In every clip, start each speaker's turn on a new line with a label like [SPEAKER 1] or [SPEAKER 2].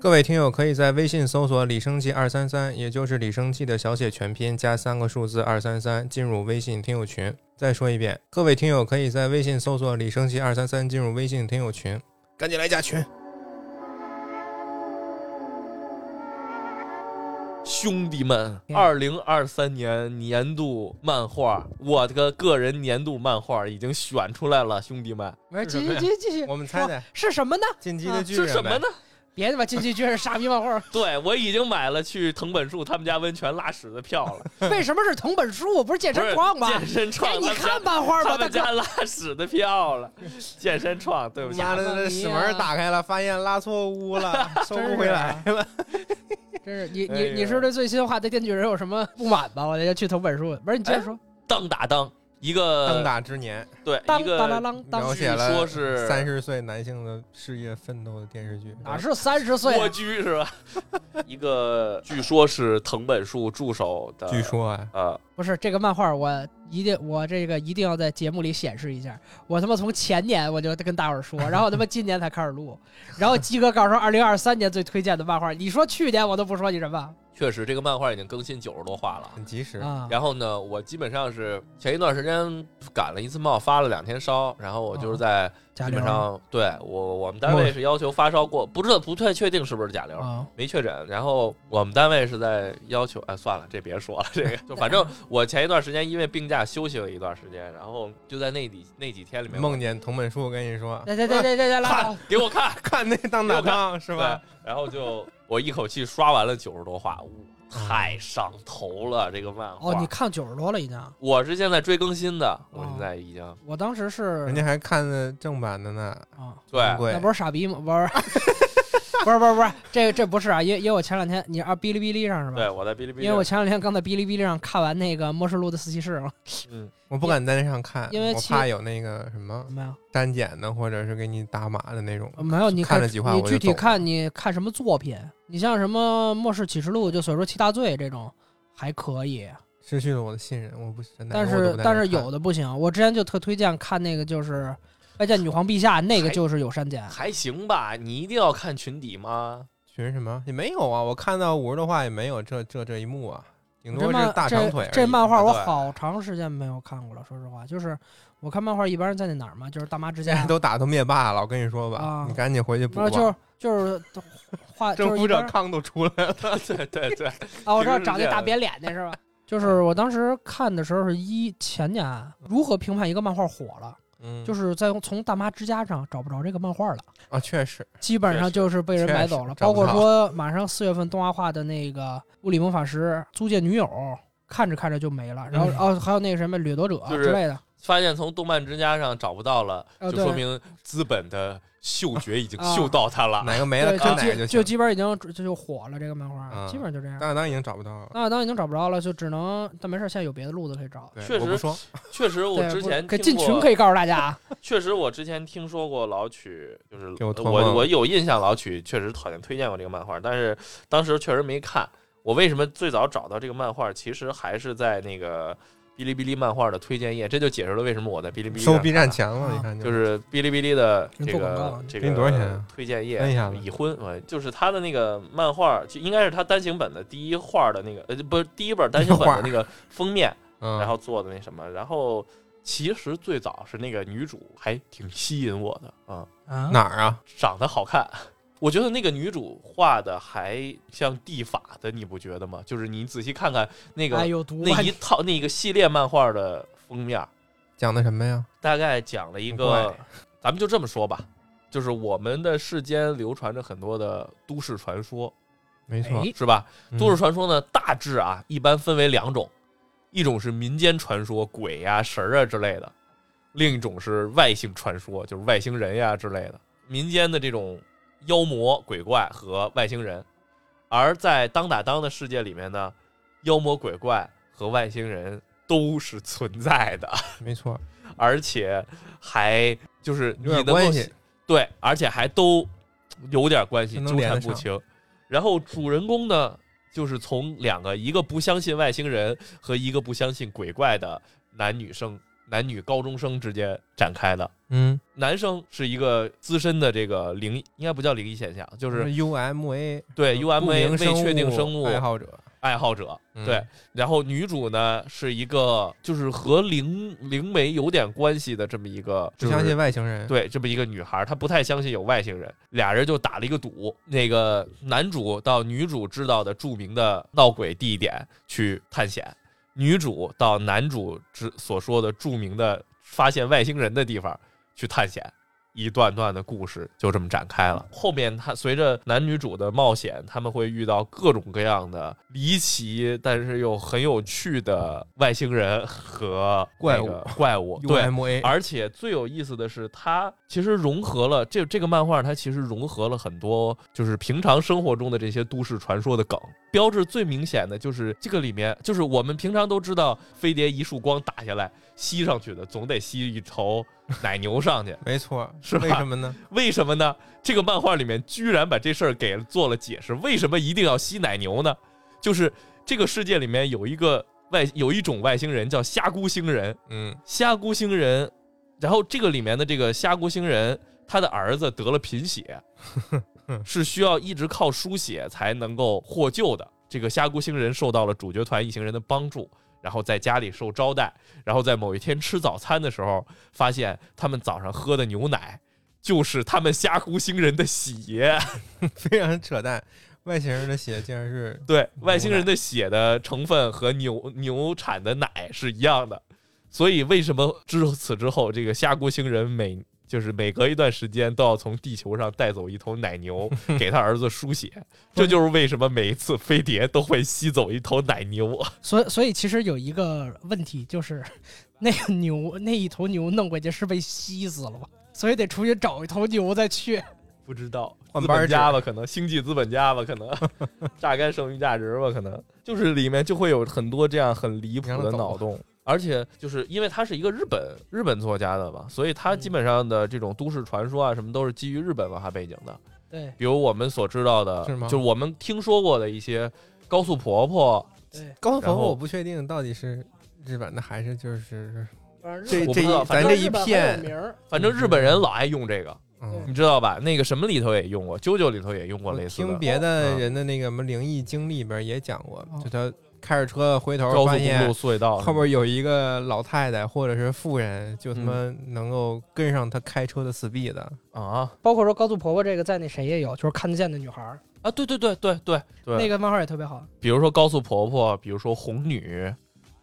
[SPEAKER 1] 各位听友可以在微信搜索“李生记二三三”，也就是李生记的小写全拼加三个数字二三三，进入微信听友群。再说一遍，各位听友可以在微信搜索“李生记二三三”，进入微信听友群，赶紧来加群。
[SPEAKER 2] 兄弟们，
[SPEAKER 3] 嗯
[SPEAKER 2] 二零二三年年度漫画，我这个个人年度漫画已经选出来了，兄弟们
[SPEAKER 3] 没事，
[SPEAKER 1] 是
[SPEAKER 3] 继
[SPEAKER 1] 什么
[SPEAKER 3] 续
[SPEAKER 1] 呀
[SPEAKER 3] 继续继续，
[SPEAKER 1] 我们猜猜
[SPEAKER 3] 是什么呢？
[SPEAKER 1] 《进击的巨人》
[SPEAKER 2] 是什么
[SPEAKER 1] 呗
[SPEAKER 2] 呢？
[SPEAKER 3] 别他妈进击居然是傻逼漫画，
[SPEAKER 2] 对我已经买了去藤本树他们家温泉拉屎的票了，
[SPEAKER 3] 为什么是藤本树？不是健
[SPEAKER 2] 不
[SPEAKER 3] 身
[SPEAKER 2] 是
[SPEAKER 3] 狂吗？
[SPEAKER 2] 健身
[SPEAKER 3] 哎，
[SPEAKER 2] 创
[SPEAKER 3] 你
[SPEAKER 2] 他们家
[SPEAKER 3] 看嗯漫画
[SPEAKER 2] 他
[SPEAKER 3] 吧，大
[SPEAKER 2] 们
[SPEAKER 3] 哥。
[SPEAKER 2] 家拉屎的票了，健身创，对不起，
[SPEAKER 1] 妈的，这屎门打开了，发现拉错屋了，收不回来了。
[SPEAKER 3] 真是你
[SPEAKER 2] 哎
[SPEAKER 3] 你
[SPEAKER 2] 呀
[SPEAKER 3] 你是对最新化的电锯人有什么不满吧？我得去藤本树。不是你接
[SPEAKER 2] 哎
[SPEAKER 3] 着说，
[SPEAKER 2] 当打当一个
[SPEAKER 1] 当打之年，
[SPEAKER 2] 对
[SPEAKER 3] 当
[SPEAKER 2] 一
[SPEAKER 3] 当啷
[SPEAKER 2] 个
[SPEAKER 3] 啷
[SPEAKER 1] 描
[SPEAKER 3] 当，
[SPEAKER 1] 写了
[SPEAKER 2] 据说是
[SPEAKER 1] 三十岁男性的事业奋斗的电视剧
[SPEAKER 3] 哪是三十岁啊
[SPEAKER 2] 蜗居是吧？ 一个据说是藤本树助手的，
[SPEAKER 1] 据说啊，
[SPEAKER 2] 呃，
[SPEAKER 3] 不是这个漫画，我一定我这个一定要在节目里显示一下。我他妈从前年我就跟大伙儿说，然后他妈今年才开始录，然后鸡哥告诉说二零二三年最推荐的漫画，你说去年我都不说你什么
[SPEAKER 2] 确实这个漫画已经更新九十多话了。
[SPEAKER 1] 很及时。
[SPEAKER 3] 啊？
[SPEAKER 2] 然后呢，我基本上是前一段时间赶了一次冒，发了两天烧，然后我就是在
[SPEAKER 3] 加
[SPEAKER 2] 基
[SPEAKER 3] 流
[SPEAKER 2] 本上对我我们单位是要求发烧过，不知道不太确定是不是甲流，
[SPEAKER 3] 啊，
[SPEAKER 2] 没确诊。然后我们单位是在要求，哎，算了，这别说了，这个就反正我前一段时间因为病假休息了一段时间，然后就在那几那几天里面，
[SPEAKER 1] 梦见藤本树跟你 说，
[SPEAKER 3] 对对对对对对，拉倒
[SPEAKER 2] 看给我看，
[SPEAKER 1] 啊看那当打仗是
[SPEAKER 2] 对
[SPEAKER 1] 吧？？
[SPEAKER 2] 然后就我一口气刷完了九十多话，哇太上头了，这个漫画。
[SPEAKER 3] 哦，你看九十多了已经。
[SPEAKER 2] 我是现在追更新的，我现在已经、
[SPEAKER 3] 我当时是
[SPEAKER 1] 人家还看的正版的呢，
[SPEAKER 3] 啊，
[SPEAKER 2] 对
[SPEAKER 1] 贵
[SPEAKER 3] 那不是傻逼吗？不是， 不是不是不是，这个这不是啊，因为因为我前两天你啊哔哩哔哩上是吧？
[SPEAKER 2] 对，我在哔哩哔哩，
[SPEAKER 3] 因为我前两天刚在哔哩哔哩上看完那个《末世录》的四骑士了，
[SPEAKER 2] 嗯，
[SPEAKER 1] 我不敢在那上看，
[SPEAKER 3] 因为
[SPEAKER 1] 我
[SPEAKER 3] 其
[SPEAKER 1] 怕有那个什么
[SPEAKER 3] 没有
[SPEAKER 1] 删减的，或者是给你打码的那种。
[SPEAKER 3] 没有，你
[SPEAKER 1] 看了几话我
[SPEAKER 3] 你
[SPEAKER 1] 就
[SPEAKER 3] 具体
[SPEAKER 1] 走了
[SPEAKER 3] 看你看什么作品？你像什么《末世启示录》，就所说七大罪这种还可以，
[SPEAKER 1] 失去了我的信任，我不真的。
[SPEAKER 3] 但
[SPEAKER 1] 我都
[SPEAKER 3] 是
[SPEAKER 1] 不在
[SPEAKER 3] 但
[SPEAKER 1] 那
[SPEAKER 3] 是
[SPEAKER 1] 看
[SPEAKER 3] 有的不行。我之前就特推荐看那个，就是拜见女皇陛下，那个
[SPEAKER 2] 还
[SPEAKER 3] 就是有删减。
[SPEAKER 2] 还行吧。你一定要看群底 吗？
[SPEAKER 1] 群什么也没有啊，我看到五十多话也没有这这这一幕啊，顶多
[SPEAKER 3] 这
[SPEAKER 1] 是
[SPEAKER 3] 漫
[SPEAKER 1] 大长腿而已。啊
[SPEAKER 3] 这漫画我
[SPEAKER 2] 对
[SPEAKER 3] 好长时间没有看过了，说实话，就是我看漫画一般是在那哪儿嘛，就是大妈之
[SPEAKER 1] 现
[SPEAKER 3] 家
[SPEAKER 1] 在，都打到灭霸了，我跟你说吧，
[SPEAKER 3] 啊
[SPEAKER 1] 你赶紧回去补
[SPEAKER 3] 然后
[SPEAKER 1] 吧。
[SPEAKER 3] 就是 就是画就
[SPEAKER 1] 征
[SPEAKER 3] 是一
[SPEAKER 1] 服
[SPEAKER 3] 边
[SPEAKER 1] 者康都出来了，
[SPEAKER 2] 对对对，
[SPEAKER 3] 啊，
[SPEAKER 2] 平
[SPEAKER 3] 我知道
[SPEAKER 2] 时
[SPEAKER 3] 长
[SPEAKER 2] 这
[SPEAKER 3] 那大
[SPEAKER 2] 样
[SPEAKER 3] 扁脸那是吧？就是我当时看的时候是一前年啊，如何评判一个漫画火了，
[SPEAKER 1] 嗯，
[SPEAKER 3] 就是是在从大妈之家上找不着这个漫画了，
[SPEAKER 1] 啊，确实，
[SPEAKER 3] 基本
[SPEAKER 2] 确
[SPEAKER 3] 上
[SPEAKER 2] 实
[SPEAKER 3] 就是被人
[SPEAKER 1] 确
[SPEAKER 3] 买
[SPEAKER 1] 实
[SPEAKER 3] 走了。
[SPEAKER 1] 找
[SPEAKER 3] 包
[SPEAKER 1] 不
[SPEAKER 3] 括
[SPEAKER 1] 着
[SPEAKER 3] 说马上四月份动画化的那个《物理魔法师》《租借女友》，看着看着就没了。然后
[SPEAKER 1] 嗯
[SPEAKER 3] 哦，还有那个什么《掠夺者
[SPEAKER 2] 就》
[SPEAKER 3] 之
[SPEAKER 2] 是
[SPEAKER 3] 类的，
[SPEAKER 2] 发现从动漫之家上找不到了，
[SPEAKER 3] 呃
[SPEAKER 2] 就
[SPEAKER 3] 对
[SPEAKER 2] 说明资本的嗅觉已经
[SPEAKER 3] 啊
[SPEAKER 2] 嗅到它了。
[SPEAKER 1] 哪个没了哎
[SPEAKER 3] 对，
[SPEAKER 1] 看
[SPEAKER 3] 就
[SPEAKER 1] 哪个
[SPEAKER 3] 基
[SPEAKER 1] 行。
[SPEAKER 3] 基本上已经就就火了这个漫画，基
[SPEAKER 1] 嗯
[SPEAKER 3] 本上就这样。
[SPEAKER 1] 当然当然已经找不到了，
[SPEAKER 3] 那当已经找不着了，就只能但没事，现在有别的路子可以找。
[SPEAKER 1] 对
[SPEAKER 2] 确
[SPEAKER 1] 我不
[SPEAKER 2] 实
[SPEAKER 1] 说，
[SPEAKER 2] 确实，我
[SPEAKER 3] 对
[SPEAKER 2] 之
[SPEAKER 3] 不
[SPEAKER 2] 前
[SPEAKER 3] 可以
[SPEAKER 2] 听
[SPEAKER 3] 进
[SPEAKER 2] 过
[SPEAKER 3] 群可以告诉大家 啊。
[SPEAKER 2] 确实，我之前听说过老曲，就是呃
[SPEAKER 1] 给我托梦
[SPEAKER 2] 我我有印象，老曲确实好像推荐过这个漫画，但是当时确实没看。我为什么最早找到这个漫画，其实还是在那个哔哩哔哩漫画的推荐页，这就解释了为什么我在哔哩哔哩
[SPEAKER 1] 收
[SPEAKER 2] 上
[SPEAKER 1] B 站
[SPEAKER 2] 看
[SPEAKER 1] 钱了，
[SPEAKER 3] 啊
[SPEAKER 1] 你看
[SPEAKER 2] 就是是哔哩哔哩的
[SPEAKER 3] 人
[SPEAKER 2] 这
[SPEAKER 3] 做广
[SPEAKER 2] 个
[SPEAKER 3] 告呢
[SPEAKER 2] 这
[SPEAKER 1] 给
[SPEAKER 2] 个
[SPEAKER 1] 你多少钱啊
[SPEAKER 2] 推荐页
[SPEAKER 1] 摁一下吧
[SPEAKER 2] 已婚，呃就是他的那个漫画，就应该是他单行本的第一画的那个，呃，不是第一本单 行本的那个封面，
[SPEAKER 1] 嗯，
[SPEAKER 2] 然后做的那什么，然后其实最早是那个女主还挺吸引我的啊、
[SPEAKER 3] 啊
[SPEAKER 1] 哪儿啊？
[SPEAKER 2] 长得好看。我觉得那个女主画的还像地法的，你不觉得吗？就是你仔细看看那个、
[SPEAKER 3] 哎有毒吧
[SPEAKER 2] 那一
[SPEAKER 3] 你
[SPEAKER 2] 套那个系列漫画的封面，
[SPEAKER 1] 讲的什么呀？
[SPEAKER 2] 大概讲了一
[SPEAKER 1] 怪
[SPEAKER 2] 个，咱们就这么说吧，就是我们的世间流传着很多的都市传说，
[SPEAKER 1] 没错，
[SPEAKER 3] 哎
[SPEAKER 2] 是吧？
[SPEAKER 1] 嗯
[SPEAKER 2] 都市传说呢，大致啊一般分为两种，一种是民间传说，鬼呀、神儿啊之类的；另一种是外星传说，就是外星人呀、之类的。民间的这种妖魔鬼怪和外星人，而在当打当的世界里面呢，妖魔鬼怪和外星人都是存在的，
[SPEAKER 1] 没错，
[SPEAKER 2] 而且还就是你
[SPEAKER 1] 有点
[SPEAKER 2] 能够
[SPEAKER 1] 关系，
[SPEAKER 2] 对，而且还都有点关系，
[SPEAKER 1] 就能
[SPEAKER 2] 纠
[SPEAKER 1] 连
[SPEAKER 2] 缠
[SPEAKER 1] 得
[SPEAKER 2] 不清。然后主人公呢，就是从两个一个不相信外星人和一个不相信鬼怪的男女生男女高中生之间展开的。
[SPEAKER 1] 嗯，
[SPEAKER 2] 男生是一个资深的这个灵，应该不叫灵异现象，就
[SPEAKER 1] 就是 UMA
[SPEAKER 2] 对 UMA
[SPEAKER 1] 嗯不明
[SPEAKER 2] 未
[SPEAKER 1] 生
[SPEAKER 2] 确定生物
[SPEAKER 1] 爱好者，
[SPEAKER 2] 爱好者。
[SPEAKER 1] 嗯
[SPEAKER 2] 对，然后女主呢是一个就是和灵灵媒有点关系的这么一个，
[SPEAKER 1] 不
[SPEAKER 2] 就是
[SPEAKER 1] 相信外星人，
[SPEAKER 2] 对这么一个女孩，她不太相信有外星人，俩人就打了一个赌。那个男主到女主知道的著名的闹鬼地点去探险，女主到男主之所说的著名的发现外星人的地方去探险。一段段的故事就这么展开了。后面他随着男女主的冒险，他们会遇到各种各样的离奇，但是又很有趣的外星人和
[SPEAKER 1] 怪
[SPEAKER 2] 那个怪物。对，
[SPEAKER 1] UMA，，
[SPEAKER 2] 而且最有意思的是，它其实融合了这这个漫画，它其实融合了很多就是平常生活中的这些都市传说的梗。标志最明显的就是这个里面，就是我们平常都知道，飞碟一束光打下来吸上去的，总得吸一头奶牛上去
[SPEAKER 1] 没错，
[SPEAKER 2] 是吧
[SPEAKER 1] 为什么呢？
[SPEAKER 2] 为什么呢？这个漫画里面居然把这事儿给做了解释，为什么一定要吸奶牛呢？就是这个世界里面有一个外有一种外星人叫虾姑星人。
[SPEAKER 1] 嗯，
[SPEAKER 2] 虾姑星人，然后这个里面的这个虾姑星人，他的儿子得了贫血，是需要一直靠输血才能够获救的。这个虾姑星人受到了主角团一行人的帮助，然后在家里受招待，然后在某一天吃早餐的时候，发现他们早上喝的牛奶就是他们虾姑星人的血。
[SPEAKER 1] 非常扯淡，外星人的血竟然是
[SPEAKER 2] 对，外星人的血的成分和牛牛产的奶是一样的，所以为什么之此之后，这个虾姑星人每就是每隔一段时间都要从地球上带走一头奶牛给他儿子输血，这就是为什么每一次飞碟都会吸走一头奶牛。
[SPEAKER 4] 所以所以其实有一个问题就是， 那个牛那一头牛弄回去是被吸死了吧？所以得出去找一头牛再去。
[SPEAKER 2] 不知道
[SPEAKER 1] 换
[SPEAKER 2] 资
[SPEAKER 1] 班儿
[SPEAKER 2] 本
[SPEAKER 1] 制
[SPEAKER 2] 家吧，可能星际资本家吧，可能榨干剩余价值吧，可能就是里面就会有很多这样很离谱
[SPEAKER 1] 让他
[SPEAKER 2] 的
[SPEAKER 1] 走吧
[SPEAKER 2] 脑洞。而且就是因为他是一个日本日本作家的嘛，所以他基
[SPEAKER 1] 嗯
[SPEAKER 2] 本上的这种都市传说啊，什么都是基于日本文化背景的。
[SPEAKER 4] 对
[SPEAKER 2] 比如我们所知道的，
[SPEAKER 1] 是吗
[SPEAKER 2] 就是我们听说过的一些高速婆婆，
[SPEAKER 4] 对，
[SPEAKER 1] 高
[SPEAKER 2] 然
[SPEAKER 1] 仿，
[SPEAKER 2] 后
[SPEAKER 1] 我不确定到底是日本的还是就是
[SPEAKER 4] 反
[SPEAKER 1] 这
[SPEAKER 2] 我不
[SPEAKER 1] 这
[SPEAKER 2] 知道
[SPEAKER 1] 一
[SPEAKER 2] 反
[SPEAKER 1] 咱这一片，
[SPEAKER 4] 名
[SPEAKER 2] 反正日本人老爱用这个，
[SPEAKER 1] 嗯，
[SPEAKER 2] 你知道吧？那个什么里头也用过，啾啾里头也用过
[SPEAKER 1] 我
[SPEAKER 2] 类似
[SPEAKER 1] 听
[SPEAKER 2] 的。嗯
[SPEAKER 1] 别的嗯人的那个什么灵异经历里边也讲过，就他开着车回头
[SPEAKER 2] 哦高速
[SPEAKER 1] 发
[SPEAKER 2] 公路
[SPEAKER 1] 现
[SPEAKER 2] 隧道
[SPEAKER 1] 后边有一个老太太或者是妇人，就他妈能够跟上他开车的 speed 的，
[SPEAKER 2] 啊
[SPEAKER 4] 包括说高速婆婆这个在那谁也有，就是看得见的女孩儿，
[SPEAKER 2] 啊，对对对对对对，
[SPEAKER 4] 那个漫画也特别好。
[SPEAKER 2] 比如说高速婆婆，比如说红女，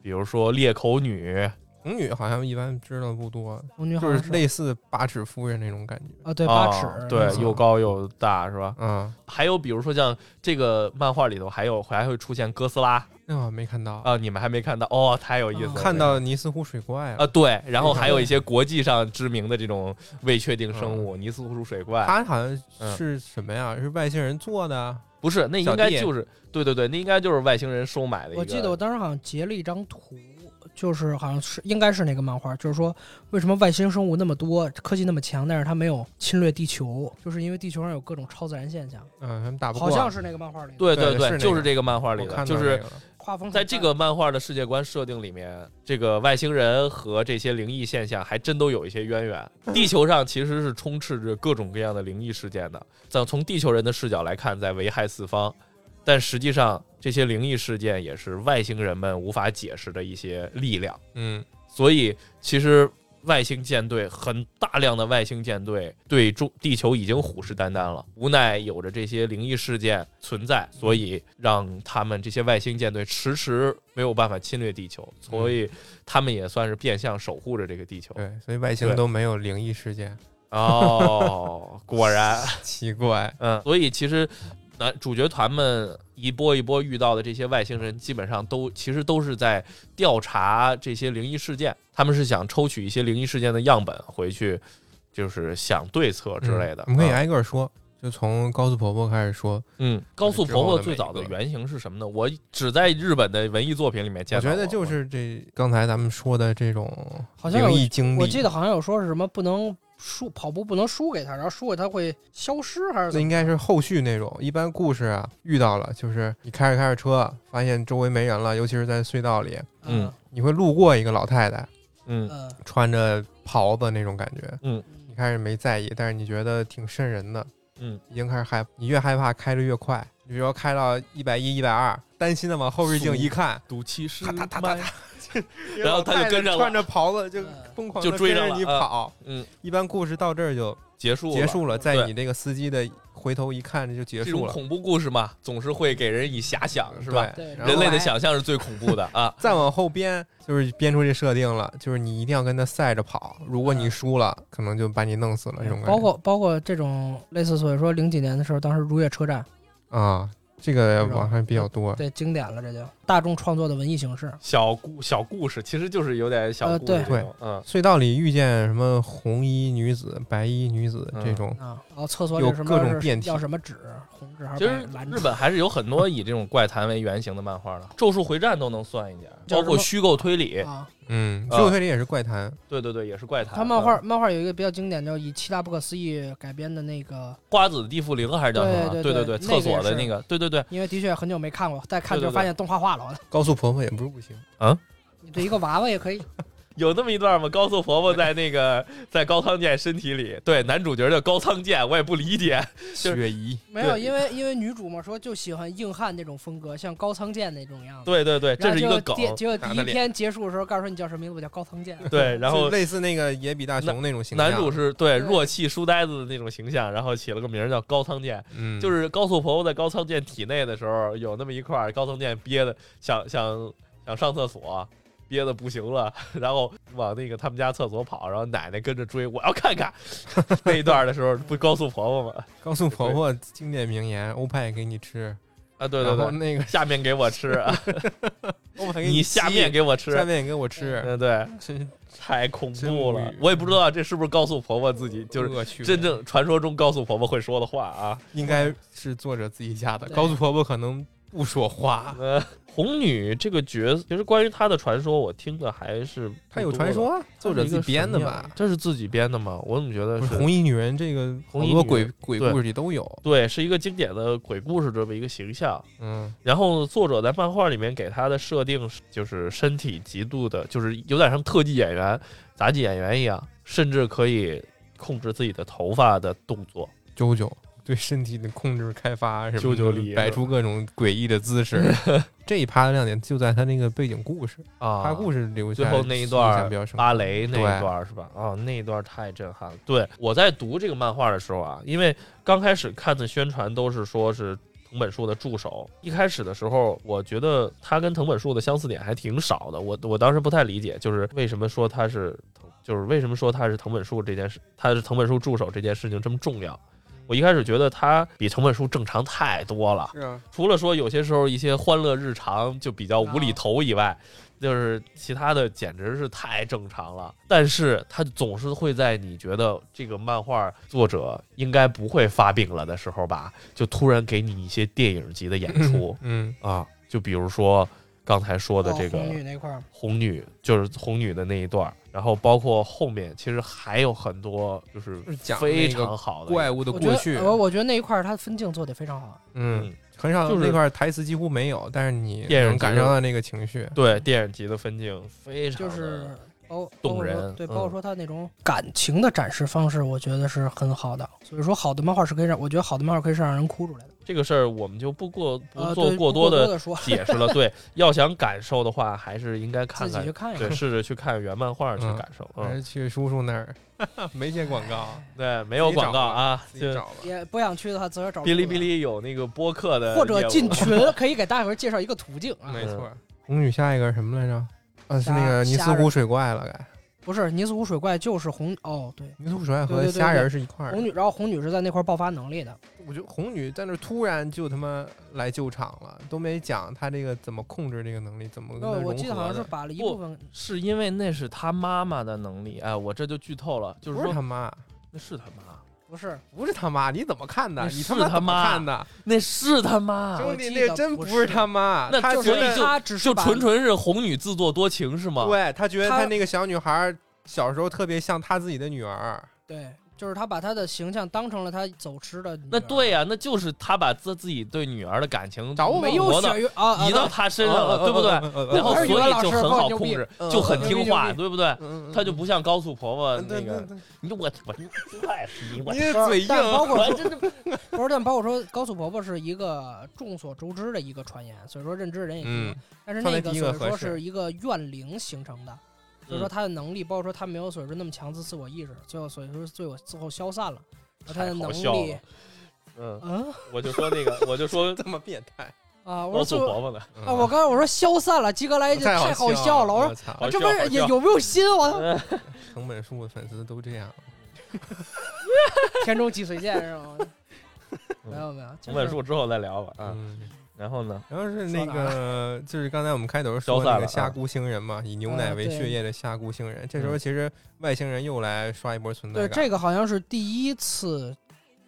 [SPEAKER 2] 比如说裂口女，
[SPEAKER 1] 红女好像一般知道不多，
[SPEAKER 4] 红女好
[SPEAKER 1] 就
[SPEAKER 4] 像
[SPEAKER 1] 是类似八尺夫人那哦种感觉。
[SPEAKER 4] 啊，对
[SPEAKER 2] 啊
[SPEAKER 4] 八尺，
[SPEAKER 2] 对
[SPEAKER 4] 没，错
[SPEAKER 2] 又高又大是吧？
[SPEAKER 1] 啊，
[SPEAKER 2] 还有比如说像这个漫画里头还有还会出现哥斯拉
[SPEAKER 1] 那我没看到，
[SPEAKER 2] 啊，你们还没看到哦，太有意思了，
[SPEAKER 4] 哦
[SPEAKER 1] 看到尼斯湖水怪
[SPEAKER 2] 啊，
[SPEAKER 1] 了。
[SPEAKER 2] 对，然后还有一些国际上知名的这种未确定生
[SPEAKER 1] 嗯
[SPEAKER 2] 物，尼斯湖水怪，
[SPEAKER 1] 它好像是什么呀？是外星人做的？
[SPEAKER 2] 不是，那
[SPEAKER 1] 小
[SPEAKER 2] 应该
[SPEAKER 1] 弟
[SPEAKER 2] 就是对对对，那应该就是外星人收买的一个。
[SPEAKER 4] 我记得我当时好像截了一张图，就是好像是应该是那个漫画，就是说为什么外星生物那么多，科技那么强，但是它没有侵略地球，就是因为地球上有各种超自然现象，
[SPEAKER 1] 嗯，他们打不过。
[SPEAKER 4] 好像是那个漫画里的
[SPEAKER 2] 对
[SPEAKER 1] 对是那
[SPEAKER 2] 对，
[SPEAKER 1] 个
[SPEAKER 2] 就是这个漫画
[SPEAKER 1] 我
[SPEAKER 2] 里
[SPEAKER 1] 看到
[SPEAKER 2] 的，就
[SPEAKER 1] 那
[SPEAKER 2] 是
[SPEAKER 1] 个了
[SPEAKER 4] 画风很
[SPEAKER 2] 在这
[SPEAKER 4] 淡
[SPEAKER 2] 个漫画的世界观设定里面，这个外星人和这些灵异现象还真都有一些渊源。地球上其实是充斥着各种各样的灵异事件的，在从地球人的视角来看，在危害四方，但实际上这些灵异事件也是外星人们无法解释的一些力量。
[SPEAKER 1] 嗯，
[SPEAKER 2] 所以其实外星舰队很大量的外星舰队对中地球已经虎视眈眈了，无奈有着这些灵异事件存在，所以让他们这些外星舰队迟迟没有办法侵略地球，所以他们也算是变相守护着这个地球。
[SPEAKER 1] 对，所以外星
[SPEAKER 2] 对
[SPEAKER 1] 都没有灵异事件，
[SPEAKER 2] 哦，果然，
[SPEAKER 1] 奇怪。
[SPEAKER 2] 嗯，所以其实。男主角团们一波一波遇到的这些外星人，基本上都其实都是在调查这些灵异事件，他们是想抽取一些灵异事件的样本回去，就是想对策之类的。
[SPEAKER 1] 嗯我们可以
[SPEAKER 2] 啊
[SPEAKER 1] 挨个说，就从高速婆婆开始说。
[SPEAKER 2] 嗯，高速婆婆最早
[SPEAKER 1] 之后
[SPEAKER 2] 的
[SPEAKER 1] 的每一个
[SPEAKER 2] 原型是什么呢？我只在日本的文艺作品里面见
[SPEAKER 1] 我
[SPEAKER 2] 到过。
[SPEAKER 1] 觉得就是这刚才咱们说的这种
[SPEAKER 4] 好像有
[SPEAKER 1] 灵异经历，
[SPEAKER 4] 我记得好像有说是什么不能输跑步不能输给他，然后输给他会消失还是
[SPEAKER 1] 那
[SPEAKER 4] 怎么？
[SPEAKER 1] 应该是后续那种。一般故事啊，遇到了就是你开着开着车，发现周围没人了，尤其是在隧道里，
[SPEAKER 2] 嗯
[SPEAKER 1] 你会路过一个老太太，
[SPEAKER 2] 嗯
[SPEAKER 3] 嗯，
[SPEAKER 4] 呃
[SPEAKER 1] 穿着袍子那种感觉。你
[SPEAKER 3] 嗯
[SPEAKER 1] 开始没在意，但是你觉得挺瘆人的，
[SPEAKER 2] 嗯，
[SPEAKER 1] 已经开始害，你越害怕开的越快。你比如说开到一百一、一百二，担心的往后视镜一看，
[SPEAKER 2] 赌气是
[SPEAKER 1] 咔嗒咔嗒
[SPEAKER 2] 麦
[SPEAKER 1] 咔
[SPEAKER 2] 然后他就跟上
[SPEAKER 1] 老太太
[SPEAKER 2] 了
[SPEAKER 1] 穿着袍子就
[SPEAKER 3] 嗯
[SPEAKER 1] 疯狂
[SPEAKER 2] 就追上
[SPEAKER 1] 着
[SPEAKER 2] 了
[SPEAKER 1] 你跑。
[SPEAKER 2] 嗯，
[SPEAKER 1] 一般故事到这儿就
[SPEAKER 2] 结束
[SPEAKER 1] 结
[SPEAKER 2] 了
[SPEAKER 1] 束了，在
[SPEAKER 2] 对
[SPEAKER 1] 你这个司机的回头一看，这就结
[SPEAKER 2] 这种
[SPEAKER 1] 束了，
[SPEAKER 2] 恐怖故事嘛，总是会给人以遐想，是吧？
[SPEAKER 1] 对
[SPEAKER 3] 对
[SPEAKER 1] 然后！
[SPEAKER 2] 人类的想象是最恐怖的啊
[SPEAKER 1] 再往后编，就是编出这设定了，就是你一定要跟他赛着跑，如果你输了，可能就把你弄死了这种感觉。
[SPEAKER 3] 包括包括这种类似，所以说零几年的时候，当时如月车站
[SPEAKER 1] 啊，这个网上比较多。
[SPEAKER 3] 对经典了，这就大众创作的文艺形式。
[SPEAKER 2] 小故小故事其实就是有点小
[SPEAKER 3] 呃
[SPEAKER 2] 故事
[SPEAKER 3] 对
[SPEAKER 2] 这种，嗯，
[SPEAKER 1] 隧道里遇见什么红衣女子、白衣女子
[SPEAKER 2] 嗯
[SPEAKER 1] 这种，
[SPEAKER 3] 啊，然后厕所
[SPEAKER 1] 有
[SPEAKER 3] 里什么
[SPEAKER 1] 各种
[SPEAKER 3] 是
[SPEAKER 1] 变体
[SPEAKER 3] 要什么纸，红纸还
[SPEAKER 2] 其
[SPEAKER 3] 是
[SPEAKER 2] 实
[SPEAKER 3] 白蓝
[SPEAKER 2] 日
[SPEAKER 3] 纸？
[SPEAKER 2] 本还是有很多以这种怪谈为原型的漫画的，《咒术回战》都能算一点，
[SPEAKER 3] 叫
[SPEAKER 2] 包
[SPEAKER 3] 什么
[SPEAKER 2] 括虚构推理，
[SPEAKER 3] 啊，
[SPEAKER 1] 嗯，
[SPEAKER 2] 啊
[SPEAKER 1] 旧推理也是怪谈，
[SPEAKER 2] 对对对，也是怪谈。
[SPEAKER 3] 他漫画
[SPEAKER 1] 呃
[SPEAKER 2] 嗯
[SPEAKER 3] 漫画有一个比较经典，叫以七大不可思议改编的那个，
[SPEAKER 2] 花子的地缚灵还是叫什么？啊
[SPEAKER 3] 对
[SPEAKER 2] 对
[SPEAKER 3] 对对
[SPEAKER 2] 对，
[SPEAKER 3] 那
[SPEAKER 2] 厕
[SPEAKER 3] 个
[SPEAKER 2] 所的
[SPEAKER 3] 也是
[SPEAKER 2] 那个，对对对，
[SPEAKER 3] 因为的确很久没看过，再看
[SPEAKER 2] 对对
[SPEAKER 3] 就发现动画化了。我操
[SPEAKER 1] 高速婆婆也不是不行。
[SPEAKER 3] 你对一个娃娃也可 以，
[SPEAKER 2] 有那么一段吗？高速婆婆在那 个在高仓健身体里，对，男主角叫高仓健，我也不理解，就是
[SPEAKER 1] 雪姨，
[SPEAKER 3] 没有，
[SPEAKER 2] 对
[SPEAKER 3] 因为因为女主嘛说就喜欢硬汉那种风格，像高仓健那种样子。
[SPEAKER 2] 对对对，这
[SPEAKER 3] 然后
[SPEAKER 2] 是一
[SPEAKER 3] 就
[SPEAKER 2] 个梗，
[SPEAKER 3] 第结果第
[SPEAKER 1] 打他
[SPEAKER 3] 一
[SPEAKER 1] 脸
[SPEAKER 3] 篇结束的时候，告诉说你叫什么名字，我叫高仓健。
[SPEAKER 2] 对，然后
[SPEAKER 1] 就类似那个野比大雄那种形象。
[SPEAKER 2] 男主，是对
[SPEAKER 3] 对
[SPEAKER 2] 弱气书呆子的那种形象，然后起了个名儿叫高仓健，
[SPEAKER 1] 嗯，
[SPEAKER 2] 就是高速婆婆在高仓健体内的时候，有那么一块儿高仓健憋的想想想上厕所，憋的不行了， 然后往那个他们家厕所跑，然后奶奶跟着追，我要看看 那一段的时候，不是高速婆婆吗？
[SPEAKER 1] 高速婆婆经典名言：欧派给你吃，
[SPEAKER 2] 啊，对对
[SPEAKER 1] 然后
[SPEAKER 2] 对，
[SPEAKER 1] 那个
[SPEAKER 2] 下面给我吃，
[SPEAKER 1] 欧派给
[SPEAKER 2] 你
[SPEAKER 1] 吸
[SPEAKER 2] 下面给我吃，
[SPEAKER 1] 下面也给我吃，
[SPEAKER 2] 嗯对，
[SPEAKER 1] 真
[SPEAKER 2] 太恐
[SPEAKER 1] 真
[SPEAKER 2] 怖
[SPEAKER 1] 无
[SPEAKER 2] 了
[SPEAKER 1] 语，
[SPEAKER 2] 我也不知道这是不是高速婆婆自己就是。
[SPEAKER 1] 恶趣味
[SPEAKER 2] 真正传说中高速婆婆会说的话啊，
[SPEAKER 1] 应该是作者自己下的。
[SPEAKER 3] 对
[SPEAKER 1] 高速婆婆可能不说话，
[SPEAKER 2] 呃， 红女这个角色，其实关于她的传说，我听的还是
[SPEAKER 1] 她有传说，啊
[SPEAKER 2] 不
[SPEAKER 1] 作
[SPEAKER 2] 多的，
[SPEAKER 1] 者自己编的吧
[SPEAKER 2] 她是一个什么样？这是自己编的吗？我怎么觉得
[SPEAKER 1] 不
[SPEAKER 2] 是
[SPEAKER 1] 是红衣女人这个好
[SPEAKER 2] 红衣
[SPEAKER 1] 多
[SPEAKER 2] 女
[SPEAKER 1] 鬼
[SPEAKER 2] 人
[SPEAKER 1] 鬼
[SPEAKER 2] 对
[SPEAKER 1] 故事里都有，
[SPEAKER 2] 对，是一个经典的鬼故事这么一个形象。
[SPEAKER 1] 嗯，
[SPEAKER 2] 然后作者在漫画里面给她的设定是，就是身体极度的，就是有点像特技演员、杂技演员一样，甚至可以控制自己的头发的动作。
[SPEAKER 1] 啾啾对身体的控制开发什么
[SPEAKER 2] 啾啾
[SPEAKER 1] 的
[SPEAKER 2] 力
[SPEAKER 1] 摆出各种诡异的姿 势。这一趴的亮点就在他那个背景故事，
[SPEAKER 2] 啊，
[SPEAKER 1] 他故事留下
[SPEAKER 2] 最后那一
[SPEAKER 1] 印
[SPEAKER 2] 段
[SPEAKER 1] 象比较深刻。
[SPEAKER 2] 芭蕾那
[SPEAKER 1] 对
[SPEAKER 2] 一段是吧？啊、那一段太震撼了。对我在读这个漫画的时候啊，因为刚开始看的宣传都是说是藤本树的助手，一开始的时候我觉得他跟藤本树的相似点还挺少的，我我当时不太理解，就是为什么说他是藤，就是为什么说他是藤本树这件事，他是藤本树助手这件事情这么重要。我一开始觉得他比藤本树正常太多了，
[SPEAKER 1] 是啊，
[SPEAKER 2] 除了说有些时候一些欢乐日常就比较无厘头以
[SPEAKER 1] 啊
[SPEAKER 2] 外，就是其他的简直是太正常了。但是他总是会在你觉得这个漫画作者应该不会发病了的时候吧，就突然给你一些电影级的演出
[SPEAKER 1] 嗯，
[SPEAKER 2] 啊，就比如说刚才说的这
[SPEAKER 3] 哦
[SPEAKER 2] 个
[SPEAKER 3] 红女那块儿，
[SPEAKER 2] 红女，就是红女的那一段儿，然后包括后面其实还有很多就是
[SPEAKER 1] 就是讲
[SPEAKER 2] 非
[SPEAKER 1] 那个
[SPEAKER 2] 常好的
[SPEAKER 1] 怪物的
[SPEAKER 3] 我
[SPEAKER 1] 过
[SPEAKER 3] 觉
[SPEAKER 1] 去
[SPEAKER 3] 得，呃我我觉得那一块儿他分镜做得非常好。
[SPEAKER 1] 嗯
[SPEAKER 2] 嗯，
[SPEAKER 1] 很少
[SPEAKER 2] 就是
[SPEAKER 1] 那块台词几乎没有，但是你
[SPEAKER 2] 电影
[SPEAKER 1] 能感
[SPEAKER 2] 节
[SPEAKER 1] 受
[SPEAKER 2] 奏
[SPEAKER 1] 到那个情绪。
[SPEAKER 2] 对电影级的分镜非常
[SPEAKER 3] 就
[SPEAKER 2] 的
[SPEAKER 3] 是包
[SPEAKER 2] 动
[SPEAKER 3] 包括说
[SPEAKER 2] 人
[SPEAKER 3] 对，
[SPEAKER 2] 嗯
[SPEAKER 3] 包括说他那种感情的展示方式，我觉得是很好的。所以说，好的漫画是可以让我觉得好的漫画可以是让人哭出来的。
[SPEAKER 2] 这个事儿我们就不过不
[SPEAKER 3] 呃，
[SPEAKER 2] 做
[SPEAKER 3] 对
[SPEAKER 2] 过
[SPEAKER 3] 不多
[SPEAKER 2] 的
[SPEAKER 3] 的说，
[SPEAKER 2] 解释了。对，要想感受的话，还是应该看
[SPEAKER 3] 自己
[SPEAKER 2] 看
[SPEAKER 3] 去，看一
[SPEAKER 2] 对，
[SPEAKER 3] 看。
[SPEAKER 2] 试着去看原漫画去
[SPEAKER 1] 嗯
[SPEAKER 2] 感受。
[SPEAKER 1] 还
[SPEAKER 2] 嗯，
[SPEAKER 1] 是去叔叔那儿，没接广告，
[SPEAKER 2] 对，没有广告啊，
[SPEAKER 1] 自己
[SPEAKER 2] 就
[SPEAKER 1] 找吧。
[SPEAKER 3] 也不想去的话，自个儿找
[SPEAKER 2] 哔哩
[SPEAKER 3] 路
[SPEAKER 2] 哔
[SPEAKER 3] 子，
[SPEAKER 2] 哩有那个播客的业务，啊
[SPEAKER 3] 或者进群，可以给大伙儿介绍一个途径啊。
[SPEAKER 1] 没错，红女下一个是什么来着？啊，是
[SPEAKER 3] 虾
[SPEAKER 1] 那个尼斯
[SPEAKER 3] 虾仁
[SPEAKER 1] 湖水怪了，该
[SPEAKER 3] 不是尼斯湖水怪就是红哦，对，
[SPEAKER 1] 尼斯湖水怪
[SPEAKER 3] 对
[SPEAKER 1] 和
[SPEAKER 3] 对对
[SPEAKER 1] 虾
[SPEAKER 3] 对
[SPEAKER 1] 仁是一块儿的
[SPEAKER 3] 红。女，然后红女是在那块儿爆发能力的。
[SPEAKER 1] 我觉得红女在那儿突然就他妈来救场了，都没讲她这个怎么控制这个能力，怎么跟她
[SPEAKER 3] 呃，
[SPEAKER 1] 融合
[SPEAKER 3] 我记得好像是
[SPEAKER 1] 的
[SPEAKER 3] 把了一
[SPEAKER 2] 不
[SPEAKER 3] 部分，
[SPEAKER 2] 是因为那是他妈妈的能力。哎，我这就剧透了，就是
[SPEAKER 1] 不是
[SPEAKER 2] 说
[SPEAKER 1] 他妈，
[SPEAKER 2] 那是他妈，
[SPEAKER 3] 不是
[SPEAKER 1] 不是他妈，你怎么看的？
[SPEAKER 2] 那
[SPEAKER 1] 你
[SPEAKER 2] 是
[SPEAKER 1] 他妈
[SPEAKER 2] 他
[SPEAKER 1] 怎么
[SPEAKER 2] 妈
[SPEAKER 1] 看的？
[SPEAKER 2] 那是他妈，
[SPEAKER 1] 兄弟，
[SPEAKER 3] 记
[SPEAKER 1] 那
[SPEAKER 3] 得
[SPEAKER 1] 真
[SPEAKER 3] 不
[SPEAKER 1] 是
[SPEAKER 3] 是
[SPEAKER 1] 他妈，
[SPEAKER 2] 那
[SPEAKER 1] 他
[SPEAKER 2] 就
[SPEAKER 1] 觉
[SPEAKER 2] 是
[SPEAKER 1] 得，
[SPEAKER 3] 他只啊是
[SPEAKER 2] 就
[SPEAKER 3] 把
[SPEAKER 2] 纯纯是红女自作多情是吗？
[SPEAKER 1] 对他觉得
[SPEAKER 3] 他
[SPEAKER 1] 他那个小女孩儿小时候特别像他自己的女儿，
[SPEAKER 3] 对，就是他把他的形象当成了他走失的女儿。
[SPEAKER 2] 那对呀、那就是他把自自己对女儿的感情
[SPEAKER 1] 找我
[SPEAKER 3] 没有
[SPEAKER 2] 挪到
[SPEAKER 3] 血缘啊，啊
[SPEAKER 2] 移到
[SPEAKER 3] 对
[SPEAKER 2] 他身上了，对不对？
[SPEAKER 1] 对
[SPEAKER 2] 然后
[SPEAKER 3] 我
[SPEAKER 2] 所
[SPEAKER 3] 是语文
[SPEAKER 2] 以
[SPEAKER 3] 老
[SPEAKER 2] 就
[SPEAKER 3] 师
[SPEAKER 2] 很好
[SPEAKER 3] 牛
[SPEAKER 2] 控
[SPEAKER 3] 逼
[SPEAKER 2] 制
[SPEAKER 1] 嗯，
[SPEAKER 2] 就很嗯听话，
[SPEAKER 3] 牛逼
[SPEAKER 2] 对不对？他就不像高素婆婆呃那
[SPEAKER 1] 对对
[SPEAKER 2] 个，
[SPEAKER 1] 对，
[SPEAKER 2] 你我我太嗯你我
[SPEAKER 1] 你的嘴硬，
[SPEAKER 3] 但 包括
[SPEAKER 2] 我
[SPEAKER 3] 说，不是，但包括说，高素婆婆是一个众所周知的一个传言，所以说认知人也多。
[SPEAKER 1] 嗯，
[SPEAKER 3] 但是
[SPEAKER 1] 放在
[SPEAKER 3] 那个
[SPEAKER 1] 第一
[SPEAKER 3] 所
[SPEAKER 1] 个
[SPEAKER 3] 以
[SPEAKER 1] 合
[SPEAKER 3] 说
[SPEAKER 1] 适
[SPEAKER 3] 是一个怨灵形成的，所
[SPEAKER 2] 嗯
[SPEAKER 3] 以说她的能力，包括说她没有所以说那么强自自我意识，最后所以说最后最后消散了，然后她
[SPEAKER 2] 太
[SPEAKER 3] 的
[SPEAKER 2] 好
[SPEAKER 3] 能
[SPEAKER 2] 笑
[SPEAKER 3] 力
[SPEAKER 2] 了，嗯，
[SPEAKER 3] 嗯
[SPEAKER 2] 我就说那个，我就说
[SPEAKER 1] 这么变态
[SPEAKER 3] 啊，我
[SPEAKER 2] 高
[SPEAKER 3] 说
[SPEAKER 2] 素
[SPEAKER 3] 最后
[SPEAKER 2] 婆婆呢，
[SPEAKER 1] 嗯
[SPEAKER 3] 啊，我刚才我说消散了，鸡哥来一句
[SPEAKER 1] 太
[SPEAKER 3] 太好
[SPEAKER 1] 笑
[SPEAKER 3] 笑了，我说
[SPEAKER 1] 操，
[SPEAKER 2] 好
[SPEAKER 3] 啊
[SPEAKER 2] 笑
[SPEAKER 3] 这不
[SPEAKER 2] 好
[SPEAKER 3] 是有
[SPEAKER 2] 笑，
[SPEAKER 3] 有没有心？我操，
[SPEAKER 2] 嗯
[SPEAKER 1] 藤哎本树的粉丝都这样，
[SPEAKER 3] 田中脊髓剑是 吗？
[SPEAKER 2] 嗯
[SPEAKER 3] 没有没有，就是
[SPEAKER 2] 我本书之后再聊吧啊。
[SPEAKER 1] 嗯。
[SPEAKER 2] 然后呢，
[SPEAKER 1] 然后是那个，就是刚才我们开头
[SPEAKER 2] 消
[SPEAKER 1] 说
[SPEAKER 2] 散
[SPEAKER 1] 那
[SPEAKER 2] 了
[SPEAKER 1] 个
[SPEAKER 2] 啊嗯
[SPEAKER 1] 下孤星人嘛，以牛奶为血液的下孤星人。这时候其实外星人又来刷一波存在
[SPEAKER 3] 对，
[SPEAKER 1] 感。
[SPEAKER 3] 这个好像是第一次，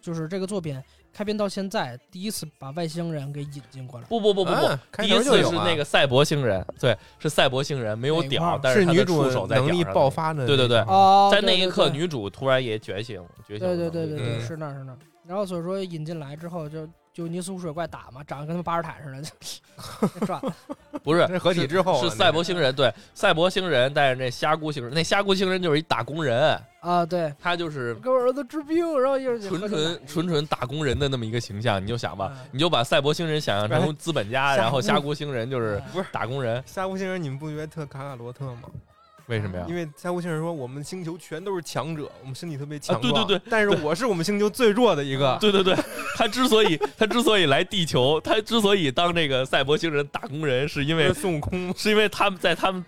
[SPEAKER 3] 就是这个作品开篇到现在第一次把外星人给引进过来。
[SPEAKER 2] 不不不不不，
[SPEAKER 1] 啊开
[SPEAKER 2] 第一
[SPEAKER 1] 头就
[SPEAKER 2] 次
[SPEAKER 1] 有
[SPEAKER 2] 是
[SPEAKER 1] 啊
[SPEAKER 2] 那个赛博星人，对，是赛博星人没有
[SPEAKER 3] 哪块
[SPEAKER 2] 屌
[SPEAKER 3] 儿，
[SPEAKER 2] 但
[SPEAKER 1] 是
[SPEAKER 2] 他的
[SPEAKER 1] 女主
[SPEAKER 2] 触手在
[SPEAKER 1] 能力
[SPEAKER 2] 屌上
[SPEAKER 1] 爆发的那
[SPEAKER 2] 对
[SPEAKER 1] 种，
[SPEAKER 2] 对啊对
[SPEAKER 3] 哦，
[SPEAKER 2] 嗯在那
[SPEAKER 3] 对
[SPEAKER 2] 一
[SPEAKER 3] 对
[SPEAKER 2] 刻，
[SPEAKER 3] 对
[SPEAKER 2] 女主突然也觉醒，觉醒了
[SPEAKER 3] 对对
[SPEAKER 2] 能力，
[SPEAKER 3] 对对对，
[SPEAKER 1] 嗯
[SPEAKER 3] 是那儿是那儿。然后所以说引进来之后就，就尼斯湖水怪打嘛，长得跟他们巴尔坦似的，就 转
[SPEAKER 2] 不是
[SPEAKER 1] 这是合体之后啊
[SPEAKER 2] 是
[SPEAKER 1] 那
[SPEAKER 2] 赛
[SPEAKER 1] 个
[SPEAKER 2] 博星人，对赛博星人，但是那瞎姑星人，那瞎姑星人就是一打工人，
[SPEAKER 3] 啊，对，
[SPEAKER 2] 他就是
[SPEAKER 3] 给我儿子治病，然后又是
[SPEAKER 2] 纯纯纯纯打工人的那么一个形象，你就想吧
[SPEAKER 3] 嗯，
[SPEAKER 2] 你就把赛博星人想象成资本家，
[SPEAKER 1] 哎
[SPEAKER 2] 然后瞎姑星人
[SPEAKER 3] 嗯
[SPEAKER 2] 就是
[SPEAKER 1] 不是
[SPEAKER 2] 打工人，
[SPEAKER 1] 下孤星人，你们不觉得特卡卡罗特吗？
[SPEAKER 2] 为什么呀
[SPEAKER 1] 因？为下孤星人说我们星球全都是强者，我们身体特别强
[SPEAKER 2] 啊对
[SPEAKER 1] 壮，
[SPEAKER 2] 对
[SPEAKER 1] 对。但是我是我们星球最弱的一个，
[SPEAKER 2] 对对对，他之所以他之所以来地球，他之所以当这个赛博星人打工人，是因为
[SPEAKER 1] 就是孙悟空，
[SPEAKER 2] 是因为他们在他们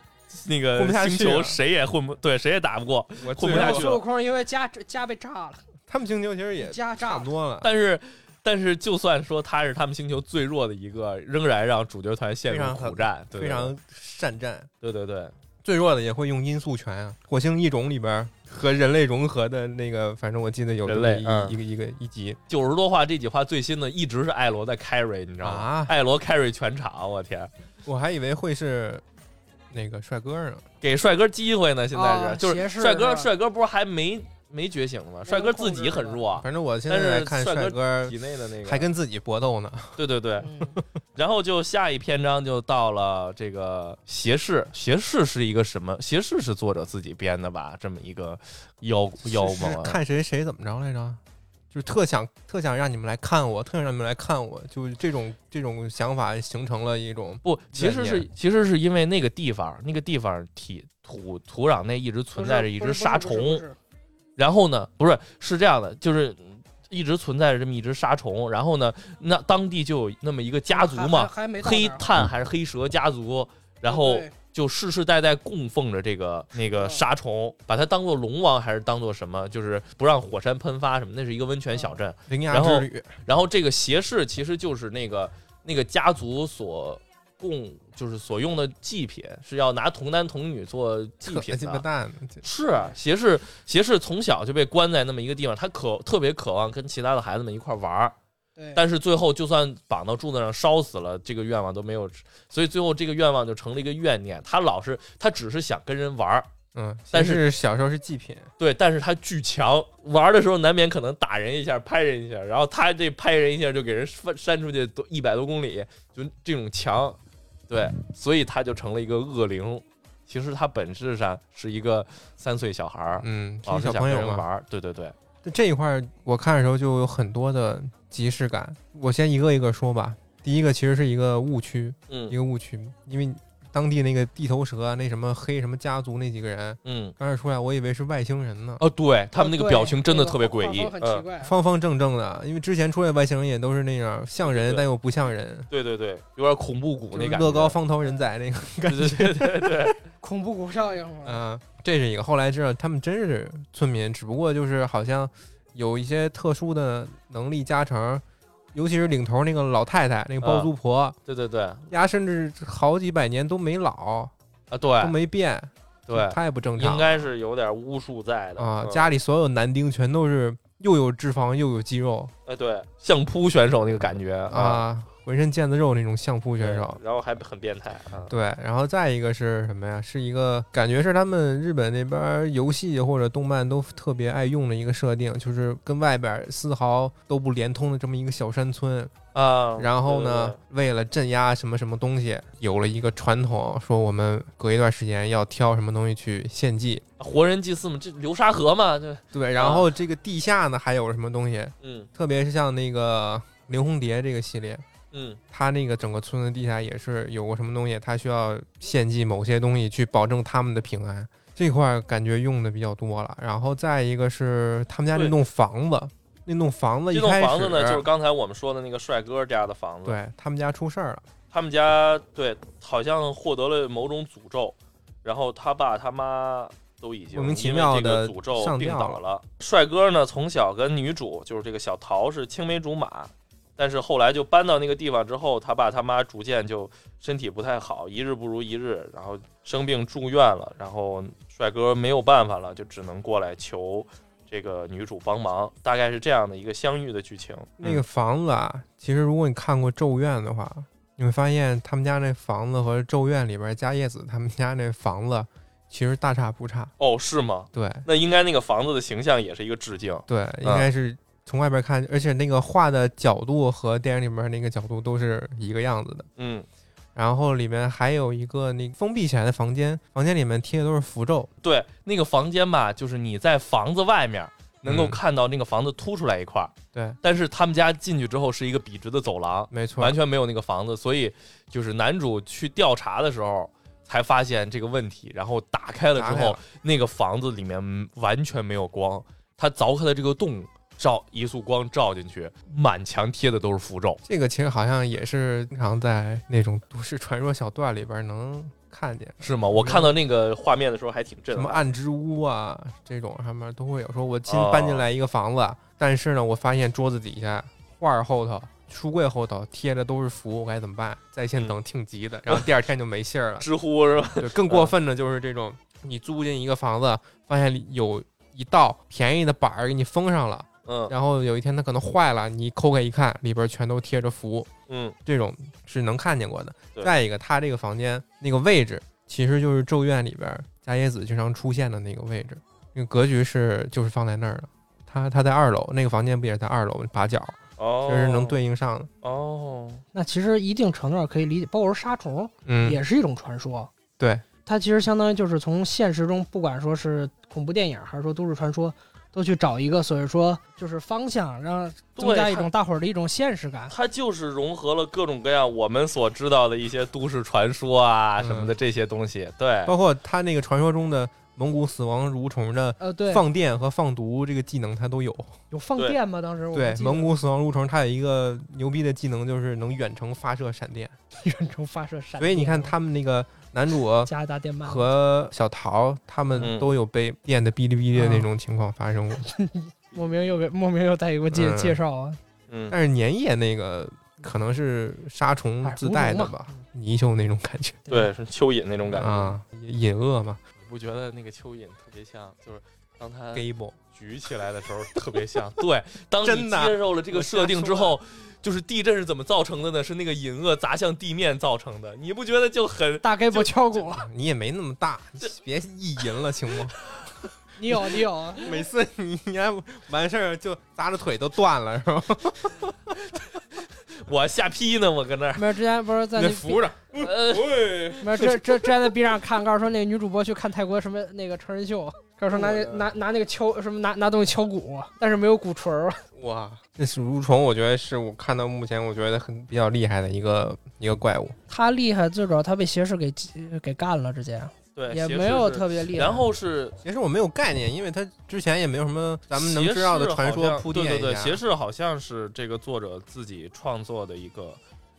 [SPEAKER 2] 那个
[SPEAKER 1] 混不下去
[SPEAKER 2] 星球谁也混不对，谁也打不过。
[SPEAKER 1] 我
[SPEAKER 2] 混不
[SPEAKER 1] 最
[SPEAKER 2] 下
[SPEAKER 1] 弱
[SPEAKER 2] 去了
[SPEAKER 3] 孙悟空因为家家被炸了，
[SPEAKER 1] 他们星球其实也
[SPEAKER 3] 家
[SPEAKER 1] 差
[SPEAKER 3] 炸
[SPEAKER 1] 不
[SPEAKER 3] 了，
[SPEAKER 1] 多了，
[SPEAKER 2] 但是，但是就算说他是他们星球最弱的一个，仍然让主角团陷
[SPEAKER 1] 非
[SPEAKER 2] 入
[SPEAKER 1] 常
[SPEAKER 2] 苦战，对
[SPEAKER 1] 非常善战。
[SPEAKER 2] 对对对，
[SPEAKER 1] 最弱的也会用音速拳啊，火星异种里边和人类融合的那个，反正我记得有这么
[SPEAKER 2] 人类
[SPEAKER 1] 一、
[SPEAKER 2] 嗯
[SPEAKER 1] 一个一个一集，
[SPEAKER 2] 九十多话这几话最新的一直是艾罗在 carry，你知道吗？
[SPEAKER 1] 啊
[SPEAKER 2] 艾罗 carry 全场，我天，
[SPEAKER 1] 我还以为会是那个帅哥呢，
[SPEAKER 2] 给帅哥机会呢，现在是、
[SPEAKER 3] 啊
[SPEAKER 2] 就是
[SPEAKER 3] 斜视
[SPEAKER 2] 帅
[SPEAKER 3] 是
[SPEAKER 2] 哥，
[SPEAKER 3] 吧
[SPEAKER 2] 帅哥不是还没没觉醒呢吗？帅哥自己很弱，
[SPEAKER 1] 反正我现
[SPEAKER 2] 啊但
[SPEAKER 1] 在
[SPEAKER 2] 是
[SPEAKER 1] 来看
[SPEAKER 2] 帅哥
[SPEAKER 1] 帅哥
[SPEAKER 2] 体内的那个
[SPEAKER 1] 还跟自己搏斗呢，
[SPEAKER 2] 对对对，
[SPEAKER 3] 嗯，
[SPEAKER 2] 然后就下一篇章就到了这个斜视，斜视是一个什么？斜视是作者自己编的吧？这么一个妖妖
[SPEAKER 1] 是是
[SPEAKER 2] 魔，
[SPEAKER 1] 看谁谁怎么着来着？就是特想特想让你们来看我，特想让你们来看我，就是这种这种想法形成了一种
[SPEAKER 2] 不，其实
[SPEAKER 1] 怨
[SPEAKER 2] 是其实是因为那个地方，那个地方体土土壤内一直 存在着一只沙
[SPEAKER 3] 不是不是
[SPEAKER 2] 虫
[SPEAKER 3] 不，是
[SPEAKER 2] 然后呢，不是是这样的，就是一直存在着这么一只沙虫，然后呢，那当地就有那么一个家族
[SPEAKER 3] 还
[SPEAKER 2] 嘛，
[SPEAKER 3] 还没到
[SPEAKER 2] 黑
[SPEAKER 3] 那儿
[SPEAKER 2] 炭还是黑蛇家族，然后
[SPEAKER 3] 对
[SPEAKER 2] 就世世代代供奉着这个那个
[SPEAKER 3] 嗯
[SPEAKER 2] 沙虫，把它当做龙王还是当做什么，就是不让火山喷发什么，那是一个温泉
[SPEAKER 3] 嗯
[SPEAKER 2] 小镇。
[SPEAKER 1] 铃芽
[SPEAKER 2] 然后
[SPEAKER 1] 之旅。
[SPEAKER 2] 然后这个斜视其实就是那个那个家族所供，就是所用的祭品，是要拿童男童女做祭品
[SPEAKER 1] 鸡巴
[SPEAKER 2] 的。
[SPEAKER 1] 蛋，
[SPEAKER 2] 是斜视，斜视从小就被关在那么一个地方，他渴特别渴望跟其他的孩子们一块玩儿，
[SPEAKER 3] 对
[SPEAKER 2] 但是最后就算绑到柱子上烧死了，这个愿望都没有，所以最后这个愿望就成了一个怨念。他老是他只是想跟人玩儿，
[SPEAKER 1] 嗯，
[SPEAKER 2] 但
[SPEAKER 1] 其实小时候是祭品，
[SPEAKER 2] 对，但是他巨强，玩的时候难免可能打人一下、拍人一下，然后他这拍人一下就给人翻扇出去多一百多公里，就这种强，对，所以他就成了一个恶灵。其实他本质上是一个三岁小孩儿，
[SPEAKER 1] 嗯，
[SPEAKER 2] 老
[SPEAKER 1] 是小
[SPEAKER 2] 哦是想
[SPEAKER 1] 朋
[SPEAKER 2] 跟
[SPEAKER 1] 友
[SPEAKER 2] 人
[SPEAKER 1] 嘛
[SPEAKER 2] 玩。儿。对对对，
[SPEAKER 1] 这一块儿我看的时候就有很多的即视感。我先一个一个说吧。第一个其实是一个误区，一
[SPEAKER 2] 嗯
[SPEAKER 1] 个误区，因为当地那个地头蛇啊那什么黑什么家族那几个人
[SPEAKER 2] 嗯，
[SPEAKER 1] 刚开始出来，我以为是外星人呢。
[SPEAKER 2] 哦，对他们那个
[SPEAKER 3] 对
[SPEAKER 2] 表情真的
[SPEAKER 3] 那个
[SPEAKER 2] 特别诡
[SPEAKER 3] 画
[SPEAKER 2] 异
[SPEAKER 3] 风，很奇
[SPEAKER 2] 嗯，
[SPEAKER 3] 怪，啊
[SPEAKER 1] 方方正正的，因为之前出来的外星人也都是那样像人
[SPEAKER 2] 对
[SPEAKER 1] 但又不像人，
[SPEAKER 2] 对对对，有点恐怖谷
[SPEAKER 1] 就
[SPEAKER 2] 那
[SPEAKER 1] 是
[SPEAKER 2] 感觉。
[SPEAKER 1] 乐高方头人仔那个
[SPEAKER 2] 对对对对对，
[SPEAKER 3] 恐怖谷效应
[SPEAKER 2] 嗯
[SPEAKER 3] 嘛，
[SPEAKER 1] 啊，这是一个。后来知道他们真是村民，只不过就是好像有一些特殊的能力加成，尤其是领头那个老太太，
[SPEAKER 2] 嗯
[SPEAKER 1] 那个包租婆，
[SPEAKER 2] 对对对啊，
[SPEAKER 1] 丫甚至好几百年都没老，都
[SPEAKER 2] 对
[SPEAKER 1] 没变，
[SPEAKER 2] 对，
[SPEAKER 1] 太不正常
[SPEAKER 2] 应
[SPEAKER 1] 了
[SPEAKER 2] 该是有点巫术在的
[SPEAKER 1] 啊！
[SPEAKER 2] 嗯
[SPEAKER 1] 家里所有男丁全都是又有脂肪又有肌肉
[SPEAKER 2] 哎，对，相扑选手那个感觉
[SPEAKER 1] 啊，浑身腱子肉那种相扑选手。嗯
[SPEAKER 2] 然后还很变态啊，
[SPEAKER 1] 对，然后再一个是什么呀？是一个感觉是他们日本那边儿游戏或者动漫都特别爱用的一个设定，就是跟外边儿丝毫都不连通的这么一个小山村。
[SPEAKER 2] 啊，
[SPEAKER 1] 然后呢，为了镇压什么什么东西，有了一个传统，说我们隔一段时间要挑什么东西去献祭。
[SPEAKER 2] 对，对对活人祭祀嘛，这流沙河嘛，这
[SPEAKER 1] 对，然后这个地下呢还有什么东西，
[SPEAKER 2] 嗯
[SPEAKER 1] 特别是像那个《灵红蝶》这个系列，
[SPEAKER 2] 嗯
[SPEAKER 1] 它那个整个村子地下也是有过什么东西，它需要献祭某些东西去保证他们的平安。这块儿感觉用的比较多了，然后再一个是他们家那
[SPEAKER 2] 对
[SPEAKER 1] 栋房子，那栋房子一
[SPEAKER 2] 这栋
[SPEAKER 1] 开始
[SPEAKER 2] 房子呢，就是刚才我们说的那个帅哥家的房子，
[SPEAKER 1] 对他们家出事儿了，
[SPEAKER 2] 他们家对好像获得了某种诅咒，然后他爸他妈都已经
[SPEAKER 1] 莫名其
[SPEAKER 2] 因为
[SPEAKER 1] 妙
[SPEAKER 2] 这个
[SPEAKER 1] 地
[SPEAKER 2] 诅咒
[SPEAKER 1] 上
[SPEAKER 2] 病
[SPEAKER 1] 吊
[SPEAKER 2] 倒了。帅哥呢，从小跟女主就是这个小桃是青梅竹马，但是后来就搬到那个地方之后，他爸他妈逐渐就身体不太好，一日不如一日，然后生病住院了，然后帅哥没有办法了，就只能过来求。这个女主帮忙，大概是这样的一个相遇的剧情。
[SPEAKER 1] 那个房子啊，其实如果你看过《咒怨》的话，你会发现他们家那房子和《咒怨》里边加叶子他们家那房子其实大差不差。
[SPEAKER 2] 哦，是吗？
[SPEAKER 1] 对
[SPEAKER 2] 那应该那个房子的形象也是一个致敬。
[SPEAKER 1] 对，应该是从外边看，而且那个画的角度和电影里面那个角度都是一个样子的。
[SPEAKER 2] 嗯，
[SPEAKER 1] 然后里面还有一个那封闭起来的房间，房间里面贴的都是符咒，
[SPEAKER 2] 对，那个房间吧，就是你在房子外面能够
[SPEAKER 1] 嗯
[SPEAKER 2] 看到那个房子凸出来一块儿，
[SPEAKER 1] 对，
[SPEAKER 2] 但是他们家进去之后是一个笔直的走廊，
[SPEAKER 1] 没错，
[SPEAKER 2] 完全没有那个房子，所以就是男主去调查的时候才发现这个问题，然后打开了
[SPEAKER 1] 打
[SPEAKER 2] 之
[SPEAKER 1] 开
[SPEAKER 2] 后
[SPEAKER 1] 了，
[SPEAKER 2] 那个房子里面嗯完全没有光，他凿开的这个洞照一束光照进去，满墙贴的都是符咒。
[SPEAKER 1] 这个其实好像也是经常在那种都市传说小段里边能看见。
[SPEAKER 2] 是吗？我看到那个画面的时候还挺
[SPEAKER 1] 嗯
[SPEAKER 2] 震
[SPEAKER 1] 什么
[SPEAKER 2] 撼。
[SPEAKER 1] 暗之屋啊这种上面都会有。说我新
[SPEAKER 2] 哦。
[SPEAKER 1] 搬进来一个房子，但是呢，我发现桌子底下、画儿后头、书柜后头贴的都是符，我该怎么办？在线等挺急的，然后第二天就没信儿了
[SPEAKER 2] 知乎是吧？
[SPEAKER 1] 对，更
[SPEAKER 2] 嗯
[SPEAKER 1] 过分的就是这种，你租进一个房子，发现里有一道便宜的板儿给你封上了，
[SPEAKER 2] 嗯
[SPEAKER 1] 然后有一天它可能坏了，你抠开一看，里边全都贴着符，
[SPEAKER 2] 嗯，
[SPEAKER 1] 这种是能看见过的。
[SPEAKER 2] 对
[SPEAKER 1] 再一个，它这个房间那个位置，其实就是《咒怨》里边伽椰子经常出现的那个位置，那个格局是就是放在那儿的。它它在二楼，那个房间不也是在二楼把角，
[SPEAKER 2] 哦，
[SPEAKER 1] 就是能对应上的。
[SPEAKER 2] 哦，
[SPEAKER 4] 那其实一定程度上可以理解，包括是杀虫
[SPEAKER 1] 嗯，
[SPEAKER 4] 也是一种传说。
[SPEAKER 1] 对，
[SPEAKER 4] 它其实相当于就是从现实中，不管说是恐怖电影还是说都市传说，都去找一个所谓说就是方向，让增
[SPEAKER 2] 对
[SPEAKER 4] 加一
[SPEAKER 2] 它
[SPEAKER 4] 种大伙儿的一种现实感。
[SPEAKER 2] 它就是融合了各种各样我们所知道的一些都市传说啊
[SPEAKER 1] 嗯
[SPEAKER 2] 什么的这些东西。对，
[SPEAKER 1] 包括它那个传说中的蒙古死亡蠕虫的
[SPEAKER 4] 呃，对，
[SPEAKER 1] 放电和放毒这个技能，它都有。
[SPEAKER 4] 有放
[SPEAKER 2] 对
[SPEAKER 4] 电吗？当时我
[SPEAKER 1] 对，蒙
[SPEAKER 4] 古
[SPEAKER 1] 古死亡蠕虫它有一个牛逼的技能，就是能远程发射闪电。
[SPEAKER 4] 远程发射闪电，嗯
[SPEAKER 1] 所以你看他们那个男主
[SPEAKER 4] 加拿大电鳗
[SPEAKER 1] 和小桃他们
[SPEAKER 2] 嗯
[SPEAKER 1] 都有被电的哔哩哔哩的
[SPEAKER 4] 嗯
[SPEAKER 1] 那种情况发生过，
[SPEAKER 4] 莫名又给莫名又带给我介、
[SPEAKER 1] 嗯
[SPEAKER 4] 介绍啊，
[SPEAKER 2] 嗯，
[SPEAKER 1] 但是粘液那个可能是杀虫自带的吧，
[SPEAKER 4] 嗯
[SPEAKER 1] 泥鳅那种感觉
[SPEAKER 2] 对，嗯是蚯蚓那种感觉。
[SPEAKER 1] 啊，隐恶嘛
[SPEAKER 2] 你不觉得那个蚯蚓特别像，就是当它
[SPEAKER 1] ，gable
[SPEAKER 2] 举起来的时候特别像？对，当
[SPEAKER 1] 真
[SPEAKER 2] 你
[SPEAKER 1] 的
[SPEAKER 2] 接受了这个
[SPEAKER 1] 我
[SPEAKER 2] 设定
[SPEAKER 1] 瞎
[SPEAKER 2] 之
[SPEAKER 1] 说
[SPEAKER 2] 后，就是地震是怎么造成的呢？是那个隐恶砸向地面造成的。你不觉得就很
[SPEAKER 4] 大概不敲鼓，
[SPEAKER 1] 嗯你也没那么大，你别意淫了行 吗？
[SPEAKER 4] 你有你 有，
[SPEAKER 1] 每次你你还完事儿就砸着腿都断了是吧？
[SPEAKER 2] 我下劈呢？我搁那儿，
[SPEAKER 4] 没有之前不是在
[SPEAKER 1] 你
[SPEAKER 4] 那
[SPEAKER 1] 得扶着，
[SPEAKER 2] 呃，
[SPEAKER 4] 没有这这之前在 B 上看，告诉说那个女主播去看泰国什么那个成人秀，啊告诉说拿那
[SPEAKER 2] 啊
[SPEAKER 4] 拿拿那个敲什么拿拿东西敲鼓，啊但是没有鼓槌儿，啊
[SPEAKER 1] 哇，那是蠕虫，我觉得是我看到目前我觉得很比较厉害的一个一个怪物。
[SPEAKER 4] 他厉害，最主要他被邪视给给干了，直接
[SPEAKER 2] 对，
[SPEAKER 4] 也
[SPEAKER 2] 斜
[SPEAKER 4] 没
[SPEAKER 2] 视
[SPEAKER 4] 有
[SPEAKER 2] 是
[SPEAKER 4] 特别厉害。
[SPEAKER 2] 然后是
[SPEAKER 1] 其实我没有概念，因为它之前也没有什么咱们能
[SPEAKER 2] 斜
[SPEAKER 1] 知道的
[SPEAKER 2] 视
[SPEAKER 1] 传
[SPEAKER 2] 好
[SPEAKER 1] 说
[SPEAKER 2] 像
[SPEAKER 1] 铺垫
[SPEAKER 2] 对
[SPEAKER 1] 一
[SPEAKER 2] 对对，
[SPEAKER 1] 下
[SPEAKER 2] 斜视好像是这个作者自己创作的一个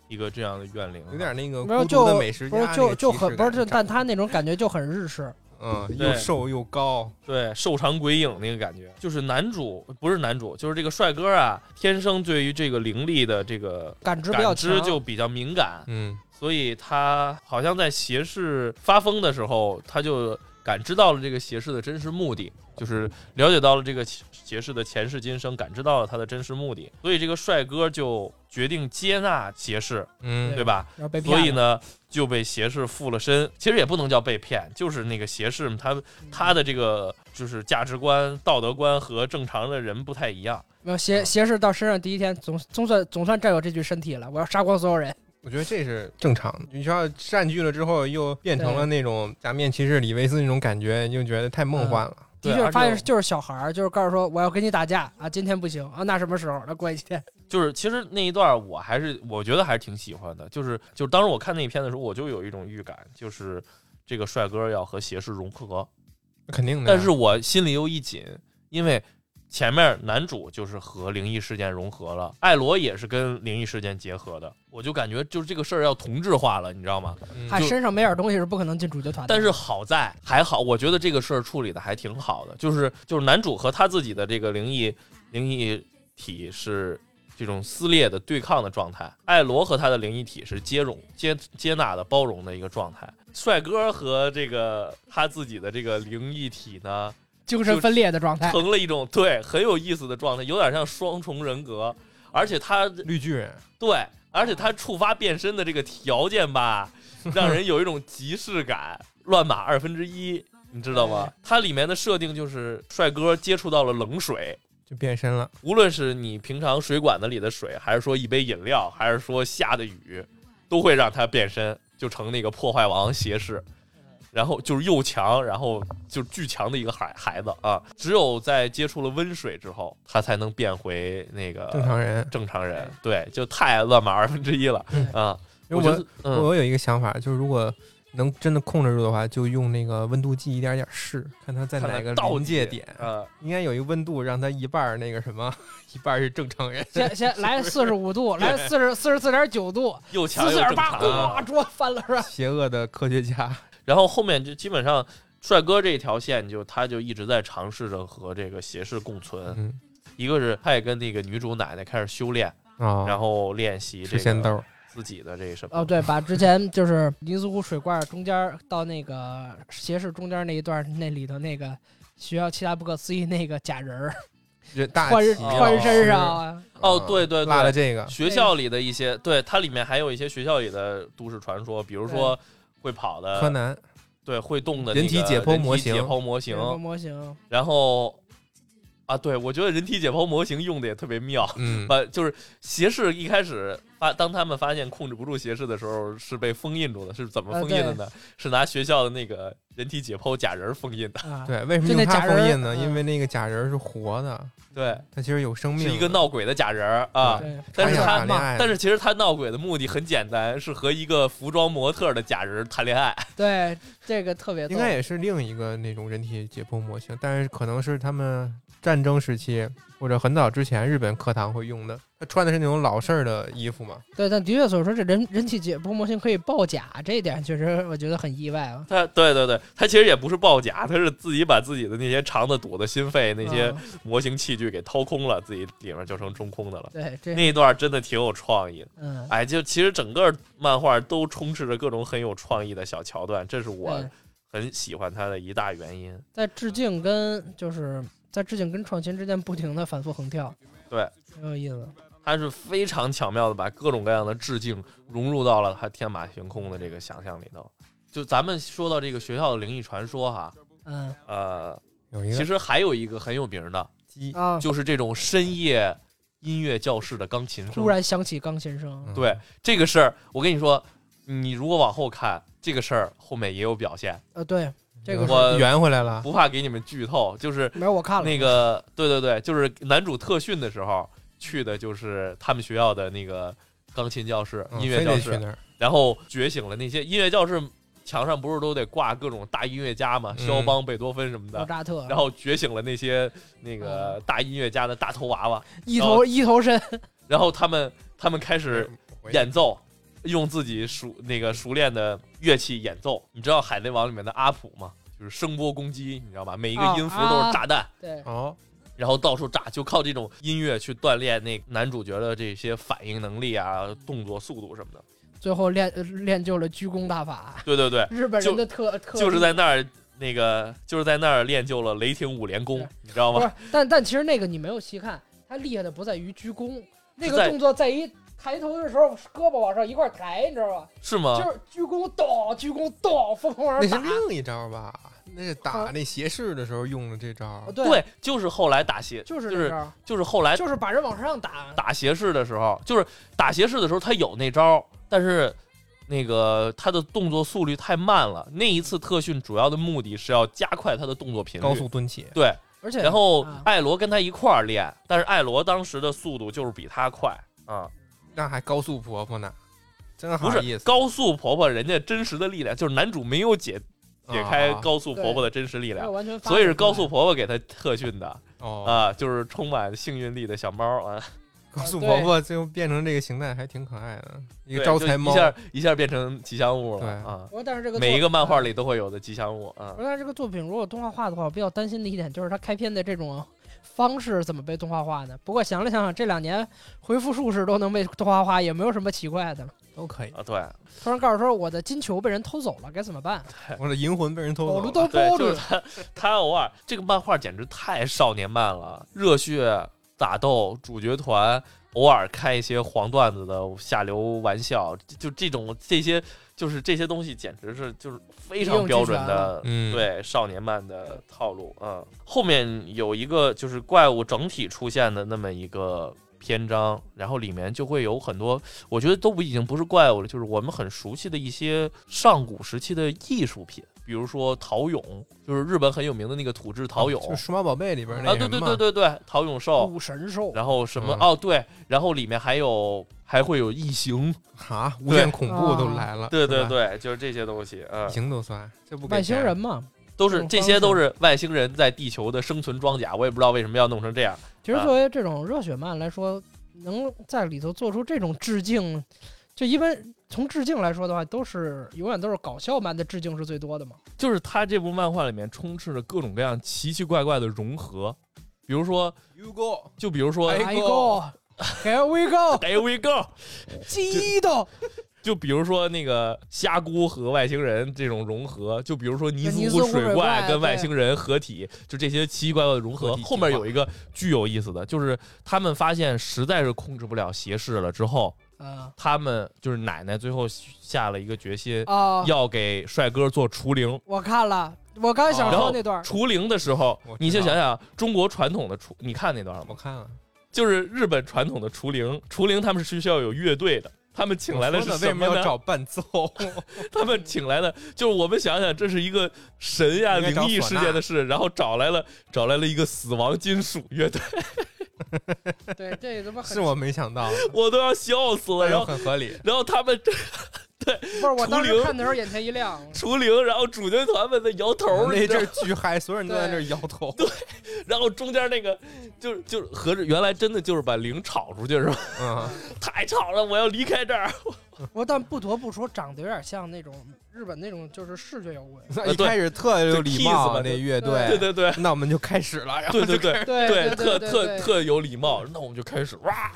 [SPEAKER 2] 一个这样的怨灵啊，
[SPEAKER 1] 嗯有点那个
[SPEAKER 4] 没有
[SPEAKER 1] 孤独的
[SPEAKER 4] 就
[SPEAKER 1] 美食家
[SPEAKER 4] 不是
[SPEAKER 1] 那
[SPEAKER 4] 就
[SPEAKER 1] 个
[SPEAKER 4] 就
[SPEAKER 1] 即视
[SPEAKER 4] 很不是
[SPEAKER 1] 感
[SPEAKER 4] 就，
[SPEAKER 1] 你
[SPEAKER 4] 但
[SPEAKER 1] 看
[SPEAKER 4] 他那种感觉就很日式，
[SPEAKER 1] 嗯
[SPEAKER 2] 对
[SPEAKER 1] 又瘦又高，
[SPEAKER 2] 对瘦长鬼影那个感觉，就是男主不是男主，就是这个帅哥啊，天生对于这个灵力的这个
[SPEAKER 4] 感知比较强
[SPEAKER 2] 感知，就比较敏感，
[SPEAKER 1] 嗯，
[SPEAKER 2] 所以他好像在斜视发疯的时候，他就感知到了这个邪视的真实目的，就是了解到了这个邪视的前世今生，感知到了他的真实目的，所以这个帅哥就决定接纳邪视，
[SPEAKER 1] 嗯，
[SPEAKER 2] 对吧？
[SPEAKER 3] 然后被骗
[SPEAKER 2] 所
[SPEAKER 3] 了。
[SPEAKER 2] 以呢，就被邪视附了身。其实也不能叫被骗，就是那个邪视他他的这个就是价值观、道德观和正常的人不太一样。
[SPEAKER 3] 没有邪邪视到身上第一天，总总算总算占有这具身体了。我要杀光所有人。
[SPEAKER 1] 我觉得这是正常的。你知道占据了之后，又变成了那种假面骑士里维斯那种感觉，你就觉得太
[SPEAKER 4] 嗯
[SPEAKER 1] 梦幻了。
[SPEAKER 2] 对
[SPEAKER 3] 的确
[SPEAKER 2] 而且
[SPEAKER 3] 发现
[SPEAKER 2] 我
[SPEAKER 3] 就是小孩儿，就是告诉说我要跟你打架啊，今天不行啊，那什么时候？那过几天。
[SPEAKER 2] 就是其实那一段我还是我觉得还是挺喜欢的，就是就是当时我看那一片的时候，我就有一种预感，就是这个帅哥要和邪视融合，
[SPEAKER 1] 肯
[SPEAKER 3] 嗯
[SPEAKER 1] 定的呀。
[SPEAKER 2] 但是我心里又一紧，因为前面男主就是和灵异事件融合了，艾罗也是跟灵异事件结合的，我就感觉就是这个事儿要同质化了，你知道吗？
[SPEAKER 1] 嗯
[SPEAKER 3] 他
[SPEAKER 2] 就
[SPEAKER 3] 哎身上没点东西是不可能进主角团的。
[SPEAKER 2] 但是好在还好，我觉得这个事儿处理的还挺好的，就是就是男主和他自己的这个灵异灵异体是这种撕裂的对抗的状态，艾罗和他的灵异体是接容接接纳的包容的一个状态，帅哥和这个他自己的这个灵异体呢，
[SPEAKER 3] 精神分裂的状态，
[SPEAKER 2] 成了一种对很有意思的状态，有点像双重人格，而且他
[SPEAKER 1] 绿巨人，
[SPEAKER 2] 对，而且它触发变身的这个条 件吧，让人有一种即视感。乱码二分之一，你知道吗
[SPEAKER 3] 哎？
[SPEAKER 2] 它里面的设定就是帅哥接触到了冷水，
[SPEAKER 1] 就变身了。
[SPEAKER 2] 无论是你平常水管子里的水，还是说一杯饮料，还是说下的雨，都会让他变身，就成那个破坏王邪视。
[SPEAKER 1] 嗯
[SPEAKER 2] 然后就是又强，然后就是巨强的一个孩孩子啊！只有在接触了温水之后，他才能变回那个
[SPEAKER 1] 正常人，
[SPEAKER 2] 正常人，对，就太乱码二分之一了
[SPEAKER 3] 对
[SPEAKER 2] 啊！
[SPEAKER 1] 嗯因为
[SPEAKER 2] 觉
[SPEAKER 1] 我
[SPEAKER 2] 得，嗯，
[SPEAKER 1] 我有一个想法，就是如果能真的控制住的话，就用那个温度计一点点试，看它在
[SPEAKER 2] 看
[SPEAKER 1] 哪
[SPEAKER 2] 它
[SPEAKER 1] 个
[SPEAKER 2] 到
[SPEAKER 1] 临
[SPEAKER 2] 底
[SPEAKER 1] 界点。
[SPEAKER 2] 呃，
[SPEAKER 1] 应该有一个温度，让它一半儿那个什么，一半儿是正常人。
[SPEAKER 3] 先先 来四十五度，来四十四十四点九度，
[SPEAKER 2] 又强
[SPEAKER 3] 四
[SPEAKER 2] 又
[SPEAKER 3] 四点
[SPEAKER 2] 正
[SPEAKER 3] 八，
[SPEAKER 2] 常。啊
[SPEAKER 3] 哗，桌翻了是吧？
[SPEAKER 1] 邪恶的科学家，
[SPEAKER 2] 然后后面就基本上，帅哥这一条线就他就一直在尝试着和这个邪视共存。
[SPEAKER 1] 嗯
[SPEAKER 2] 一个是他也跟那个女主奶奶开始修炼，
[SPEAKER 1] 啊，
[SPEAKER 2] 然后练习
[SPEAKER 1] 吃
[SPEAKER 2] 这
[SPEAKER 1] 仙
[SPEAKER 2] 个
[SPEAKER 1] 豆，
[SPEAKER 2] 自己的这什么。
[SPEAKER 3] 哦，对，把之前就是尼斯湖水罐中间儿到那个斜视中间儿那一段儿，那里头那个学校其他不可思议那个假人儿
[SPEAKER 1] 这大
[SPEAKER 3] 穿
[SPEAKER 1] 旗
[SPEAKER 3] 人穿身上
[SPEAKER 1] 啊
[SPEAKER 3] 啊，
[SPEAKER 2] 哦对对对
[SPEAKER 1] 拉了这个，
[SPEAKER 2] 学校里的一些，对它里面还有一些学校里的都市传说，比如说会跑的
[SPEAKER 1] 柯南
[SPEAKER 2] 对会动的
[SPEAKER 1] 人
[SPEAKER 2] 那个
[SPEAKER 1] 体解剖
[SPEAKER 2] 人体
[SPEAKER 1] 模型
[SPEAKER 2] 解剖模型
[SPEAKER 3] 人，格模型，
[SPEAKER 2] 然后啊，对我觉得人体解剖模型用的也特别妙，
[SPEAKER 1] 嗯，
[SPEAKER 2] 把就是斜视一开始发，当他们发现控制不住斜视的时候，是被封印住的，是怎么
[SPEAKER 3] 啊
[SPEAKER 2] 封印的呢？是拿学校的那个人体解剖假人儿封印的，
[SPEAKER 3] 啊，
[SPEAKER 1] 对，为什么
[SPEAKER 3] 就那
[SPEAKER 1] 用它
[SPEAKER 3] 假
[SPEAKER 1] 封
[SPEAKER 3] 人
[SPEAKER 1] 印呢？
[SPEAKER 3] 嗯
[SPEAKER 1] 因为那个假人是活的，
[SPEAKER 2] 对，
[SPEAKER 1] 它其实有生命
[SPEAKER 2] 是
[SPEAKER 1] 的，
[SPEAKER 2] 一个闹鬼的假人儿啊。
[SPEAKER 3] 对，
[SPEAKER 2] 但是
[SPEAKER 1] 想
[SPEAKER 2] 他
[SPEAKER 1] 哎谈恋爱，
[SPEAKER 2] 但是其实他闹鬼的目的很简单，是和一个服装模特的假人儿谈恋爱。
[SPEAKER 3] 对这个特别逗
[SPEAKER 1] 应该也是另一个那种人体解剖模型，但是可能是他们战争时期或者很早之前日本课堂会用的。他穿的是那种老式儿的衣服嘛，
[SPEAKER 3] 对，但的确所说这人人体解剖模型可以造假，这一点确实我觉得很意外啊。
[SPEAKER 2] 他对对对，他其实也不是报假，他是自己把自己的那些肠子堵的心肺那些
[SPEAKER 3] 嗯
[SPEAKER 2] 模型器具给掏空了，自己里面就成中空的了。
[SPEAKER 3] 对这
[SPEAKER 2] 那一段真的挺有创意的。
[SPEAKER 3] 嗯，
[SPEAKER 2] 哎，就其实整个漫画都充斥着各种很有创意的小桥段，这是我
[SPEAKER 3] 对
[SPEAKER 2] 很喜欢它的一大原因。
[SPEAKER 3] 在致敬跟就是在致敬跟创新之间不停的反复横跳，
[SPEAKER 2] 对，
[SPEAKER 3] 很有意思。
[SPEAKER 2] 它是非常巧妙的把各种各样的致敬融入到了它天马行空的这个想象里头。就咱们说到这个学校的灵异传说哈，
[SPEAKER 3] 嗯
[SPEAKER 2] 呃，
[SPEAKER 1] 有一
[SPEAKER 2] 其
[SPEAKER 1] 个
[SPEAKER 2] 实还有一个很有名的，
[SPEAKER 1] 鸡，
[SPEAKER 3] 啊，
[SPEAKER 2] 就是这种深夜音乐教室的钢琴声
[SPEAKER 3] 突。然想起钢琴声，
[SPEAKER 1] 嗯
[SPEAKER 2] 对这个事儿，我跟你说，你如果往后看，这个事儿后面也有表现，
[SPEAKER 3] 呃，对，这个
[SPEAKER 1] 有
[SPEAKER 3] 是
[SPEAKER 2] 我
[SPEAKER 1] 圆回来了，
[SPEAKER 2] 不怕给你们剧透，就是
[SPEAKER 3] 没有我看了
[SPEAKER 2] 那个，对对对，就是男主特训的时候去的就是他们学校的那个钢琴教室、
[SPEAKER 1] 嗯
[SPEAKER 2] 音乐
[SPEAKER 1] 非
[SPEAKER 2] 教
[SPEAKER 1] 得去
[SPEAKER 2] 室，
[SPEAKER 1] 那儿，
[SPEAKER 2] 然后觉醒了那些音乐教室墙上不是都得挂各种大音乐家嘛，
[SPEAKER 1] 嗯
[SPEAKER 2] 肖邦、贝多芬什么
[SPEAKER 3] 莫
[SPEAKER 2] 的。
[SPEAKER 3] 扎特，
[SPEAKER 2] 然后觉醒了那些那个
[SPEAKER 1] 嗯
[SPEAKER 2] 大音乐家的大头娃娃，
[SPEAKER 3] 一
[SPEAKER 2] 然后
[SPEAKER 3] 头一 头身，
[SPEAKER 2] 然后他们他们开始
[SPEAKER 1] 回
[SPEAKER 2] 演奏，用自己熟那个熟练的乐器演奏。你知道《海贼王》里面的阿普吗？就是声波攻击，你知道吧？每一个
[SPEAKER 3] 哦
[SPEAKER 2] 音符都
[SPEAKER 3] 啊
[SPEAKER 2] 是炸弹，
[SPEAKER 3] 对，
[SPEAKER 1] 哦，
[SPEAKER 2] 然后到处炸，就靠这种音乐去锻炼那男主角的这些反应能力啊、动作速度什么的。
[SPEAKER 3] 最后练呃练就了鞠躬大法，
[SPEAKER 2] 对对对，
[SPEAKER 3] 日本
[SPEAKER 2] 就
[SPEAKER 3] 人的特特
[SPEAKER 2] 就是在那儿那个就是在那儿练就了雷霆五连功
[SPEAKER 3] 对，
[SPEAKER 2] 你知道
[SPEAKER 3] 不
[SPEAKER 2] 吗？
[SPEAKER 3] 是，但但其实那个你没有细看，他厉害的不在于鞠躬，那
[SPEAKER 2] 在
[SPEAKER 3] 个动作在于抬头的时候胳膊往上一块抬，你知道吧？
[SPEAKER 2] 是吗？
[SPEAKER 3] 就是鞠躬咚，鞠躬咚，疯狂往
[SPEAKER 1] 那
[SPEAKER 3] 上
[SPEAKER 1] 是
[SPEAKER 3] 打。
[SPEAKER 1] 另一招吧？那是打那斜视的时候用的这招。
[SPEAKER 3] 哦对，
[SPEAKER 2] 对，就是后来打斜，
[SPEAKER 3] 就是
[SPEAKER 2] 就
[SPEAKER 3] 那
[SPEAKER 2] 是
[SPEAKER 3] 招，
[SPEAKER 2] 就是后来
[SPEAKER 3] 就是把人往上打。
[SPEAKER 2] 打斜视的时候，就是打斜视的时候，他有那招，但是那个他的动作速率太慢了。那一次特训主要的目的是要加快他的动作频率，
[SPEAKER 1] 高速蹲起，
[SPEAKER 2] 对。
[SPEAKER 3] 而且
[SPEAKER 2] 然后
[SPEAKER 3] 啊
[SPEAKER 2] 艾罗跟他一块儿练，但是艾罗当时的速度就是比他快啊，
[SPEAKER 1] 那还高速婆婆呢，真
[SPEAKER 2] 不
[SPEAKER 1] 好意
[SPEAKER 2] 是
[SPEAKER 1] 思。
[SPEAKER 2] 高速婆婆，人家真实的力量就是男主没有解解开
[SPEAKER 1] 啊
[SPEAKER 2] 高速婆婆的真实力
[SPEAKER 3] 没
[SPEAKER 2] 量
[SPEAKER 3] 有，完全发
[SPEAKER 2] 啊所以是
[SPEAKER 3] 出来
[SPEAKER 2] 高速婆婆给他特训的
[SPEAKER 1] 哦，
[SPEAKER 2] 啊，就是充满幸运力的小猫啊，
[SPEAKER 1] 高速婆婆最后变成这个形态还挺可爱的，一个
[SPEAKER 2] 对
[SPEAKER 1] 招
[SPEAKER 2] 就
[SPEAKER 1] 财猫
[SPEAKER 2] 一。下一下变成吉祥物了
[SPEAKER 1] 对
[SPEAKER 2] 啊。
[SPEAKER 3] 我但是这个
[SPEAKER 2] 每
[SPEAKER 3] 作
[SPEAKER 2] 一个漫画
[SPEAKER 3] 啊
[SPEAKER 2] 里都会有的吉祥物啊
[SPEAKER 3] 我。说但是这个作品如果动画化的话，我比较担心的一点就是它开篇的这种方式怎么被动画化的。不过想了想想，这两年回复术士都能被动画化，也没有什么奇怪的了。
[SPEAKER 1] 都可以。
[SPEAKER 2] 啊，对
[SPEAKER 3] 突然告诉说我的金球被人偷走了，该怎么办？
[SPEAKER 1] 我的银魂被人偷
[SPEAKER 3] 我
[SPEAKER 1] 走
[SPEAKER 3] 都
[SPEAKER 1] 了，
[SPEAKER 3] 都
[SPEAKER 2] 对，就
[SPEAKER 3] 包着
[SPEAKER 2] 是。他，他偶尔这个漫画简直太少年漫了，热血打斗、主角团，偶尔开一些黄段子的下流玩笑，就这种这些就是这些东西，简直是就是非常标准的，
[SPEAKER 1] 嗯，，
[SPEAKER 2] 对少年漫的套路啊、嗯。后面有一个就是怪物整体出现的那么一个篇章，然后里面就会有很多，我觉得都不已经不是怪物了，就是我们很熟悉的一些上古时期的艺术品，比如说陶俑，就是日本很有名的那个土制陶俑
[SPEAKER 1] 就是数码宝贝里边
[SPEAKER 2] 啊，
[SPEAKER 1] 那
[SPEAKER 2] 对
[SPEAKER 1] 什么
[SPEAKER 2] 对
[SPEAKER 1] 嘛
[SPEAKER 2] 对对对，陶俑兽，
[SPEAKER 3] 武神兽，
[SPEAKER 2] 然后什么、
[SPEAKER 1] 嗯
[SPEAKER 2] 哦对，然后里面还有还会有异形，
[SPEAKER 1] 啊，无限恐怖都来了，
[SPEAKER 2] 对对
[SPEAKER 1] 是吧，
[SPEAKER 2] 对，就是这些东西，嗯
[SPEAKER 1] 异，形都算，这不给
[SPEAKER 3] 外星
[SPEAKER 1] 钱
[SPEAKER 3] 人嘛。
[SPEAKER 2] 都是
[SPEAKER 3] 这种
[SPEAKER 2] 这
[SPEAKER 3] 方
[SPEAKER 2] 些
[SPEAKER 3] 式
[SPEAKER 2] 都是外星人在地球的生存装甲，我也不知道为什么要弄成这样。
[SPEAKER 3] 其实
[SPEAKER 2] 啊
[SPEAKER 3] 作为这种热血漫来说，能在里头做出这种致敬，就一般从致敬来说的话，都是永远都是搞笑漫的致敬是最多的嘛。
[SPEAKER 2] 就是他这部漫画里面充斥着各种各样奇奇怪怪的融合，比如说，
[SPEAKER 1] ？You go，
[SPEAKER 2] 就比如说。
[SPEAKER 1] 哎
[SPEAKER 3] I
[SPEAKER 1] go
[SPEAKER 3] go，Here we go，
[SPEAKER 2] There we go！
[SPEAKER 3] 激动，
[SPEAKER 2] 就比如说那个虾姑和外星人这种融合，就比如说尼
[SPEAKER 3] 尼
[SPEAKER 2] 斯
[SPEAKER 3] 斯
[SPEAKER 2] 湖
[SPEAKER 3] 湖
[SPEAKER 2] 水
[SPEAKER 3] 水
[SPEAKER 2] 怪
[SPEAKER 3] 怪
[SPEAKER 2] 跟外
[SPEAKER 3] 对
[SPEAKER 2] 星人合体，就这些奇奇怪怪的融合。
[SPEAKER 1] 合体计划
[SPEAKER 2] 后面有一个巨有意思的，就是他们发现实在是控制不了斜视了之后，
[SPEAKER 3] 啊
[SPEAKER 2] 他们就是奶奶最后下了一个决心，
[SPEAKER 3] 啊！
[SPEAKER 2] 要给帅哥做除灵。
[SPEAKER 3] 我看了，我刚想
[SPEAKER 1] 然
[SPEAKER 3] 说
[SPEAKER 2] 后
[SPEAKER 3] 那段儿，
[SPEAKER 2] 除灵的时候
[SPEAKER 1] 我知道，
[SPEAKER 2] 你就想想中国传统的除，你看那段了吗？
[SPEAKER 1] 我看了，
[SPEAKER 2] 就是日本传统的除灵，除灵他们是需要有乐队的，他们请来的
[SPEAKER 1] 我
[SPEAKER 2] 是
[SPEAKER 1] 说呢为
[SPEAKER 2] 什
[SPEAKER 1] 什么要
[SPEAKER 2] 么呢？
[SPEAKER 1] 找伴 奏？
[SPEAKER 2] 他们请来的就是我们想想，这是一个神呀、
[SPEAKER 1] 应该找
[SPEAKER 2] 灵异
[SPEAKER 1] 唢
[SPEAKER 2] 事
[SPEAKER 1] 呐
[SPEAKER 2] 件的事，然后找来了找来了一个死亡金属乐队， 哦
[SPEAKER 3] 对，这他妈很
[SPEAKER 1] 是我没想到的，
[SPEAKER 2] 我都要笑死了。
[SPEAKER 1] 但是
[SPEAKER 2] 然后
[SPEAKER 1] 很合理。
[SPEAKER 2] 然后他们
[SPEAKER 3] 不是我当
[SPEAKER 2] 图
[SPEAKER 3] 时
[SPEAKER 2] 灵
[SPEAKER 3] 看的时候眼前一亮，
[SPEAKER 2] 除灵，然后主角团们在摇头，
[SPEAKER 1] 那
[SPEAKER 2] 你
[SPEAKER 1] 一
[SPEAKER 2] 知道
[SPEAKER 1] 阵儿巨嗨，所有人都在那儿摇头。
[SPEAKER 2] 然后中间那个就是就是合着原来真的就是把灵炒出去是吧？
[SPEAKER 1] 嗯，
[SPEAKER 2] 太吵了，我要离开这儿。
[SPEAKER 3] 我但不得不说长得有点像那种日本那种就是视觉摇滚，
[SPEAKER 1] 那一开始特有礼貌那乐队，
[SPEAKER 2] 对对对
[SPEAKER 1] 那我们就开始了，然后
[SPEAKER 2] 对对对。
[SPEAKER 3] 对对
[SPEAKER 2] 特
[SPEAKER 3] 对
[SPEAKER 2] 特
[SPEAKER 3] 对
[SPEAKER 2] 特有礼貌，那我们就开始哇，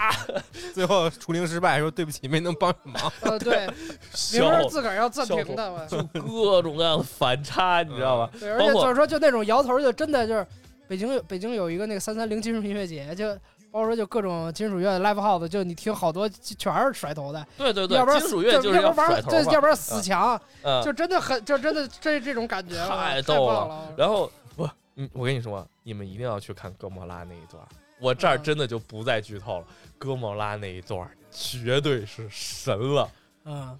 [SPEAKER 1] 最后除灵失败，说对不起，没能帮上忙。
[SPEAKER 3] 呃 对，明
[SPEAKER 2] 笑
[SPEAKER 3] 明自个儿要暂停
[SPEAKER 2] 笑
[SPEAKER 3] 的，我
[SPEAKER 2] 各种各样的反差，你知道吧？
[SPEAKER 3] 对，而
[SPEAKER 2] 包
[SPEAKER 3] 且
[SPEAKER 2] 括
[SPEAKER 3] 就是说，就那种摇头，就真的就是北京有北京有一个那个三三零金属音乐节，就包括说就各种金属乐 live house，就你听好多全是甩头的，
[SPEAKER 2] 对对对，
[SPEAKER 3] 要不然
[SPEAKER 2] 金
[SPEAKER 3] 死
[SPEAKER 2] 属乐
[SPEAKER 3] 就
[SPEAKER 2] 就是
[SPEAKER 3] 要不然
[SPEAKER 2] 甩
[SPEAKER 3] 玩
[SPEAKER 2] 头
[SPEAKER 3] 对，要
[SPEAKER 2] 嘛，
[SPEAKER 3] 不然死墙，
[SPEAKER 2] 嗯，
[SPEAKER 3] 就真的很就真的这这种感觉，
[SPEAKER 2] 太
[SPEAKER 3] 太
[SPEAKER 2] 逗
[SPEAKER 3] 棒
[SPEAKER 2] 了
[SPEAKER 3] 了。
[SPEAKER 2] 然后不，嗯，我跟你说，你们一定要去看哥莫拉那一段，我这儿
[SPEAKER 3] 嗯
[SPEAKER 2] 真的就不再剧透了。哥莫拉那一段绝对是神了，
[SPEAKER 3] 嗯，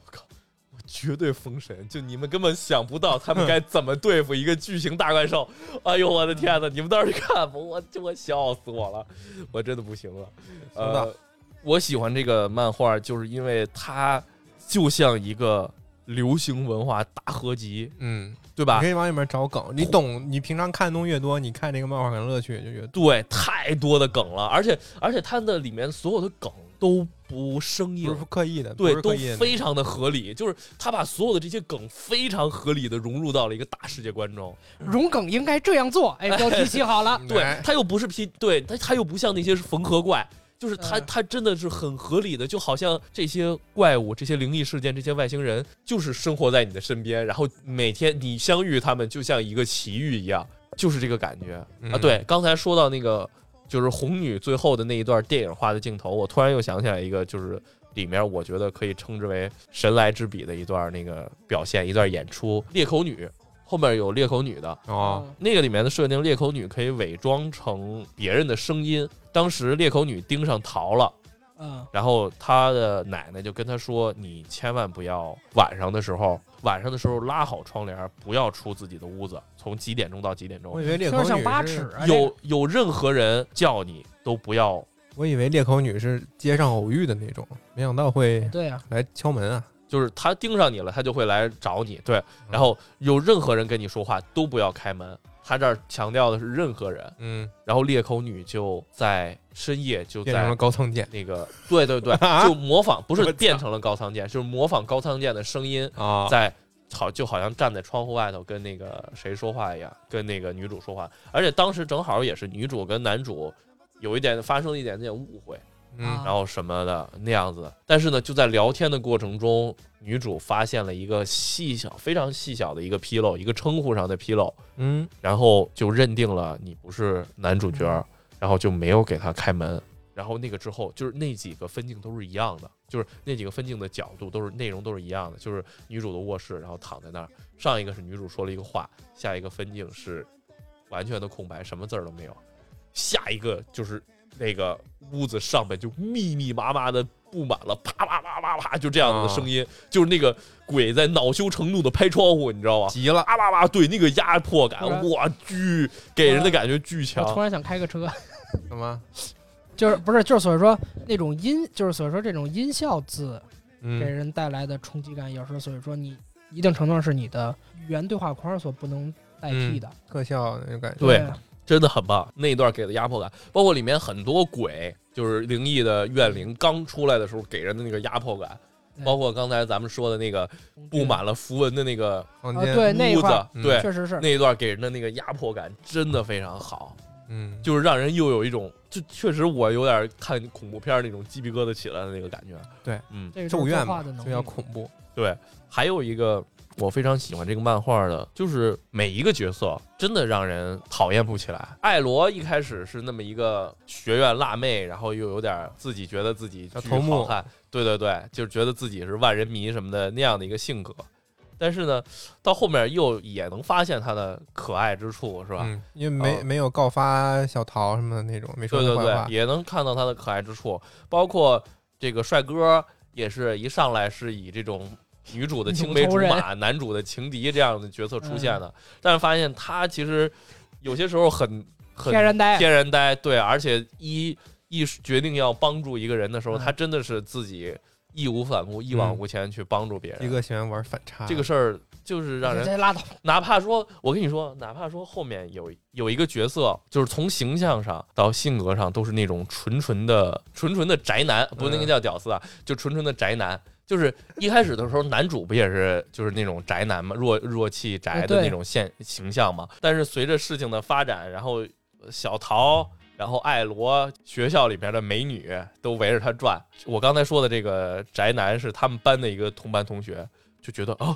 [SPEAKER 2] 绝对封神，就你们根本想不到他们该怎么对付一个巨型大怪兽。哎呦我的天呐，你们到时候去看吧，我我笑死我了，我真的不行了。
[SPEAKER 1] 收到
[SPEAKER 2] 呃，我喜欢这个漫画，就是因为它就像一个流行文化大合集，
[SPEAKER 1] 嗯，
[SPEAKER 2] 对
[SPEAKER 1] 你
[SPEAKER 2] 吧
[SPEAKER 1] 可？以往里面找梗，你懂？你平常看东西越多，你看这个漫画可能乐趣也就越多。
[SPEAKER 2] 对，太多的梗了，而且而且它的里面所有的梗都不生
[SPEAKER 1] 不
[SPEAKER 2] 硬
[SPEAKER 1] 是。刻意的，
[SPEAKER 2] 对
[SPEAKER 1] 不，是
[SPEAKER 2] 都
[SPEAKER 1] 刻意的。，
[SPEAKER 2] 非常的合理，就是他把所有的这些梗非常合理的融入到了一个大世界观中。
[SPEAKER 3] 荣梗 应该这样做，哎，标题起好了
[SPEAKER 2] 对
[SPEAKER 1] 哎，
[SPEAKER 2] 他又不是批，对他他又不像那些缝合怪，就是它
[SPEAKER 4] 嗯
[SPEAKER 2] 它真的是很合理的，就好像这些怪物、这些灵异事件、这些外星人，就是生活在你的身边，然后每天你相遇他们，就像一个奇遇一样，就是这个感觉
[SPEAKER 1] 嗯
[SPEAKER 2] 啊。对，刚才说到那个就是红女最后的那一段电影化的镜头，我突然又想起来一个，就是里面我觉得可以称之为神来之笔的一段那个表现，一段演出，裂口女后面有裂口女的，
[SPEAKER 4] 嗯
[SPEAKER 1] 哦，
[SPEAKER 2] 那个里面的设定，裂口女可以伪装成别人的声音。当时裂口女盯上桃了，
[SPEAKER 4] 嗯，
[SPEAKER 2] 然后她的奶奶就跟她说：“你千万不要晚上的时候，晚上的时候拉好窗帘，不要出自己的屋子，从几点钟到几点
[SPEAKER 1] 我
[SPEAKER 2] 钟，
[SPEAKER 1] 以为
[SPEAKER 4] 听
[SPEAKER 1] 裂口
[SPEAKER 4] 着
[SPEAKER 1] 女
[SPEAKER 4] 像
[SPEAKER 1] 是
[SPEAKER 4] 八尺，啊，这个
[SPEAKER 2] 有有任何人叫你都不要。
[SPEAKER 1] 我以为裂口女是街上偶遇的那种，没想到会
[SPEAKER 4] 对啊，
[SPEAKER 1] 来敲门啊。
[SPEAKER 2] 就是她盯上你了，她就会来找你。对，
[SPEAKER 1] 嗯
[SPEAKER 2] 然后有任何人跟你说话都不要开门。她这儿强调的是任何人。
[SPEAKER 1] 嗯，
[SPEAKER 2] 然后裂口女就在深夜就
[SPEAKER 1] 变成
[SPEAKER 2] 在
[SPEAKER 1] 了高仓健，
[SPEAKER 2] 那个，对对对就模仿，不
[SPEAKER 1] 我
[SPEAKER 2] 是
[SPEAKER 1] 操
[SPEAKER 2] 变成了高仓健，就是模仿高仓健的声音，
[SPEAKER 1] 啊，
[SPEAKER 2] 在好就好像站在窗户外头跟那个谁说话一样，跟那个女主说话，而且当时正好也是女主跟男主有一点发生了一点点误会，
[SPEAKER 4] 啊
[SPEAKER 1] 嗯
[SPEAKER 2] 然后什么的那样子，但是呢，就在聊天的过程中，女主发现了一个细小、非常细小的一个纰漏，一个称呼上的纰漏，
[SPEAKER 1] 嗯，
[SPEAKER 2] 然后就认定了你不是男主角，然后就没有给他开门。然后那个之后，就是那几个分镜都是一样的，就是那几个分镜的角度都是内容都是一样的，就是女主的卧室，然后躺在那儿。上一个是女主说了一个话，下一个分镜是完全的空白，什么字儿都没有。下一个就是那个屋子上面就密密麻麻的布满了啪啪啪啪啪，就这样的声音，就是那个鬼在恼羞成怒的拍窗户，你知道吗？
[SPEAKER 1] 急了，
[SPEAKER 2] 啊哇哇，对那个压迫感
[SPEAKER 4] 突，然
[SPEAKER 2] 哇，巨给人的感觉巨
[SPEAKER 4] 我突
[SPEAKER 2] 强。
[SPEAKER 4] 然想开个车，
[SPEAKER 1] 什么？
[SPEAKER 4] 就是不是就是所以说那种音，就是所以说这种音效字给
[SPEAKER 1] 嗯，
[SPEAKER 4] 人带来的冲击感，有时候所以说你一定程度上是你的语言对话框所不能代替的。
[SPEAKER 1] 嗯特效那种感觉。
[SPEAKER 2] 嗯对
[SPEAKER 4] 啊
[SPEAKER 2] 真的很棒，那一段给的压迫感，包括里面很多鬼，就是灵异的怨灵刚出来的时候给人的那个压迫感，
[SPEAKER 4] 对
[SPEAKER 2] 包括刚才咱们说的那个布满了符文的那个
[SPEAKER 1] 房
[SPEAKER 4] 啊
[SPEAKER 1] 间，
[SPEAKER 4] 对那一
[SPEAKER 2] 屋
[SPEAKER 4] 块儿
[SPEAKER 2] 子，对
[SPEAKER 4] 确实是
[SPEAKER 2] 那一段给人的那个压迫感真的非常好，
[SPEAKER 1] 嗯，
[SPEAKER 2] 就是让人又有一种，就确实我有点看恐怖片儿那种鸡皮疙瘩起来的那个感觉。
[SPEAKER 1] 对，
[SPEAKER 2] 嗯，
[SPEAKER 4] 这个就是作
[SPEAKER 1] 咒怨
[SPEAKER 4] 画
[SPEAKER 1] 嘛
[SPEAKER 4] 的，能
[SPEAKER 1] 就要
[SPEAKER 4] 力。
[SPEAKER 1] 恐怖。
[SPEAKER 2] 对，还有一个我非常喜欢这个漫画的，就是每一个角色真的让人讨厌不起来。艾罗一开始是那么一个学院辣妹，然后又有点自己觉得自己
[SPEAKER 1] 小
[SPEAKER 2] 巨
[SPEAKER 1] 头目
[SPEAKER 2] 好看， 对对对，就是觉得自己是万人迷什么的那样的一个性格。但是呢，到后面又也能发现她的可爱之处，是吧？
[SPEAKER 1] 嗯，因为没、
[SPEAKER 2] 哦
[SPEAKER 1] 没有告发小桃什么的那种，没说
[SPEAKER 2] 对
[SPEAKER 1] 她
[SPEAKER 2] 对
[SPEAKER 1] 坏话
[SPEAKER 2] 对，。也能看到他的可爱之处，包括这个帅哥也是一上来是以这种女主的青梅竹
[SPEAKER 4] 女
[SPEAKER 2] 马、男主的情敌这样的角色出现的，但是发现他其实有些时候很很
[SPEAKER 4] 天然呆，
[SPEAKER 2] 天然呆，对，而且一一决定要帮助一个人的时候，
[SPEAKER 4] 嗯
[SPEAKER 2] 他真的是自己义无反顾、一往无前去帮助别人。
[SPEAKER 1] 一个喜欢玩反差，
[SPEAKER 2] 这个事儿就是让人
[SPEAKER 4] 这 拉倒。
[SPEAKER 2] 哪怕说，我跟你说，哪怕说后面有有一个角色，就是从形象上到性格上都是那种纯纯的、纯纯的宅男，不是那个叫屌丝啊，就纯纯的宅男。就是一开始的时候，男主不也是就是那种宅男嘛，弱弱气宅
[SPEAKER 4] 哎
[SPEAKER 2] 的
[SPEAKER 4] 对
[SPEAKER 2] 那种现形象嘛。但是随着事情的发展，然后呃小桃，然后艾罗，学校里边的美女都围着他转。我刚才说的这个宅男是他们班的一个同班同学，就觉得啊，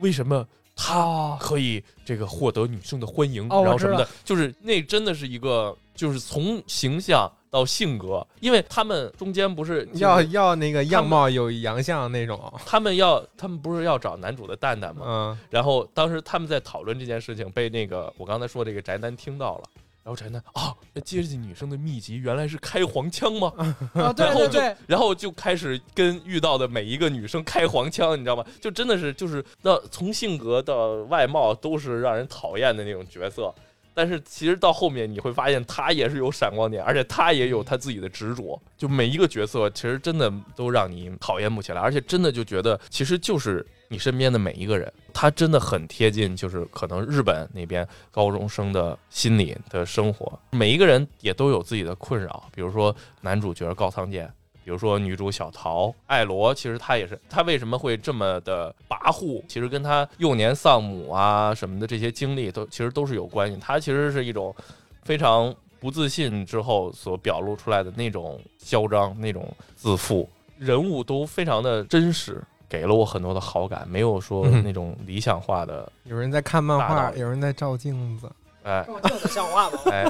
[SPEAKER 2] 为什么他
[SPEAKER 4] 哦，
[SPEAKER 2] 可以这个获得女生的欢迎，
[SPEAKER 4] 哦
[SPEAKER 2] 然后
[SPEAKER 4] 我知
[SPEAKER 2] 什么的，就是那真的是一个，就是从形象到性格，因为他们中间不 是
[SPEAKER 1] 要
[SPEAKER 2] 就是
[SPEAKER 1] 要那个样貌有洋相那种。
[SPEAKER 2] 他们要他们不是要找男主的蛋蛋吗？
[SPEAKER 1] 嗯，
[SPEAKER 2] 然后当时他们在讨论这件事情，被那个我刚才说这个宅男听到了。然后宅男啊，那接近女生的秘籍原来是开黄腔吗？
[SPEAKER 4] 哦对
[SPEAKER 2] 然后
[SPEAKER 4] 对
[SPEAKER 2] 就
[SPEAKER 4] 对，
[SPEAKER 2] 然后就开始跟遇到的每一个女生开黄腔，你知道吗？就真的是就是那从性格到外貌都是让人讨厌的那种角色。但是其实到后面你会发现，他也是有闪光点，而且他也有他自己的执着。就每一个角色，其实真的都让你讨厌不起来，而且真的就觉得，其实就是你身边的每一个人，他真的很贴近，就是可能日本那边高中生的心理的生活。每一个人也都有自己的困扰，比如说男主角高仓健，比如说女主小桃、艾罗，其实她也是，她为什么会这么的跋扈？其实跟她幼年丧母啊什么的这些经历都其实都是有关系。她其实是一种非常不自信之后所表露出来的那种嚣张、那种自负，人物都非常的真实，给了我很多的好感，没有说
[SPEAKER 1] 嗯
[SPEAKER 2] 那种理想化的，
[SPEAKER 1] 有人在看漫
[SPEAKER 2] 大
[SPEAKER 1] 画，
[SPEAKER 2] 道理
[SPEAKER 1] 有人在照镜子。
[SPEAKER 2] 哎
[SPEAKER 4] 我这像话吗？
[SPEAKER 2] 哎，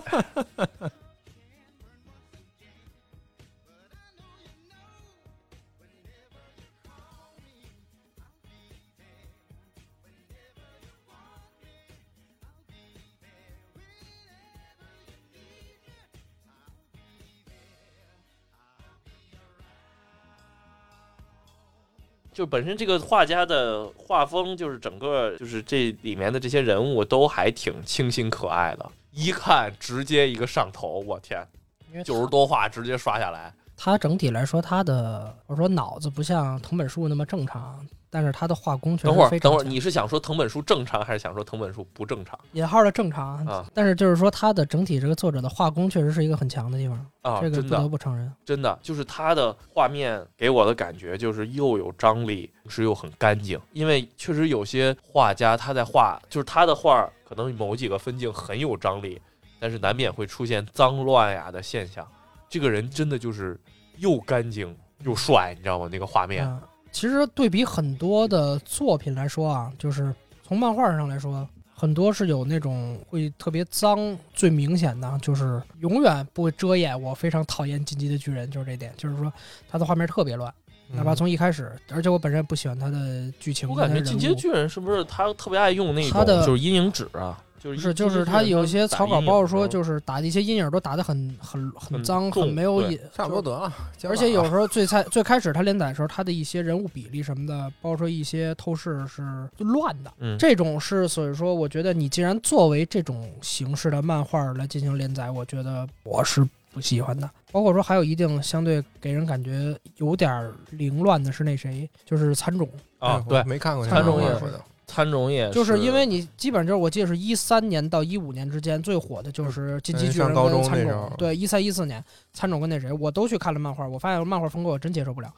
[SPEAKER 2] 就本身这个画家的画风，就是整个就是这里面的这些人物都还挺清新可爱的，一看直接一个上头，我天，
[SPEAKER 3] 因为
[SPEAKER 2] 九十多画直接刷下来，
[SPEAKER 3] 他整体来说，他的我说脑子不像藤本树那么正常，但是他的画工确
[SPEAKER 2] 等会
[SPEAKER 3] 实
[SPEAKER 2] 儿，
[SPEAKER 3] 非常
[SPEAKER 2] 等会儿，
[SPEAKER 3] 强
[SPEAKER 2] 你是想说藤本树正常，还是想说藤本树不正常
[SPEAKER 3] 引号的正常
[SPEAKER 2] 啊，
[SPEAKER 3] 但是就是说他的整体这个作者的画工确实是一个很强的地方，
[SPEAKER 2] 啊？
[SPEAKER 3] 这个
[SPEAKER 2] 真
[SPEAKER 3] 不得
[SPEAKER 2] 的，
[SPEAKER 3] 不承认。
[SPEAKER 2] 真的，就是他的画面给我的感觉就是又有张力，同时又很干净。因为确实有些画家他在画，就是他的画儿可能某几个分镜很有张力，但是难免会出现脏乱呀的现象。这个人真的就是又干净又帅，你知道吗？那个画面，
[SPEAKER 3] 嗯，其实对比很多的作品来说啊，就是从漫画上来说，很多是有那种会特别脏，最明显的就是永远不会遮掩。我非常讨厌《进击的巨人》，就是这点，就是说他的画面特别乱，哪怕
[SPEAKER 1] 嗯
[SPEAKER 3] 从一开始，而且我本身不喜欢他的剧情，
[SPEAKER 2] 我感觉
[SPEAKER 3] 跟
[SPEAKER 2] 《
[SPEAKER 3] 他
[SPEAKER 2] 进
[SPEAKER 3] 的
[SPEAKER 2] 击
[SPEAKER 3] 人
[SPEAKER 2] 的
[SPEAKER 3] 物
[SPEAKER 2] 巨人》是不是他特别爱用那
[SPEAKER 3] 他
[SPEAKER 2] 种
[SPEAKER 3] 的
[SPEAKER 2] 就是阴影纸啊？就
[SPEAKER 3] 不
[SPEAKER 2] 是
[SPEAKER 3] 是，
[SPEAKER 2] 一
[SPEAKER 3] 就是
[SPEAKER 2] 进击
[SPEAKER 3] 他
[SPEAKER 2] 的巨人
[SPEAKER 3] 有些
[SPEAKER 2] 打
[SPEAKER 3] 草稿
[SPEAKER 2] 阴
[SPEAKER 3] 报
[SPEAKER 2] 影
[SPEAKER 3] 说，
[SPEAKER 2] 然后
[SPEAKER 3] 就是打的一些阴影都打得很很很
[SPEAKER 2] 很
[SPEAKER 3] 脏，很
[SPEAKER 2] 重
[SPEAKER 3] 没有
[SPEAKER 2] 对啊
[SPEAKER 3] 引，
[SPEAKER 1] 嗯差不多得了，行了啊
[SPEAKER 3] 而且有时候最菜最开始他连载的时候，他的一些人物比例什么的，包括一些透视是乱的。
[SPEAKER 2] 嗯
[SPEAKER 3] 这种是所以说，我觉得你既然作为这种形式的漫画来进行连载，我觉得我是不喜欢的。包括说还有一定相对给人感觉有点凌乱的是那谁，就是参种，
[SPEAKER 2] 啊
[SPEAKER 1] 哎，我
[SPEAKER 2] 对，
[SPEAKER 1] 没看过那
[SPEAKER 2] 参
[SPEAKER 1] 漫
[SPEAKER 2] 众
[SPEAKER 1] 画
[SPEAKER 2] 也
[SPEAKER 1] 说
[SPEAKER 3] 是
[SPEAKER 1] 的，
[SPEAKER 2] 参种
[SPEAKER 1] 呃
[SPEAKER 2] 也
[SPEAKER 3] 就是因为你基本上就是我记得是一三年到一五年之间最火的就是《进击
[SPEAKER 1] 嗯
[SPEAKER 3] 巨人
[SPEAKER 1] 上》高
[SPEAKER 3] 跟
[SPEAKER 1] 中
[SPEAKER 3] 参
[SPEAKER 1] 那时
[SPEAKER 3] 种
[SPEAKER 1] 候，
[SPEAKER 3] 对，一三一四年参种跟那谁我都去看了漫画，我发现漫画风格我真接受不了。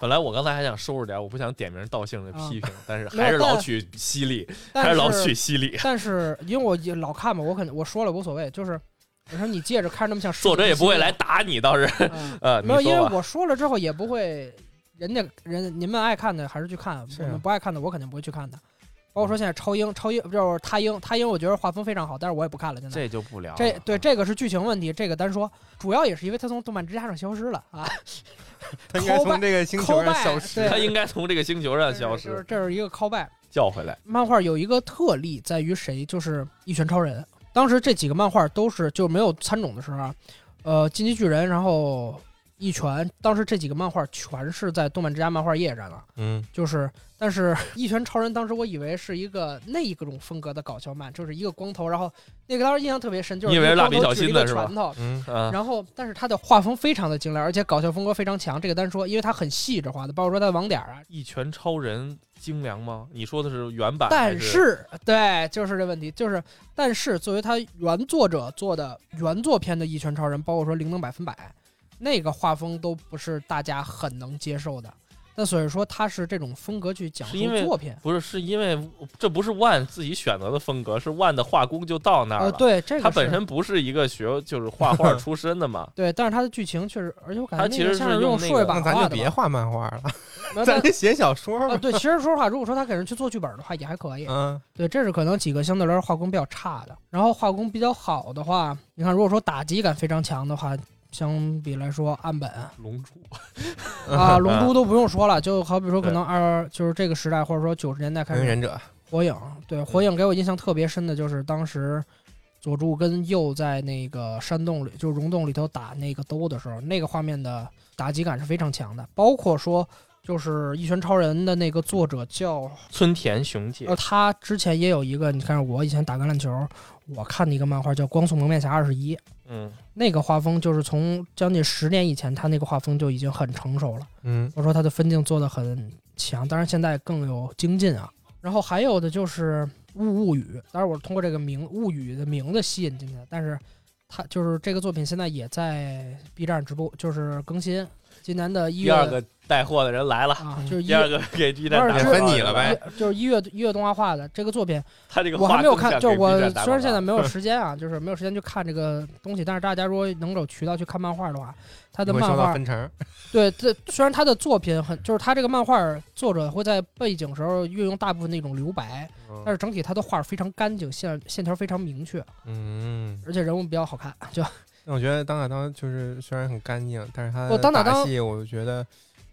[SPEAKER 2] 本来我刚才还想收拾点，我不想点名道姓的批评，但是
[SPEAKER 3] 啊没有
[SPEAKER 2] 还是老
[SPEAKER 3] 但
[SPEAKER 2] 曲犀利，
[SPEAKER 3] 但
[SPEAKER 2] 还是老曲犀利。
[SPEAKER 3] 但是因为我也老看嘛，我肯我说了无所谓，就是我说你借着看着那么像狮子
[SPEAKER 2] 作者也不会来打你，倒 是
[SPEAKER 3] 的心啊
[SPEAKER 2] 呃，你
[SPEAKER 3] 没有，因为
[SPEAKER 2] 说吧，
[SPEAKER 3] 我说了之后也不会，人家人您们爱看的还是去看，
[SPEAKER 1] 是
[SPEAKER 3] 我
[SPEAKER 1] 啊嗯
[SPEAKER 3] 们不爱看的我肯定不会去看的。包括说现在超英、超英就是他英，他英我觉得画风非常好，但是我也不看了，现在。
[SPEAKER 2] 这就不聊了。
[SPEAKER 3] 这对这个是剧情问题，这个单说，主要也是因为他从动漫之家上消失了啊，
[SPEAKER 1] 他应该
[SPEAKER 3] callback-
[SPEAKER 1] 从这个星球上消失。
[SPEAKER 3] callback，
[SPEAKER 2] 他应该从这个星球上 消
[SPEAKER 3] 就是
[SPEAKER 2] 失，嗯
[SPEAKER 3] 这是一个 callback。
[SPEAKER 2] 叫回来。
[SPEAKER 3] 漫画有一个特例在于谁，就是《一拳超人》。当时这几个漫画都是就没有参种的时候啊，呃，《进击巨人》，然后《一拳》，当时这几个漫画全是在动漫之家漫画页上的，
[SPEAKER 1] 嗯，
[SPEAKER 3] 就是，但是 《一拳超人》当时我以为是一个那一个种风格的搞笑漫，就是一个光头，然后那个当时印象特别深，就是
[SPEAKER 2] 你以为
[SPEAKER 3] 一个
[SPEAKER 2] 蜡笔
[SPEAKER 3] 光
[SPEAKER 2] 小
[SPEAKER 3] 头举了
[SPEAKER 2] 新
[SPEAKER 3] 一个
[SPEAKER 2] 的是吧
[SPEAKER 3] 拳 头，
[SPEAKER 1] 嗯，
[SPEAKER 2] 嗯，
[SPEAKER 3] 然后，但是他的画风非常的精良，而且搞笑风格非常强。这个单说，因为他很细致画的，包括说他的网点儿啊，
[SPEAKER 2] 一拳超人精良吗？你说的是原版啊还
[SPEAKER 3] 但
[SPEAKER 2] 是
[SPEAKER 3] 是，对，就是这问题，就是但是作为他原作者做的原作片的《一拳超人》，包括说《灵能百分百》，那个画风都不是大家很能接受的。那所以说，他是这种风格去讲
[SPEAKER 2] 是因为
[SPEAKER 3] 述作品。
[SPEAKER 2] 不是？是因为这不是万自己选择的风格，是万的画工就到那儿
[SPEAKER 3] 呃，
[SPEAKER 2] 了。
[SPEAKER 3] 对，这个
[SPEAKER 2] 他本
[SPEAKER 3] 是。
[SPEAKER 2] 身不是一个学就是画画出身的嘛
[SPEAKER 3] 对，但是他的剧情确实，而且我感觉
[SPEAKER 2] 他
[SPEAKER 3] 那
[SPEAKER 2] 其
[SPEAKER 3] 个
[SPEAKER 2] 实
[SPEAKER 3] 像
[SPEAKER 2] 是
[SPEAKER 3] 是
[SPEAKER 2] 用那
[SPEAKER 3] 数
[SPEAKER 2] 个
[SPEAKER 3] 位
[SPEAKER 2] 那
[SPEAKER 3] 板
[SPEAKER 1] 那咱
[SPEAKER 3] 画
[SPEAKER 1] 就
[SPEAKER 3] 的
[SPEAKER 1] 别
[SPEAKER 3] 吧
[SPEAKER 1] 画漫画了，
[SPEAKER 3] 没有
[SPEAKER 1] 咱
[SPEAKER 3] 但
[SPEAKER 1] 就写小说
[SPEAKER 3] 啊，
[SPEAKER 1] 吧。
[SPEAKER 3] 对，其实说实话，如果说他给人去做剧本的话，也还可以。
[SPEAKER 1] 嗯，
[SPEAKER 3] 对，这是可能几个相对来说画工比较差的。然后画工比较好的话，你看，如果说打击感非常强的话，相比来说，岸本
[SPEAKER 2] 龙珠
[SPEAKER 3] 啊，龙珠都不用说了，就好比说可
[SPEAKER 2] 对
[SPEAKER 3] 能二就是这个时代，或者说九十年代开
[SPEAKER 1] 火影
[SPEAKER 3] 始，
[SPEAKER 1] 忍者，
[SPEAKER 3] 火影对火影给我印象特别深的就是当时佐助跟鼬在那个山洞里，就是溶洞里头打那个兜的时候，那个画面的打击感是非常强的。包括说就是《一拳超人》的那个作者叫
[SPEAKER 2] 村田雄介
[SPEAKER 3] 呃，他之前也有一个，你看我以前打橄榄球，我看的一个漫画叫《光速蒙面侠二十一》，
[SPEAKER 2] 嗯，
[SPEAKER 3] 那个画风就是从将近十年以前，他那个画风就已经很成熟了。
[SPEAKER 1] 嗯，
[SPEAKER 3] 我说他的分镜做的很强，当然现在更有精进啊。然后还有的就是《物物语》，当然我是通过这个名《物语》的名字吸引进去的，但是他就是这个作品现在也在 B 站直播，就是更新。今年的一
[SPEAKER 2] 第
[SPEAKER 3] 月
[SPEAKER 2] 二个带货的人来了，
[SPEAKER 3] 啊，就是一
[SPEAKER 2] 第二
[SPEAKER 3] 月
[SPEAKER 2] 个给 B 站
[SPEAKER 3] 不
[SPEAKER 2] 打
[SPEAKER 3] 是
[SPEAKER 2] 广告
[SPEAKER 1] 分你了呗
[SPEAKER 2] 的
[SPEAKER 3] 一就是一月一月动画化的这个作品，
[SPEAKER 2] 他这个
[SPEAKER 3] 我还
[SPEAKER 2] 话
[SPEAKER 3] 没有
[SPEAKER 2] 更像
[SPEAKER 3] 看，就是
[SPEAKER 2] 给
[SPEAKER 3] 我
[SPEAKER 2] B 站打
[SPEAKER 3] 虽
[SPEAKER 2] 广
[SPEAKER 3] 然现
[SPEAKER 2] 告
[SPEAKER 3] 在没有时间啊，就是没有时间去看这个东西，但是大家如果能有渠道去看漫画的话，他
[SPEAKER 1] 你
[SPEAKER 3] 的
[SPEAKER 1] 会
[SPEAKER 3] 漫
[SPEAKER 1] 收到
[SPEAKER 3] 画
[SPEAKER 1] 分成。
[SPEAKER 3] 对这虽然他的作品很，就是他这个漫画作者会在背景时候运用大部分那种留白，
[SPEAKER 1] 嗯
[SPEAKER 3] 但是整体他的画非常干净，线线条非常明确，
[SPEAKER 1] 嗯，
[SPEAKER 3] 而且人物比较好看，就
[SPEAKER 1] 那我觉得当打当就是虽然很干净，但是他
[SPEAKER 3] 我当打当
[SPEAKER 1] 戏我觉得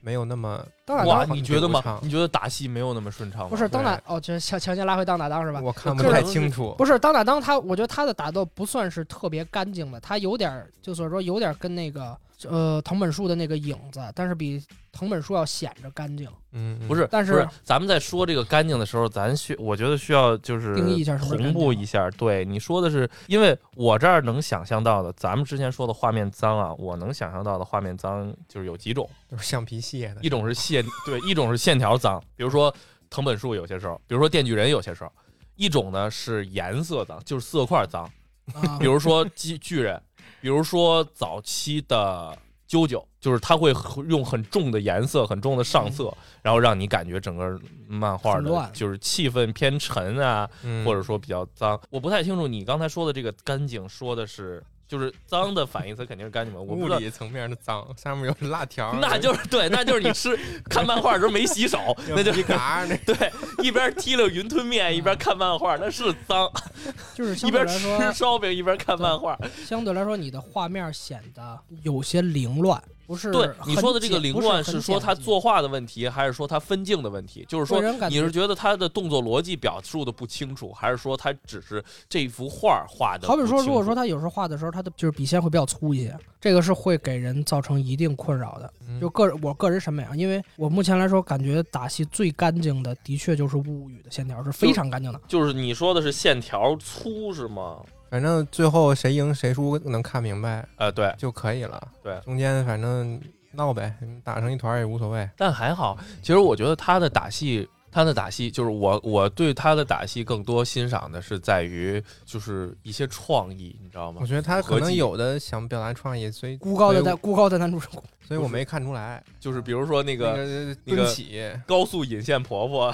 [SPEAKER 1] 没有那么
[SPEAKER 3] 当打
[SPEAKER 2] 哇，
[SPEAKER 3] 当
[SPEAKER 1] 很
[SPEAKER 2] 你觉得
[SPEAKER 1] 流
[SPEAKER 2] 吗
[SPEAKER 1] 畅？
[SPEAKER 2] 你觉得打戏没有那么顺畅吗？嗯
[SPEAKER 3] 不是当打
[SPEAKER 1] 对
[SPEAKER 3] 哦，就是强强行拉回当打当是吧？
[SPEAKER 1] 我看不
[SPEAKER 3] 个人
[SPEAKER 1] 太
[SPEAKER 2] 是
[SPEAKER 1] 清楚。
[SPEAKER 3] 不是当打当他，我觉得他的打斗不算是特别干净的，他有点儿就是说有点儿跟那个呃藤本树的那个影子，但是比藤本树要显着干净。
[SPEAKER 1] 嗯，嗯
[SPEAKER 2] 不是，
[SPEAKER 3] 但
[SPEAKER 2] 不
[SPEAKER 3] 是
[SPEAKER 2] 是，咱们在说这个干净的时候，咱需我觉得需要就是
[SPEAKER 3] 定义一下什么是干净
[SPEAKER 2] 同步一下。对你说的是，因为我这儿能想象到的，咱们之前说的画面脏啊，我能想象到的画面脏就是有几种，
[SPEAKER 1] 都是橡皮屑的
[SPEAKER 2] 一。种是线，对，一种是线条脏，比如说藤本树有些时候，比如说电锯人有些时候，一种呢是颜色脏，就是色块脏，
[SPEAKER 3] 啊
[SPEAKER 2] 比，如说 巨巨人，比如说早期的啾啾，就是他会用很重的颜色、很重的上色，然后让你感觉整个漫画
[SPEAKER 3] 嗯很
[SPEAKER 2] 的
[SPEAKER 3] 乱
[SPEAKER 2] 就是气氛偏沉啊，
[SPEAKER 1] 嗯
[SPEAKER 2] 或者说比较脏。我不太清楚你刚才说的这个干净，说的是就是脏的反义词肯定是干净吧？我不
[SPEAKER 1] 物
[SPEAKER 2] 知道。
[SPEAKER 1] 理层面的脏，上面有辣
[SPEAKER 3] 啊
[SPEAKER 1] 条，
[SPEAKER 2] 那就是对，那就是你 吃看漫画的时候没洗手，那就
[SPEAKER 1] 皮嘎 那
[SPEAKER 2] 对，一边踢溜云吞面一边看漫画，那是脏；
[SPEAKER 3] 就是相
[SPEAKER 2] 一
[SPEAKER 3] 对
[SPEAKER 2] 边
[SPEAKER 3] 来
[SPEAKER 2] 吃
[SPEAKER 3] 说，
[SPEAKER 2] 烧饼一边看漫画，
[SPEAKER 3] 相对来说你的画面显得有些凌乱，不是
[SPEAKER 2] 对
[SPEAKER 3] 很
[SPEAKER 2] 你说的这个
[SPEAKER 3] 简
[SPEAKER 2] 凌
[SPEAKER 3] 不
[SPEAKER 2] 乱，
[SPEAKER 3] 很
[SPEAKER 2] 是说
[SPEAKER 3] 简
[SPEAKER 2] 他
[SPEAKER 3] 洁
[SPEAKER 2] 作画的问题，还是说他分镜的问题？就是
[SPEAKER 3] 会
[SPEAKER 2] 说，
[SPEAKER 3] 让人感
[SPEAKER 2] 你是
[SPEAKER 3] 觉
[SPEAKER 2] 觉得他的动作逻辑表述的不清楚，还是说他只是这幅画画的？
[SPEAKER 3] 好比说，如果说，他有时候画的时候，他的就是笔线会比较粗一些，这个是会给人造成一定困扰的。
[SPEAKER 1] 嗯
[SPEAKER 2] 嗯
[SPEAKER 3] 就个人我个人审美啊，因为我目前来说，感觉打戏最干净的，的确就是《物语》的线条是非常干净的。
[SPEAKER 2] 就是你说的是线条粗是吗？
[SPEAKER 1] 反正最后谁赢谁输能看明白
[SPEAKER 2] 呃，对，
[SPEAKER 1] 就可以了。
[SPEAKER 2] 对
[SPEAKER 1] 中间反正闹呗，打成一团也无所谓。
[SPEAKER 2] 但还好，其实我觉得他的打戏，他的打戏就是我我对他的打戏更多欣赏的是在于就是一些创意，你知道吗
[SPEAKER 1] 我？觉得他可
[SPEAKER 2] 合
[SPEAKER 1] 能
[SPEAKER 2] 计
[SPEAKER 1] 有的想表达创意，所以
[SPEAKER 3] 孤高的
[SPEAKER 1] 所以
[SPEAKER 3] 男孤高的男主人公，
[SPEAKER 1] 所以我没看出来
[SPEAKER 2] 就是比如说那个
[SPEAKER 1] 个
[SPEAKER 2] 那个
[SPEAKER 1] 蹲起。
[SPEAKER 2] 高速引线婆 婆，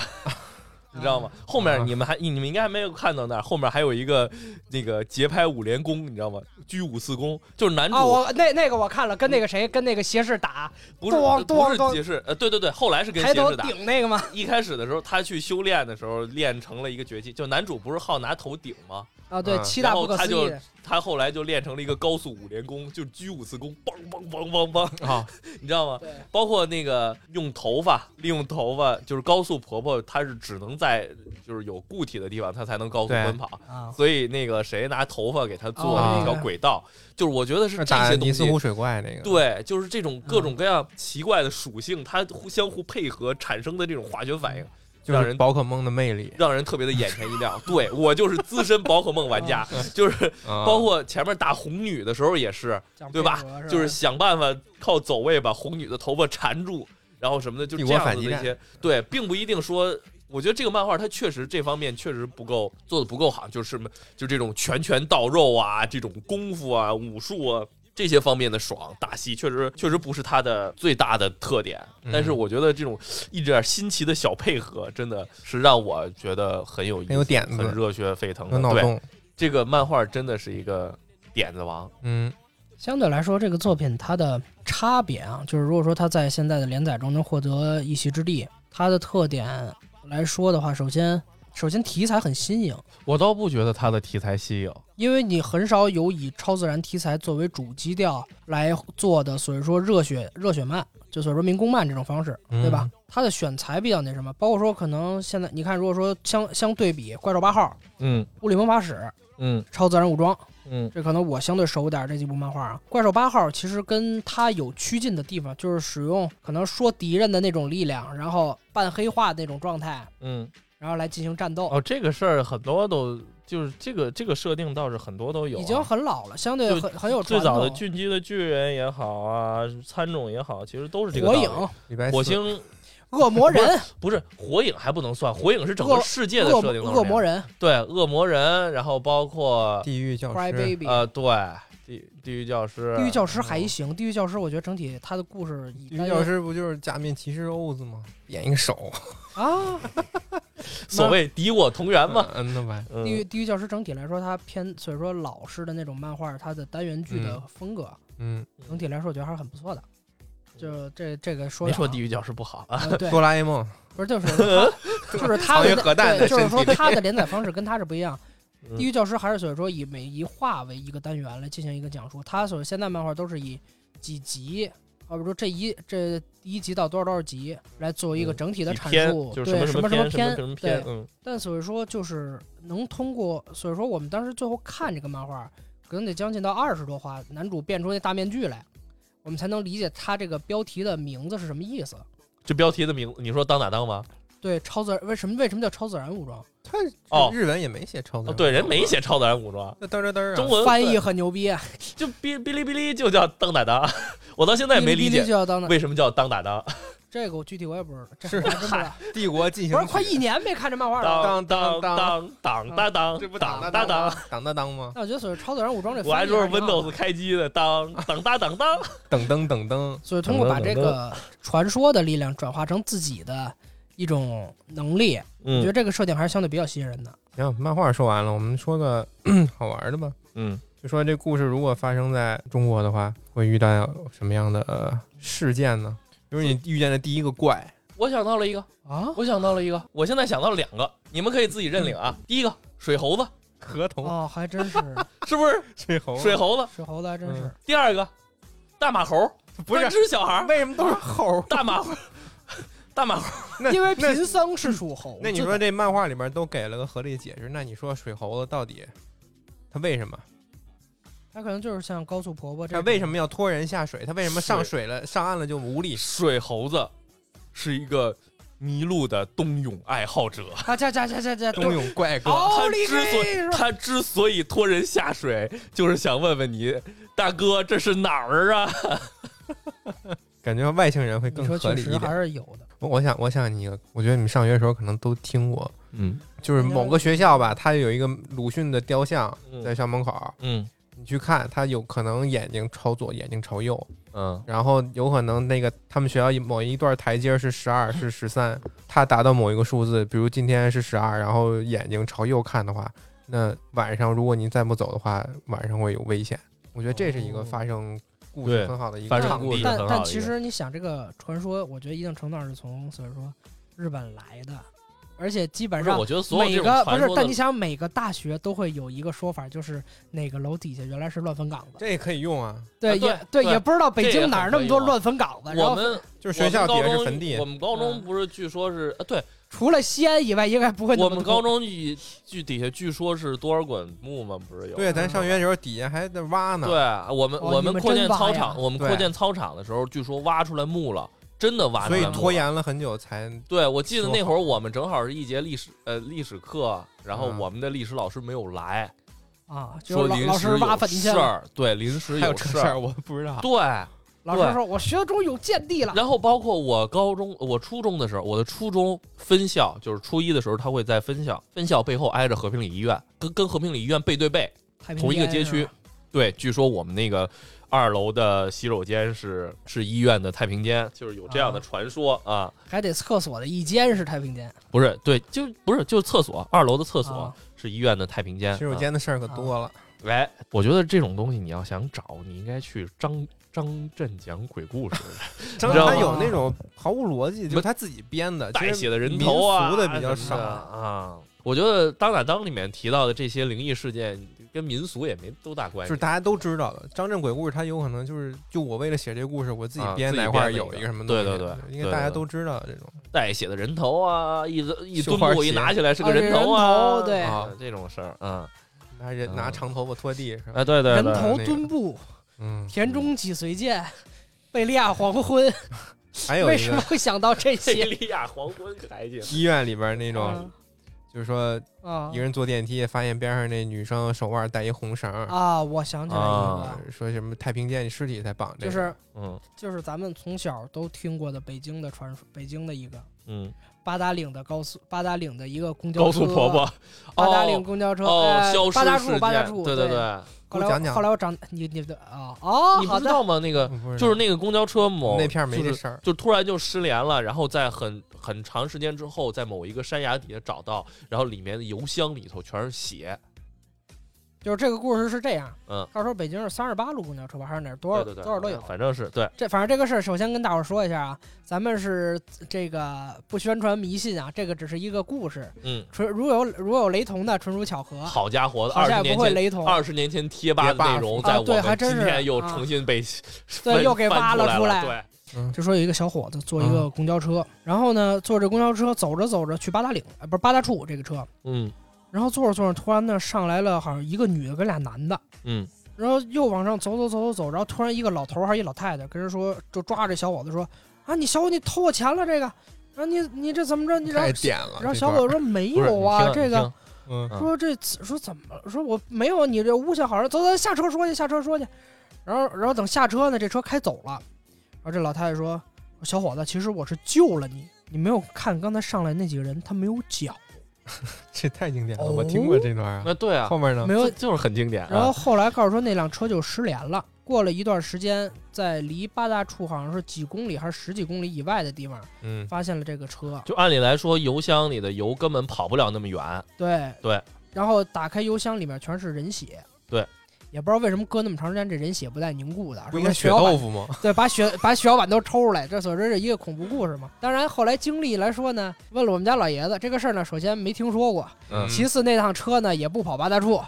[SPEAKER 2] 你知道吗？后面
[SPEAKER 1] 啊
[SPEAKER 2] 你们还你们应该还没有看到那儿，后面还有一个那个节拍五连弓，你知道吗？居五四弓，就是男主、
[SPEAKER 3] 啊，我那那个我看了，跟那个谁，跟那个斜视打，
[SPEAKER 2] 不是
[SPEAKER 3] 咚咚
[SPEAKER 2] 不是
[SPEAKER 3] 咚
[SPEAKER 2] 杰士，呃，对对对，后来是跟
[SPEAKER 3] 抬
[SPEAKER 2] 杰
[SPEAKER 3] 头
[SPEAKER 2] 士打。
[SPEAKER 3] 顶那个嘛，
[SPEAKER 2] 一开始的时候，他去修炼的时候，练成了一个绝技，就男主不是好拿头顶吗？
[SPEAKER 3] 啊，对，
[SPEAKER 1] 嗯
[SPEAKER 3] 七大不可思
[SPEAKER 2] 然后
[SPEAKER 3] 议
[SPEAKER 2] 他，他后来就练成了一个高速五连弓，就居五四弓，梆梆梆梆梆啊， 你知道吗？
[SPEAKER 3] 对，
[SPEAKER 2] 包括那个用头发，利用头发，就是高速婆婆，她是只能在就是有固体的地方，她才能高速
[SPEAKER 1] 对
[SPEAKER 2] 奔跑。
[SPEAKER 3] 啊，
[SPEAKER 2] 所以那个谁拿头发给她做
[SPEAKER 1] 哦
[SPEAKER 2] 了一条轨道，就是我觉得是这
[SPEAKER 1] 打
[SPEAKER 2] 些
[SPEAKER 1] 尼
[SPEAKER 2] 东
[SPEAKER 1] 斯
[SPEAKER 2] 西
[SPEAKER 1] 湖。水怪那个，
[SPEAKER 2] 对，就是这种各种各样奇怪的属性，它互相互配合产生的这种化学反应，
[SPEAKER 1] 就
[SPEAKER 2] 让
[SPEAKER 1] 是
[SPEAKER 2] 人
[SPEAKER 1] 宝可梦的魅力，
[SPEAKER 2] 让人特别的眼前一亮。对我就是资深宝可梦玩家，就是包
[SPEAKER 1] 包
[SPEAKER 2] 括前面打红女的时候也是，
[SPEAKER 3] 讲
[SPEAKER 2] 对吧
[SPEAKER 3] 配合
[SPEAKER 2] 就是想办法靠走位把红女的头发缠住，然后什么的，就
[SPEAKER 1] 帝
[SPEAKER 2] 这
[SPEAKER 1] 国
[SPEAKER 2] 样
[SPEAKER 1] 反
[SPEAKER 2] 子
[SPEAKER 1] 击
[SPEAKER 2] 的一
[SPEAKER 1] 战
[SPEAKER 2] 些，对，并不一定说。我觉得这个漫画它确实这方面确实不够做的不够好，就是什么就这种拳拳到肉啊，这种功夫啊、武术啊这些方面的爽打戏，确实确实不是它的最大的特点。
[SPEAKER 1] 嗯
[SPEAKER 2] 但是我觉得这种一点新奇的小配合，真的是让我觉得很有意思
[SPEAKER 1] 很有点子
[SPEAKER 2] 很热血沸腾
[SPEAKER 1] 有
[SPEAKER 2] 的。
[SPEAKER 1] 脑
[SPEAKER 2] 对，
[SPEAKER 1] 洞，
[SPEAKER 2] 这个漫画真的是一个点子王。
[SPEAKER 1] 嗯，
[SPEAKER 3] 相对来说，这个作品它的差别啊，就是如果说它在现在的连载中能获得一席之地，它的特点来说的话，首先首先题材很新颖，
[SPEAKER 2] 我倒不觉得它的题材稀有，
[SPEAKER 3] 因为你很少有以超自然题材作为主基调来做的，所以说热血热血漫，就所以说民工漫这种方式，
[SPEAKER 1] 嗯
[SPEAKER 3] 对吧？它的选材比较那什么，包括说可能现在你看，如果说相相对比《怪兽八号》
[SPEAKER 2] 嗯
[SPEAKER 3] 《物理魔法史》《
[SPEAKER 2] 嗯
[SPEAKER 3] 超自然武装》，
[SPEAKER 2] 嗯
[SPEAKER 3] 这可能我相对熟一点儿这几部漫画啊。怪兽八号其实跟它有趋近的地方，就是使用可能说敌人的那种力量，然后半黑化那种状态，
[SPEAKER 2] 嗯。
[SPEAKER 3] 然后来进行战斗。
[SPEAKER 2] 哦，这个事儿很多都就是这个这个设定倒是很多都有啊、
[SPEAKER 3] 已经很老了，相对
[SPEAKER 2] 就
[SPEAKER 3] 很很有
[SPEAKER 2] 最
[SPEAKER 3] 传
[SPEAKER 2] 早
[SPEAKER 3] 统。
[SPEAKER 2] 的《进击的巨人》也好啊，《参种》也好，其实都是这个
[SPEAKER 3] 火
[SPEAKER 2] 道理
[SPEAKER 3] 影，
[SPEAKER 1] 礼拜
[SPEAKER 2] 火
[SPEAKER 1] 四
[SPEAKER 2] 星
[SPEAKER 3] 恶 魔人，
[SPEAKER 2] 不是火影还不能算，火影是整
[SPEAKER 3] 恶
[SPEAKER 2] 个世界的
[SPEAKER 3] 恶
[SPEAKER 2] 设定都是
[SPEAKER 3] 恶魔
[SPEAKER 2] 人，
[SPEAKER 3] 人
[SPEAKER 2] 对恶魔人，然后包括
[SPEAKER 1] 地狱教
[SPEAKER 3] ，Cry
[SPEAKER 1] 师，
[SPEAKER 3] Baby，
[SPEAKER 2] 呃对地地狱教师，
[SPEAKER 3] 地狱教师还行，地狱教师我觉得整体他的故事
[SPEAKER 1] 地
[SPEAKER 3] 以
[SPEAKER 1] 狱教师不就是假面骑士 OZ 吗？点一个手，
[SPEAKER 3] 啊，
[SPEAKER 2] 所谓敌我同源嘛，
[SPEAKER 1] 嗯，那呗，
[SPEAKER 2] 嗯
[SPEAKER 3] 地狱地狱教师整体来说，它偏所以说老式的那种漫画，它的单元剧的风格，
[SPEAKER 1] 嗯，
[SPEAKER 3] 整体来说我觉得还是很不错的。就这这个说
[SPEAKER 2] 别说地
[SPEAKER 3] 狱，
[SPEAKER 2] 狱教师不好啊，
[SPEAKER 3] 呃对，
[SPEAKER 1] 哆啦 A 梦，
[SPEAKER 3] 不是就是它就是它
[SPEAKER 1] 藏
[SPEAKER 3] 的
[SPEAKER 1] 于核弹
[SPEAKER 3] 对，
[SPEAKER 1] 的
[SPEAKER 3] 就是
[SPEAKER 1] 身
[SPEAKER 3] 说
[SPEAKER 1] 体
[SPEAKER 3] 它的连载方式跟它是不 一样。
[SPEAKER 2] 嗯
[SPEAKER 3] 地狱教师还是所以说以每一话为一个单元来进行一个讲述，它所现在漫画都是以几集，啊，比如说这一这第一集到多少多少集来作为一个
[SPEAKER 2] 嗯
[SPEAKER 3] 整体的
[SPEAKER 2] 几
[SPEAKER 3] 阐
[SPEAKER 2] 篇
[SPEAKER 3] 述，
[SPEAKER 2] 就是
[SPEAKER 3] 对
[SPEAKER 2] 什么
[SPEAKER 3] 么么
[SPEAKER 2] 篇什么什么
[SPEAKER 3] 对
[SPEAKER 2] 篇，，嗯
[SPEAKER 3] 但所以说就是能通过，所以说我们当时最后看这个漫画，可能得将近到二十多话，男主变出那大面具来，我们才能理解他这个标题的名字是什么意思。
[SPEAKER 2] 这标题的名，你说当打当吗？
[SPEAKER 3] 对，超自然为什么为什么叫超自然武装？
[SPEAKER 1] 他
[SPEAKER 2] 哦
[SPEAKER 1] 日文也没写超
[SPEAKER 2] 哦，
[SPEAKER 1] 能，
[SPEAKER 2] 对，人没，写超自然武装，
[SPEAKER 1] 那嘚儿嘚儿啊，
[SPEAKER 2] 中文
[SPEAKER 3] 翻
[SPEAKER 2] 呃对
[SPEAKER 3] 译很牛逼，啊！
[SPEAKER 2] 就哔哔哩哔哩就叫当打当，我到现在也没
[SPEAKER 3] 哔
[SPEAKER 2] 理
[SPEAKER 3] 哩哔哩
[SPEAKER 2] 解
[SPEAKER 3] 就要当的
[SPEAKER 2] 为什么叫当打当，
[SPEAKER 3] 这个我具体我也不知道，这
[SPEAKER 1] 是
[SPEAKER 3] 我还真不知道。
[SPEAKER 1] 帝国进行
[SPEAKER 3] 不是快一年没看这漫画了。
[SPEAKER 2] 当
[SPEAKER 1] 当
[SPEAKER 2] 当当当当当，
[SPEAKER 1] 这不
[SPEAKER 2] 当
[SPEAKER 1] 当
[SPEAKER 2] 当当，
[SPEAKER 1] 当当当吗？
[SPEAKER 3] 那我觉得所谓超自然武装这，
[SPEAKER 2] 我还说是 Windows 开机的，当当当当 当，
[SPEAKER 1] 等噔等噔，
[SPEAKER 3] 所以通过把这个传说的力量转化成自己的一种能力，我觉得
[SPEAKER 2] 嗯
[SPEAKER 3] 这个设定还是相对比较吸引人的。
[SPEAKER 1] 行，漫画说完了，我们说个 好玩的吧。
[SPEAKER 2] 嗯，
[SPEAKER 1] 就说这故事如果发生在中国的话，会遇到什么样的、呃事件呢？比如你遇见的第一个怪，
[SPEAKER 2] 我想到了一个，
[SPEAKER 3] 啊，
[SPEAKER 2] 我想到了一个，我现在想到了两个，你们可以自己认领啊。第一个水猴子，
[SPEAKER 1] 河童、
[SPEAKER 3] 哦，还真是
[SPEAKER 2] 是不是
[SPEAKER 1] 水猴、
[SPEAKER 2] 水猴子？
[SPEAKER 3] 水猴子，还真是
[SPEAKER 1] 嗯。
[SPEAKER 2] 第二个大马猴，
[SPEAKER 1] 不是
[SPEAKER 2] 专吃小孩儿，
[SPEAKER 1] 为什么都是 猴？
[SPEAKER 2] 大马猴，大马猴，
[SPEAKER 1] 那
[SPEAKER 3] 因为
[SPEAKER 1] 那
[SPEAKER 3] 贫僧是属猴子
[SPEAKER 1] 那你说这漫画里面都给了个合理解释，那你说水猴子到底他为什么？
[SPEAKER 3] 他可能就是像高速婆婆这
[SPEAKER 1] 他
[SPEAKER 3] 种，
[SPEAKER 1] 为什么要拖人下水？他为什么上水了、上岸了就无理？
[SPEAKER 2] 水猴子是一个迷路的冬泳爱好者。
[SPEAKER 3] 他加加加 加加
[SPEAKER 1] 冬泳怪哥，
[SPEAKER 3] 奥
[SPEAKER 2] 他
[SPEAKER 3] 利
[SPEAKER 2] 之所以
[SPEAKER 3] 给！
[SPEAKER 2] 他之所以拖人下水，就是想问问你，大哥这是哪儿啊？
[SPEAKER 1] 感觉外星人会
[SPEAKER 3] 你
[SPEAKER 1] 更
[SPEAKER 3] 说
[SPEAKER 1] 合
[SPEAKER 3] 确
[SPEAKER 1] 理
[SPEAKER 3] 实
[SPEAKER 1] 一
[SPEAKER 3] 还
[SPEAKER 1] 点。
[SPEAKER 3] 是有的，
[SPEAKER 1] 我我想我想你，我觉得你们上学的时候可能都听过，
[SPEAKER 2] 嗯
[SPEAKER 1] 就是某个学校吧，它有一个鲁迅的雕像
[SPEAKER 2] 嗯
[SPEAKER 1] 在校门口，
[SPEAKER 2] 嗯
[SPEAKER 1] 你去看，它有可能眼睛朝左，眼睛朝右，
[SPEAKER 2] 嗯，
[SPEAKER 1] 然后有可能那个他们学校某一段台阶是十 二，是十三，它达到某一个数字，比如今天是十二，然后眼睛朝右看的话，那晚上如果您再不走的话，晚上会有危险。我觉得这是
[SPEAKER 3] 哦
[SPEAKER 1] 一个发生故事
[SPEAKER 2] 对
[SPEAKER 1] 很好的一
[SPEAKER 2] 发
[SPEAKER 1] 个
[SPEAKER 2] 生
[SPEAKER 1] 场
[SPEAKER 2] 故事
[SPEAKER 1] 地。
[SPEAKER 3] 啊但
[SPEAKER 2] 很好
[SPEAKER 3] 但
[SPEAKER 2] 的一
[SPEAKER 3] 其
[SPEAKER 2] 个
[SPEAKER 3] 实你想，这个传说，我觉得一定程度上是从所以说日本来的，而且基
[SPEAKER 2] 不
[SPEAKER 3] 本
[SPEAKER 2] 是，
[SPEAKER 3] 上
[SPEAKER 2] 我觉得所有
[SPEAKER 3] 每
[SPEAKER 2] 这
[SPEAKER 3] 个
[SPEAKER 2] 种
[SPEAKER 3] 不
[SPEAKER 2] 传
[SPEAKER 3] 是，
[SPEAKER 2] 说
[SPEAKER 3] 但你
[SPEAKER 2] 的，
[SPEAKER 3] 想每个大学都会有一个说法，就是哪个楼底下原来是乱坟岗子，
[SPEAKER 1] 这也可以用啊，
[SPEAKER 3] 对
[SPEAKER 2] 啊对
[SPEAKER 3] 也对，
[SPEAKER 2] 对
[SPEAKER 3] 也不知道北
[SPEAKER 2] 这也
[SPEAKER 3] 京哪儿
[SPEAKER 2] 很
[SPEAKER 3] 那
[SPEAKER 2] 可
[SPEAKER 3] 么
[SPEAKER 2] 以
[SPEAKER 3] 多
[SPEAKER 2] 用啊
[SPEAKER 3] 乱坟岗子，然
[SPEAKER 2] 我
[SPEAKER 3] 后
[SPEAKER 2] 们
[SPEAKER 1] 就是学校底
[SPEAKER 2] 我
[SPEAKER 1] 下
[SPEAKER 2] 们高
[SPEAKER 1] 是
[SPEAKER 2] 中
[SPEAKER 1] 坟地
[SPEAKER 2] 我。们高中
[SPEAKER 3] 嗯
[SPEAKER 2] 不是据说是呃，对
[SPEAKER 3] 除了西安以外，应该不会那
[SPEAKER 2] 我
[SPEAKER 3] 么
[SPEAKER 2] 们
[SPEAKER 3] 多
[SPEAKER 2] 高中据据底下据说是多少管墓吗？不是有
[SPEAKER 1] 对，咱上学的时候底下还在挖呢。
[SPEAKER 2] 对，我们
[SPEAKER 3] 哦
[SPEAKER 2] 我
[SPEAKER 3] 你们
[SPEAKER 2] 们扩
[SPEAKER 3] 真
[SPEAKER 2] 建
[SPEAKER 3] 挖
[SPEAKER 2] 操
[SPEAKER 3] 呀
[SPEAKER 2] 场，我们
[SPEAKER 1] 对
[SPEAKER 2] 扩建操场的时候，据说挖出来墓了，真的挖出
[SPEAKER 1] 所
[SPEAKER 2] 来
[SPEAKER 1] 以
[SPEAKER 2] 墓了，
[SPEAKER 1] 拖延了很久才
[SPEAKER 2] 对，我记得
[SPEAKER 1] 说
[SPEAKER 2] 那会儿我们正好是一节历史呃历史课，然后
[SPEAKER 1] 嗯
[SPEAKER 2] 我们的历史老师没有来，
[SPEAKER 3] 啊，就
[SPEAKER 2] 说
[SPEAKER 3] 是老
[SPEAKER 2] 临
[SPEAKER 3] 老
[SPEAKER 2] 时
[SPEAKER 3] 师挖
[SPEAKER 2] 有
[SPEAKER 3] 坟去
[SPEAKER 2] 事
[SPEAKER 3] 了，
[SPEAKER 2] 儿，对，临时
[SPEAKER 1] 还有这
[SPEAKER 2] 事
[SPEAKER 1] 事
[SPEAKER 2] 儿
[SPEAKER 1] 儿，，我不知道。
[SPEAKER 2] 对。
[SPEAKER 3] 老
[SPEAKER 2] 对
[SPEAKER 3] 师说我学中有见地了。
[SPEAKER 2] 然后包括我高中、我初中的时候，我的初中分校就是初一的时候，他会在分校，分校背后挨着和平里医院，跟跟和平里医院背对背，
[SPEAKER 3] 太平
[SPEAKER 2] 同一个
[SPEAKER 3] 间
[SPEAKER 2] 街
[SPEAKER 3] 啊是
[SPEAKER 2] 区
[SPEAKER 3] 吧。
[SPEAKER 2] 对，据说我们那个二楼的洗手间是是医院的太平间，就是有这样的
[SPEAKER 3] 啊
[SPEAKER 2] 传说啊，
[SPEAKER 3] 还得厕所的一间是太平间，
[SPEAKER 2] 不是，对，就不是，就是厕所，二楼的厕所
[SPEAKER 3] 啊
[SPEAKER 2] 是医院的太平间，
[SPEAKER 1] 洗手
[SPEAKER 2] 啊
[SPEAKER 1] 间的事儿可多了，
[SPEAKER 2] 哎，我觉得这种东西你要想找，你应该去张张震讲鬼故 事，
[SPEAKER 1] 张
[SPEAKER 2] 你知道
[SPEAKER 1] 他
[SPEAKER 2] 吗
[SPEAKER 1] 有那种毫无逻辑，就是他自己编的，
[SPEAKER 2] 啊带
[SPEAKER 1] 其实
[SPEAKER 2] 血的人头
[SPEAKER 1] 民
[SPEAKER 2] 啊，
[SPEAKER 1] 俗的比较少
[SPEAKER 2] 什么的啊。我觉得《当打当》里面提到的这些灵异事件，跟民俗也没多大关
[SPEAKER 1] 就
[SPEAKER 2] 系
[SPEAKER 1] 是。大家都知道的。张震鬼故事，他有可能就是就我为了写这故事，我自己
[SPEAKER 2] 啊
[SPEAKER 1] 编
[SPEAKER 2] 自己
[SPEAKER 1] 哪块儿
[SPEAKER 2] 编了一
[SPEAKER 1] 有
[SPEAKER 2] 个
[SPEAKER 1] 一个什么东西，
[SPEAKER 2] 对对对
[SPEAKER 1] 因为大家都知道这种。
[SPEAKER 2] 带血的人头啊，一一
[SPEAKER 1] 绣
[SPEAKER 2] 蹲
[SPEAKER 1] 花
[SPEAKER 2] 布一
[SPEAKER 1] 鞋
[SPEAKER 2] 拿起来是
[SPEAKER 3] 啊
[SPEAKER 2] 个人头
[SPEAKER 3] 人
[SPEAKER 2] 啊，
[SPEAKER 3] 头对
[SPEAKER 2] 啊这种事儿啊，
[SPEAKER 1] 拿人
[SPEAKER 2] 嗯
[SPEAKER 1] 拿长头发拖地是吧？
[SPEAKER 2] 哎，对对
[SPEAKER 3] 人
[SPEAKER 2] 对
[SPEAKER 3] 头
[SPEAKER 1] 那个
[SPEAKER 3] 墩布、
[SPEAKER 1] 嗯，
[SPEAKER 3] 田中脊髓剑、贝利亚黄昏，
[SPEAKER 1] 还有
[SPEAKER 3] 为
[SPEAKER 1] 一
[SPEAKER 3] 什么
[SPEAKER 1] 个
[SPEAKER 3] 会想到这
[SPEAKER 2] 贝
[SPEAKER 3] 些？
[SPEAKER 2] 利亚黄昏可还行，
[SPEAKER 1] 医院里边那种
[SPEAKER 3] 嗯
[SPEAKER 1] 就是说
[SPEAKER 3] 啊
[SPEAKER 1] 一个人坐电梯，发现边上那女生手腕带一红绳儿，
[SPEAKER 3] 啊，我想起来一个
[SPEAKER 2] 啊
[SPEAKER 3] 了，
[SPEAKER 1] 嗯说什么太平间尸体才绑这个，
[SPEAKER 3] 就是
[SPEAKER 2] 嗯
[SPEAKER 3] 就是咱们从小都听过的北京的传说，北京的一个
[SPEAKER 2] 嗯，
[SPEAKER 3] 八达岭的高速八达岭的一个公交车，
[SPEAKER 2] 高速婆婆，
[SPEAKER 3] 八达岭
[SPEAKER 2] 哦
[SPEAKER 3] 公交车，
[SPEAKER 2] 哦
[SPEAKER 3] 哎，
[SPEAKER 2] 消
[SPEAKER 3] 八大
[SPEAKER 2] 失事
[SPEAKER 3] 处八大处，
[SPEAKER 2] 件，对
[SPEAKER 3] 对。
[SPEAKER 2] 对，
[SPEAKER 3] 后来我
[SPEAKER 1] 讲讲
[SPEAKER 3] 后来我长你你的啊哦，
[SPEAKER 2] 你不
[SPEAKER 3] 好
[SPEAKER 2] 知
[SPEAKER 3] 的
[SPEAKER 2] 道吗？那个
[SPEAKER 1] 嗯不
[SPEAKER 2] 就是那个公交车某
[SPEAKER 1] 那片儿没
[SPEAKER 2] 就
[SPEAKER 1] 这
[SPEAKER 2] 是
[SPEAKER 1] 事儿，
[SPEAKER 2] 就突然就失联了，然后在很很长时间之后，在某一个山崖底下找到，然后里面的油箱里头全是血，
[SPEAKER 3] 就是这个故事是这样，
[SPEAKER 2] 嗯，
[SPEAKER 3] 到时候北京是三十八路公交车吧，还是哪儿多少
[SPEAKER 2] 对对对，
[SPEAKER 3] 多少都有。啊
[SPEAKER 2] 反正是对，
[SPEAKER 3] 这反正这个事儿，首先跟大伙儿说一下啊，咱们是这个不宣传迷信啊，这个只是一个故事，
[SPEAKER 2] 嗯，
[SPEAKER 3] 纯如有如有雷同的，纯属巧合，
[SPEAKER 2] 好家伙的，
[SPEAKER 3] 好
[SPEAKER 2] 二
[SPEAKER 3] 像
[SPEAKER 2] 十
[SPEAKER 3] 也
[SPEAKER 2] 年
[SPEAKER 3] 不会
[SPEAKER 2] 前。
[SPEAKER 3] 雷同，
[SPEAKER 2] 二十年前贴吧的内容，
[SPEAKER 3] 哦贴吧
[SPEAKER 2] 在
[SPEAKER 3] 啊
[SPEAKER 2] 我
[SPEAKER 3] 对还
[SPEAKER 2] 们今
[SPEAKER 3] 真是
[SPEAKER 2] 天又
[SPEAKER 3] 啊
[SPEAKER 2] 重新 被
[SPEAKER 3] 对
[SPEAKER 2] 翻
[SPEAKER 3] 又给
[SPEAKER 2] 翻
[SPEAKER 3] 挖了
[SPEAKER 2] 出
[SPEAKER 3] 出
[SPEAKER 2] 来
[SPEAKER 3] 来
[SPEAKER 2] 了。
[SPEAKER 3] 就说有一个小伙子坐一
[SPEAKER 2] 嗯
[SPEAKER 3] 个公交车，然后呢坐这公交车走着走着去八达岭，呃，不是八大处这个车，
[SPEAKER 2] 对，嗯
[SPEAKER 3] 然后坐着坐着突然呢上来了好像一个女的跟俩男的，
[SPEAKER 2] 嗯
[SPEAKER 3] 然后又往上走走走走走，然后突然一个老头儿还是一老太太跟人说，就抓着小伙子说啊你小伙子你偷我钱了这个，啊你你这怎么着你然后
[SPEAKER 1] 太点了。
[SPEAKER 3] 然后
[SPEAKER 1] 这
[SPEAKER 3] 小
[SPEAKER 1] 段
[SPEAKER 3] 伙
[SPEAKER 1] 儿
[SPEAKER 3] 子说没
[SPEAKER 2] 不是
[SPEAKER 3] 有啊
[SPEAKER 2] 你听
[SPEAKER 3] 这个。
[SPEAKER 1] 嗯
[SPEAKER 2] 嗯
[SPEAKER 3] 说这次说怎么了？说我没有，你这诬陷好人，走走下车说去，下车说去。然后然后等下车呢，这车开走了。然后这老太太说：“小伙子，其实我是救了你，你没有看刚才上来那几个人，他没有脚，
[SPEAKER 1] 这太经典了，
[SPEAKER 3] 哦
[SPEAKER 1] 我听过这段儿啊。
[SPEAKER 2] 那对啊，
[SPEAKER 1] 后面呢
[SPEAKER 3] 没？有
[SPEAKER 2] 这。就是很经典”啊。
[SPEAKER 3] 然后后来告诉说那辆车就失联了。过了一段时间，在离八大处好像是几公里还是十几公里以外的地方，
[SPEAKER 1] 嗯，
[SPEAKER 3] 发现了这个车。
[SPEAKER 2] 就按理来说，油箱里的油根本跑不了那么 远。
[SPEAKER 3] 对
[SPEAKER 2] 对。
[SPEAKER 3] 然后打开油箱，里面全是人血。
[SPEAKER 2] 对。
[SPEAKER 3] 也不知道为什么搁那么长时间，这人血不带凝固的，
[SPEAKER 1] 不应
[SPEAKER 3] 是
[SPEAKER 1] 该
[SPEAKER 3] 是
[SPEAKER 1] 血
[SPEAKER 3] 血小板
[SPEAKER 1] 豆腐吗？
[SPEAKER 3] 对，把血把血小板都抽出来，这所谓是一个恐怖故事嘛。当然，后来经历来说呢，问了我们家老爷子这个事儿呢，首先没听说过，
[SPEAKER 2] 嗯
[SPEAKER 3] 其次那趟车呢也不跑八大处，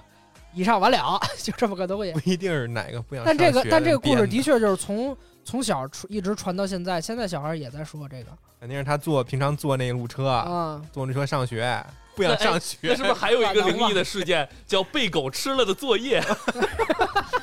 [SPEAKER 3] 以上完了， 就这么个东西
[SPEAKER 1] 不。一定是哪个不想啊上
[SPEAKER 3] 但
[SPEAKER 1] 学的人
[SPEAKER 3] 这
[SPEAKER 1] 编的。
[SPEAKER 3] 个但这个故事的确就是从从小出一直传到现在，现在小孩也在说这个
[SPEAKER 1] 肯定是他坐平常坐那路车啊，
[SPEAKER 3] 啊、
[SPEAKER 1] 坐那车上学，不想
[SPEAKER 2] 那哎
[SPEAKER 1] 上
[SPEAKER 2] 那
[SPEAKER 1] 学。
[SPEAKER 2] 是不是还有一个灵异的事 件，叫被狗吃了的作业？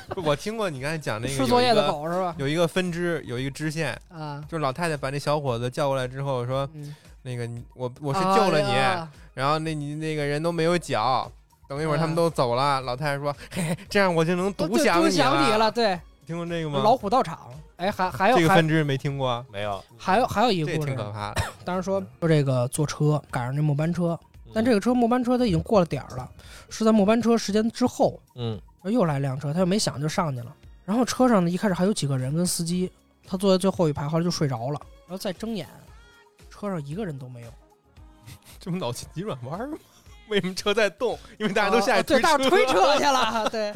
[SPEAKER 1] 不我听过你刚才讲那个
[SPEAKER 3] 吃作业的，
[SPEAKER 1] 有一
[SPEAKER 3] 狗是吧？
[SPEAKER 1] 个有一个分支，有一个支线，
[SPEAKER 3] 啊，
[SPEAKER 1] 就是老太太把那小伙子叫过来之后说
[SPEAKER 3] 嗯，：“
[SPEAKER 1] 那个你我我
[SPEAKER 3] 我
[SPEAKER 1] 是救了你，
[SPEAKER 3] 啊
[SPEAKER 1] 然后那你那个人都没有脚。”等一会儿
[SPEAKER 3] 嗯
[SPEAKER 1] 他们都走了，老太太说：“ 嘿，嘿这样我就能
[SPEAKER 3] 都
[SPEAKER 1] 独享
[SPEAKER 3] 都
[SPEAKER 1] 你
[SPEAKER 3] 想你了，对，
[SPEAKER 1] 听过这个吗？
[SPEAKER 3] 老虎道场。哎，还还有
[SPEAKER 1] 这个
[SPEAKER 3] 还
[SPEAKER 1] 分支没听过，啊
[SPEAKER 2] 没有，
[SPEAKER 3] 还有还有一
[SPEAKER 1] 这
[SPEAKER 3] 个故
[SPEAKER 1] 挺
[SPEAKER 3] 事，
[SPEAKER 1] 可怕的。嗯
[SPEAKER 3] 当时说说这个坐车赶上这末班车， 但这
[SPEAKER 2] 个
[SPEAKER 3] 个车末班车它已经过了点儿了，是在末班车时间之后，
[SPEAKER 2] 嗯
[SPEAKER 3] 又来辆车，他又没想就上去了。然后车上呢，一开始还有几个人跟司机，他坐在最后一排，后来就睡着了。然后再睁眼，车上一个人都没有。
[SPEAKER 1] 这不脑筋急转弯吗？为什么车在动？因为大家都下
[SPEAKER 3] 啊
[SPEAKER 1] 去
[SPEAKER 3] 对，大
[SPEAKER 1] 车。
[SPEAKER 3] 家推车去了，啊对，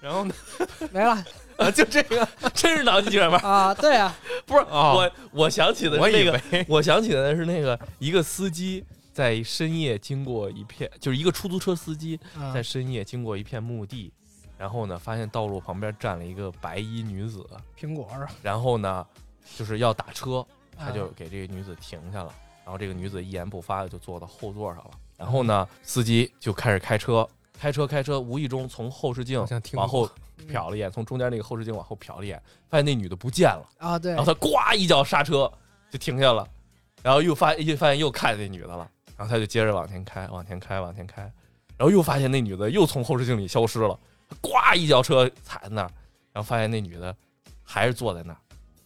[SPEAKER 1] 然后呢？
[SPEAKER 3] 没了
[SPEAKER 1] 啊，就这个
[SPEAKER 2] 真是脑筋急转弯。
[SPEAKER 3] 啊，对 啊，
[SPEAKER 2] 不是、
[SPEAKER 1] 哦
[SPEAKER 2] 我，我想起的
[SPEAKER 1] 我
[SPEAKER 2] 是那
[SPEAKER 1] 以
[SPEAKER 2] 个，
[SPEAKER 1] 为
[SPEAKER 2] 我想起的是那个一个司机在深夜经过一片，就是一个出租车司机
[SPEAKER 3] 啊
[SPEAKER 2] 在深夜经过一片墓地，然后呢，发现道路旁边站了一个白衣女子，
[SPEAKER 3] 苹果儿，
[SPEAKER 2] 然后呢，就是要打车，他就
[SPEAKER 3] 啊
[SPEAKER 2] 给这个女子停下了，然后这个女子一言不发的就坐到后座上了，然
[SPEAKER 1] 嗯
[SPEAKER 2] 后呢，司机就开始开车，开车开车，无意中从后视镜
[SPEAKER 1] 好像听
[SPEAKER 2] 往后
[SPEAKER 1] 过
[SPEAKER 3] 嗯
[SPEAKER 2] 瞟了一眼，从中间那个后视镜往后瞟了一眼，发现那女的不见了。
[SPEAKER 3] 啊，对
[SPEAKER 2] 然后他呱一脚刹车就停下了，然后又发又发现又看见那女的了，然后他就接着往前开，往前开，往前开，然后又发现那女的又从后视镜里消失了，他呱一脚车踩在那儿，然后发现那女的还是坐在那儿，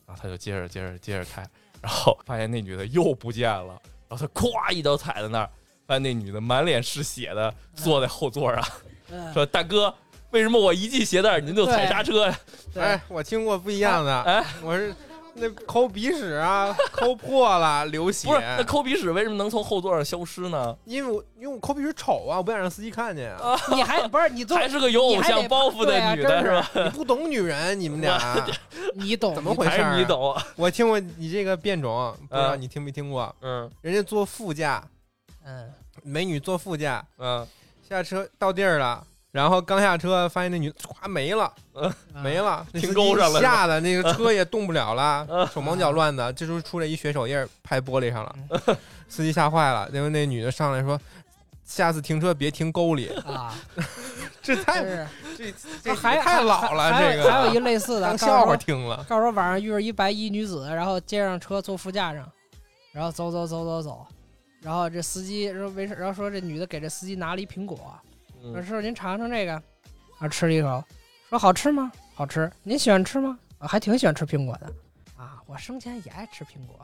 [SPEAKER 2] 然后他就接着接着接着开，然后发现那女的又不见了，然后他咵一脚踩在那儿，发现那女的满脸是血的坐在后座上，
[SPEAKER 3] 嗯
[SPEAKER 2] 说大哥。为什么我一系鞋带儿您就踩刹车呀？
[SPEAKER 1] 哎，我听过不一样的，
[SPEAKER 2] 哎，
[SPEAKER 1] 我是那抠鼻屎啊，抠破了流血
[SPEAKER 2] 不，是，那抠鼻屎为什么能从后座上消失呢？
[SPEAKER 1] 因为我因为我抠鼻屎丑啊，我不想让司机看见 啊。
[SPEAKER 3] 你还不是你坐
[SPEAKER 2] 还是个有偶像包袱的女的是吧？
[SPEAKER 1] 你不懂女人，你们俩
[SPEAKER 3] 你懂
[SPEAKER 1] 怎么
[SPEAKER 3] 你
[SPEAKER 1] 回事
[SPEAKER 2] 还
[SPEAKER 1] 儿？
[SPEAKER 2] 是你？懂？
[SPEAKER 1] 我听过你这个变种，不知道你听没听过？
[SPEAKER 2] 嗯
[SPEAKER 1] 人家坐副驾，
[SPEAKER 3] 嗯
[SPEAKER 1] 美女坐副驾，
[SPEAKER 2] 嗯，
[SPEAKER 1] 下车到地儿了。然后刚下车，发现那女唰没了，
[SPEAKER 3] 啊
[SPEAKER 1] 没了，那
[SPEAKER 2] 停
[SPEAKER 1] 司机
[SPEAKER 2] 沟上了是吧
[SPEAKER 1] 吓得那个车也动不了了
[SPEAKER 2] 嗯，
[SPEAKER 1] 手忙脚乱的。这时候出来一血手印儿拍玻璃上了，
[SPEAKER 3] 嗯
[SPEAKER 1] 司机吓坏了。因为那女的上来说：“下次停车别停沟 里。
[SPEAKER 3] 啊，”
[SPEAKER 1] 这太
[SPEAKER 3] 真是
[SPEAKER 1] 这
[SPEAKER 3] 还
[SPEAKER 1] 这
[SPEAKER 3] 还
[SPEAKER 1] 太老了，哎
[SPEAKER 3] 还
[SPEAKER 1] 啊这
[SPEAKER 3] 有还有
[SPEAKER 1] 个
[SPEAKER 3] 一类似的
[SPEAKER 1] 当
[SPEAKER 3] 告诉
[SPEAKER 1] 笑
[SPEAKER 3] 说
[SPEAKER 1] 话听了。
[SPEAKER 3] 告诉我晚上遇着一白衣女子，然后接上车坐副驾上，然后走走走走走，然后这司机说没事，然后说这女的给这司机拿了一苹果，
[SPEAKER 2] 嗯
[SPEAKER 3] 说师傅您尝尝这个，啊吃了一口，说好吃吗？好吃，您喜欢吃吗？我还挺喜欢吃苹果的，啊，我生前也爱吃苹果，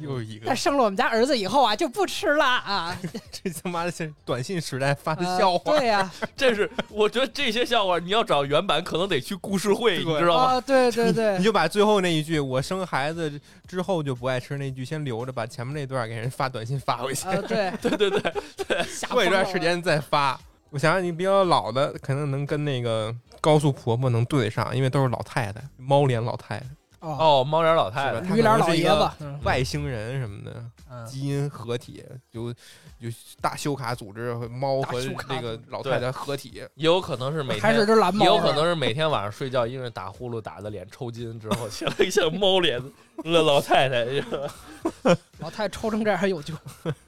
[SPEAKER 1] 又一个
[SPEAKER 3] 但，生了我们家儿子以后啊就不吃了啊，
[SPEAKER 1] 这他妈的是短信时代发的
[SPEAKER 3] 呃
[SPEAKER 1] 笑话。
[SPEAKER 3] 对呀、
[SPEAKER 2] 这是我觉得这些笑话你要找原版，可能得去故事会，你
[SPEAKER 1] 对
[SPEAKER 2] 知道吗？
[SPEAKER 3] 啊，对对 对
[SPEAKER 1] 你，就把最后那一句“我生孩子之后就不爱吃”那句先留着，把前面那段给人发短信发回去，
[SPEAKER 3] 啊对，
[SPEAKER 2] 对对 对，
[SPEAKER 1] 过一段时间再发。我想想，你比较老的，可能能跟那个高速婆婆能对得上，因为都是老太太，猫脸老太太、
[SPEAKER 3] 哦，
[SPEAKER 2] 哦，猫脸老太
[SPEAKER 1] 是
[SPEAKER 2] 太
[SPEAKER 1] 吧，
[SPEAKER 3] 驴脸老爷嗯子，
[SPEAKER 1] 外星人什么的，
[SPEAKER 3] 嗯，
[SPEAKER 1] 基因合体，就就大修卡组织和猫和
[SPEAKER 3] 大修卡
[SPEAKER 1] 那个老太太合体，
[SPEAKER 2] 也有可能是每
[SPEAKER 3] 还是
[SPEAKER 2] 天。
[SPEAKER 3] 只蓝猫，
[SPEAKER 2] 也有可能是每天晚上睡觉，因为打呼噜打的脸抽筋之后，起了一像猫脸的老太太。
[SPEAKER 3] 老太抽成这样还有救，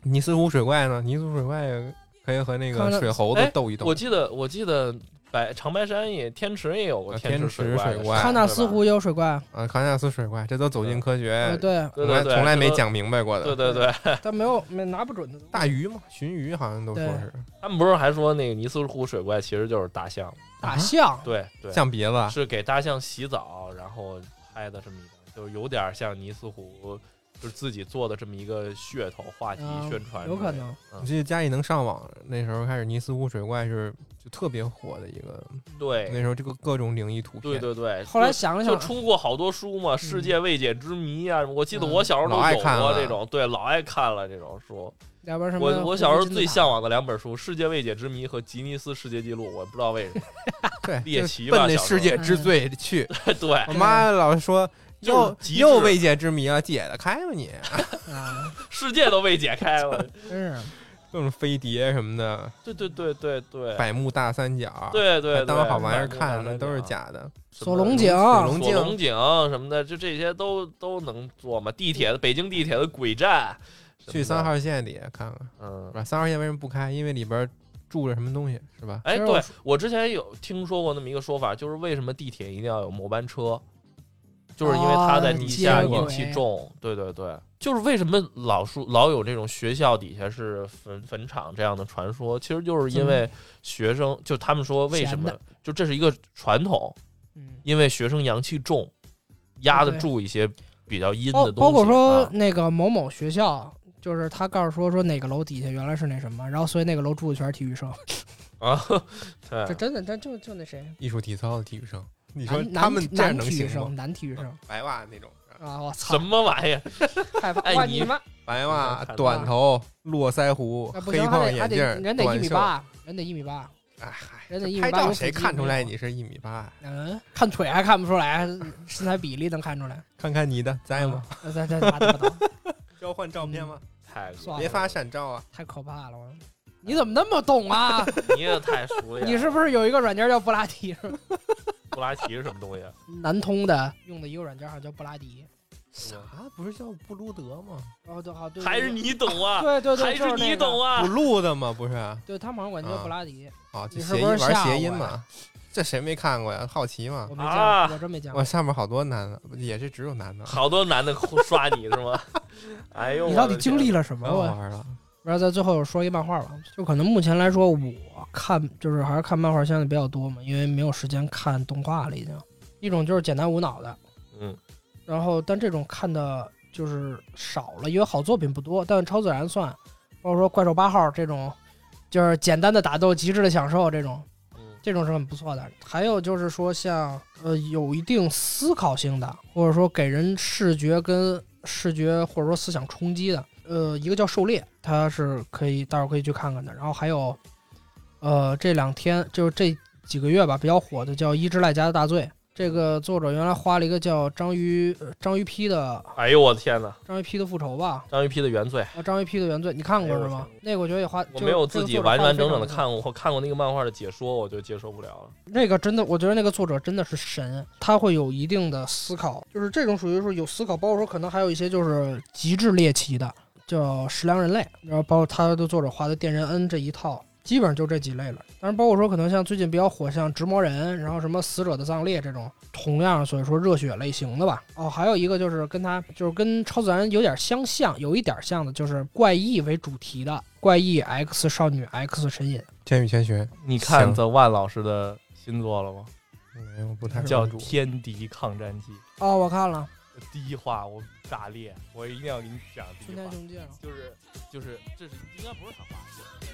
[SPEAKER 1] 尼斯湖水怪呢？尼斯湖水怪也可以和那
[SPEAKER 3] 看
[SPEAKER 1] 个
[SPEAKER 3] 着
[SPEAKER 1] 水猴
[SPEAKER 2] 哎
[SPEAKER 1] 子斗一斗。
[SPEAKER 2] 我记得，我记得白长白山也天池也有过
[SPEAKER 1] 啊
[SPEAKER 2] 池
[SPEAKER 1] 天池
[SPEAKER 2] 怪的
[SPEAKER 1] 水
[SPEAKER 2] 事
[SPEAKER 1] 怪
[SPEAKER 2] 儿，
[SPEAKER 3] 康纳斯湖也有水怪，
[SPEAKER 1] 啊，康纳斯水怪，这都走进科
[SPEAKER 3] 呃
[SPEAKER 2] 哎
[SPEAKER 1] 学，
[SPEAKER 3] 对，
[SPEAKER 2] 对
[SPEAKER 1] 从
[SPEAKER 2] 对
[SPEAKER 1] 来
[SPEAKER 2] 对，
[SPEAKER 1] 从来没
[SPEAKER 2] 这都。
[SPEAKER 1] 讲明白过
[SPEAKER 2] 对
[SPEAKER 1] 的。
[SPEAKER 2] 对对，
[SPEAKER 3] 但没有没拿不准的，
[SPEAKER 1] 大鱼嘛，鲟鱼好像都说
[SPEAKER 3] 对
[SPEAKER 1] 是
[SPEAKER 2] 他们不是还说那个尼斯湖水怪其实就是大象吗？
[SPEAKER 3] 大象，
[SPEAKER 2] 啊对对，
[SPEAKER 1] 象鼻子，啊
[SPEAKER 2] 是给大象洗澡，然后拍的这么一个，就是有点像尼斯湖，就是自己做的这么一个噱头话题
[SPEAKER 3] 嗯
[SPEAKER 2] 宣传之类的、
[SPEAKER 3] 有可能
[SPEAKER 1] 我记得家里能上网那时候开始，尼斯湖水怪是就特别火的一个，那
[SPEAKER 2] 对
[SPEAKER 1] 时候这个各种灵异图
[SPEAKER 2] 对
[SPEAKER 1] 片，
[SPEAKER 2] 对对，
[SPEAKER 3] 后来
[SPEAKER 2] 就。
[SPEAKER 3] 想了
[SPEAKER 2] 就
[SPEAKER 3] 想，
[SPEAKER 2] 出过好多书嘛，《世界未解之谜》啊，什么我记得
[SPEAKER 3] 嗯
[SPEAKER 2] 我小时候都
[SPEAKER 1] 老爱
[SPEAKER 2] 有
[SPEAKER 1] 看
[SPEAKER 2] 过
[SPEAKER 1] 了
[SPEAKER 2] 这种，对，老爱看了这种书。
[SPEAKER 3] 要不然什么？
[SPEAKER 2] 我我小时候最向往的两本书，《世界未解之谜》和《吉尼斯世界纪录》，我不知道为什么，
[SPEAKER 1] 对，
[SPEAKER 2] 猎
[SPEAKER 1] 就
[SPEAKER 2] 奇吧
[SPEAKER 1] 奔那
[SPEAKER 2] 小时
[SPEAKER 1] 世
[SPEAKER 2] 候
[SPEAKER 1] 界之最去。
[SPEAKER 3] 嗯
[SPEAKER 2] 对，
[SPEAKER 1] 我妈老是说
[SPEAKER 2] 就是
[SPEAKER 1] 又
[SPEAKER 2] 极致
[SPEAKER 1] 又未解之谜啊，解得开吗你？
[SPEAKER 3] 啊，
[SPEAKER 2] 世界都未解开了。
[SPEAKER 3] 真是
[SPEAKER 1] 各种飞碟什么的，
[SPEAKER 2] 对对对对对，
[SPEAKER 1] 百慕大三角，
[SPEAKER 2] 对对对，
[SPEAKER 1] 还当好玩意儿
[SPEAKER 2] 百慕大
[SPEAKER 1] 看，那
[SPEAKER 2] 三
[SPEAKER 1] 都是
[SPEAKER 2] 角
[SPEAKER 1] 假的。
[SPEAKER 2] 什
[SPEAKER 3] 锁
[SPEAKER 2] 么
[SPEAKER 3] 龙井，
[SPEAKER 1] 锁龙
[SPEAKER 2] 锁
[SPEAKER 1] 井
[SPEAKER 2] 龙井什么的，就这些都都能做嘛。地铁的北京地铁的轨站，什么的
[SPEAKER 1] 去三，号线里看看，
[SPEAKER 2] 嗯
[SPEAKER 1] 是，吧？三号线为什么不开？因为里边住着什么东西，是吧？
[SPEAKER 2] 哎，
[SPEAKER 3] 其实
[SPEAKER 2] 对
[SPEAKER 3] 我
[SPEAKER 2] 我之前有听说过那么一个说法，就是为什么地铁一定要有末班车，就是因为它在地下
[SPEAKER 1] 哦
[SPEAKER 2] 阴气重。对对对，就是为什么老说老有这种学校底下是坟坟场这样的传说，其实就是因为学生，就他们说为什么
[SPEAKER 3] 嗯闲，
[SPEAKER 2] 就这是一个传统，
[SPEAKER 3] 嗯，
[SPEAKER 2] 因为学生阳气重，压得
[SPEAKER 3] 对
[SPEAKER 2] 住一些比较阴
[SPEAKER 3] 包
[SPEAKER 2] 的东西。
[SPEAKER 3] 包括说
[SPEAKER 2] 啊
[SPEAKER 3] 那个某某学校，就是他告诉说说哪个楼底下原来是那什么，然后所以那个楼住的全是体育生，
[SPEAKER 2] 啊， 对
[SPEAKER 3] 这，真的，这就就那谁，
[SPEAKER 1] 艺术体操的体育生，你说
[SPEAKER 3] 男
[SPEAKER 1] 他
[SPEAKER 3] 男
[SPEAKER 1] 们这样
[SPEAKER 3] 男
[SPEAKER 1] 能
[SPEAKER 3] 体育
[SPEAKER 1] 行吗
[SPEAKER 3] 生，？男体育生
[SPEAKER 1] 白袜那种，
[SPEAKER 3] 啊，我操
[SPEAKER 2] 嗯什，么玩意儿？
[SPEAKER 3] 害怕
[SPEAKER 2] 哎
[SPEAKER 3] 哇
[SPEAKER 2] 你
[SPEAKER 3] 你们
[SPEAKER 1] 白袜
[SPEAKER 2] 看到、
[SPEAKER 1] 短头、络腮胡、
[SPEAKER 3] 那不
[SPEAKER 1] 黑
[SPEAKER 3] 行，还
[SPEAKER 1] 框
[SPEAKER 3] 得还
[SPEAKER 1] 眼
[SPEAKER 3] 得
[SPEAKER 1] 镜、
[SPEAKER 3] 人得一
[SPEAKER 1] 短
[SPEAKER 3] 米
[SPEAKER 1] 袖。
[SPEAKER 3] 八，人得一米八，
[SPEAKER 1] 哎，嗨
[SPEAKER 3] 人得
[SPEAKER 1] 这
[SPEAKER 3] 一米
[SPEAKER 1] 拍
[SPEAKER 3] 八
[SPEAKER 1] 照
[SPEAKER 3] 有
[SPEAKER 1] 谁
[SPEAKER 3] 腹肌
[SPEAKER 1] 看出
[SPEAKER 3] 没
[SPEAKER 1] 来
[SPEAKER 3] 有
[SPEAKER 1] 你是一米八呀？啊
[SPEAKER 3] 嗯，看腿还看不出来，身材比例能看出来。
[SPEAKER 1] 看看你的，在吗？
[SPEAKER 3] 呃？ 咱咱打打打，
[SPEAKER 1] 交啊换照片吗？
[SPEAKER 2] 太恶心
[SPEAKER 3] 嗯
[SPEAKER 2] 了
[SPEAKER 1] 别发闪照啊！
[SPEAKER 3] 太可怕了！我你怎么那么懂 啊？
[SPEAKER 2] 你也太熟练了。
[SPEAKER 3] 你是不是有一个软件叫布拉提？是吧
[SPEAKER 2] 布拉提是什么东西啊？
[SPEAKER 3] 南通的用的一个软件好像叫布拉迪。
[SPEAKER 2] 是吗
[SPEAKER 1] 啊，不是叫布鲁德吗？
[SPEAKER 3] 哦，对，好，对，对
[SPEAKER 2] 还是？你懂啊？
[SPEAKER 3] 对对对，
[SPEAKER 2] 还
[SPEAKER 3] 就是
[SPEAKER 2] 你
[SPEAKER 3] 那个
[SPEAKER 2] 懂。啊
[SPEAKER 1] 不？录的吗？不是啊，
[SPEAKER 3] 对他们好像管叫布拉迪，
[SPEAKER 1] 就
[SPEAKER 3] 你是
[SPEAKER 1] 谐音
[SPEAKER 3] 不是
[SPEAKER 1] 玩
[SPEAKER 3] 吓
[SPEAKER 1] 谐
[SPEAKER 3] 我
[SPEAKER 1] 音
[SPEAKER 3] 呀
[SPEAKER 1] 嘛。这谁没看过呀？好奇嘛
[SPEAKER 3] 我。没见
[SPEAKER 2] 啊
[SPEAKER 3] 过，我真没见
[SPEAKER 1] 哇，
[SPEAKER 3] 过。
[SPEAKER 1] 上面好多男的，也是只有男的，
[SPEAKER 2] 好多男的 刷你是吗？哎呦，
[SPEAKER 3] 你到底经历
[SPEAKER 2] 了？
[SPEAKER 3] 了什么
[SPEAKER 1] 老好
[SPEAKER 3] 我？
[SPEAKER 1] 玩了。
[SPEAKER 3] 然后在最后说一漫画吧，就可能目前来说，我看就是还是看漫画相对比较多嘛，因为没有时间看动画了已经。一种就是简单无脑的，
[SPEAKER 2] 嗯，
[SPEAKER 3] 然后但这种看的就是少了，因为好作品不多。但超自然算，包括说怪兽八号这种，就是简单的打斗、极致的享受这种，
[SPEAKER 2] 嗯
[SPEAKER 3] 这种是很不错的。还有就是说像呃有一定思考性的，或者说给人视觉跟视觉或者说思想冲击的，呃，一个叫《狩猎》，它是可以大伙儿可以去看看的。然后还有，呃，这两天就是这几个月吧，比较火的叫《伊之濑家的大罪》。这个作者原来画了一个叫章鱼呃章鱼批的
[SPEAKER 2] 哎呦我的天哪！
[SPEAKER 3] 章鱼批的复仇吧，
[SPEAKER 2] 张一批的原罪，
[SPEAKER 3] 啊，章鱼批的原罪，你看过是吗
[SPEAKER 2] 哎？
[SPEAKER 3] 那个我觉得也画，
[SPEAKER 2] 我
[SPEAKER 3] 就
[SPEAKER 2] 没有
[SPEAKER 3] 是这
[SPEAKER 2] 自
[SPEAKER 3] 个
[SPEAKER 2] 己
[SPEAKER 3] 作者画
[SPEAKER 2] 完
[SPEAKER 3] 得
[SPEAKER 2] 完
[SPEAKER 3] 非
[SPEAKER 2] 整整
[SPEAKER 3] 常
[SPEAKER 2] 的
[SPEAKER 3] 不错
[SPEAKER 2] 看过，我看过那个漫画的解说，我就接受不了了。
[SPEAKER 3] 那个真的，我觉得那个作者真的是神，他会有一定的思考，就是这种属于是有思考，包括说可能还有一些就是极致猎奇的，叫《食粮人类》，然后包括他的作者画的《电人恩》这一套，基本上就这几类了。但是包括说可能像最近比较火，像《直魔人》，然后什么《死者的葬列》这种，同样所以说热血类型的吧。哦，还有一个就是跟它就是跟超自然有点相像，有一点像的就是怪异为主题的怪异 X 少女 X 神隐。
[SPEAKER 1] 《千与千寻》
[SPEAKER 2] 你看
[SPEAKER 1] 行
[SPEAKER 2] The One 老师的新作了吗？
[SPEAKER 1] 没有嗯不太
[SPEAKER 2] 叫
[SPEAKER 1] 关
[SPEAKER 2] 《
[SPEAKER 1] 注。
[SPEAKER 2] 天敌抗战记
[SPEAKER 3] 哦，我看了，》，
[SPEAKER 2] 第一话我炸裂，我一定要给你讲第一
[SPEAKER 3] 春
[SPEAKER 2] 话
[SPEAKER 3] 天，雄介了。
[SPEAKER 2] 就是就是这是应该不是他画的。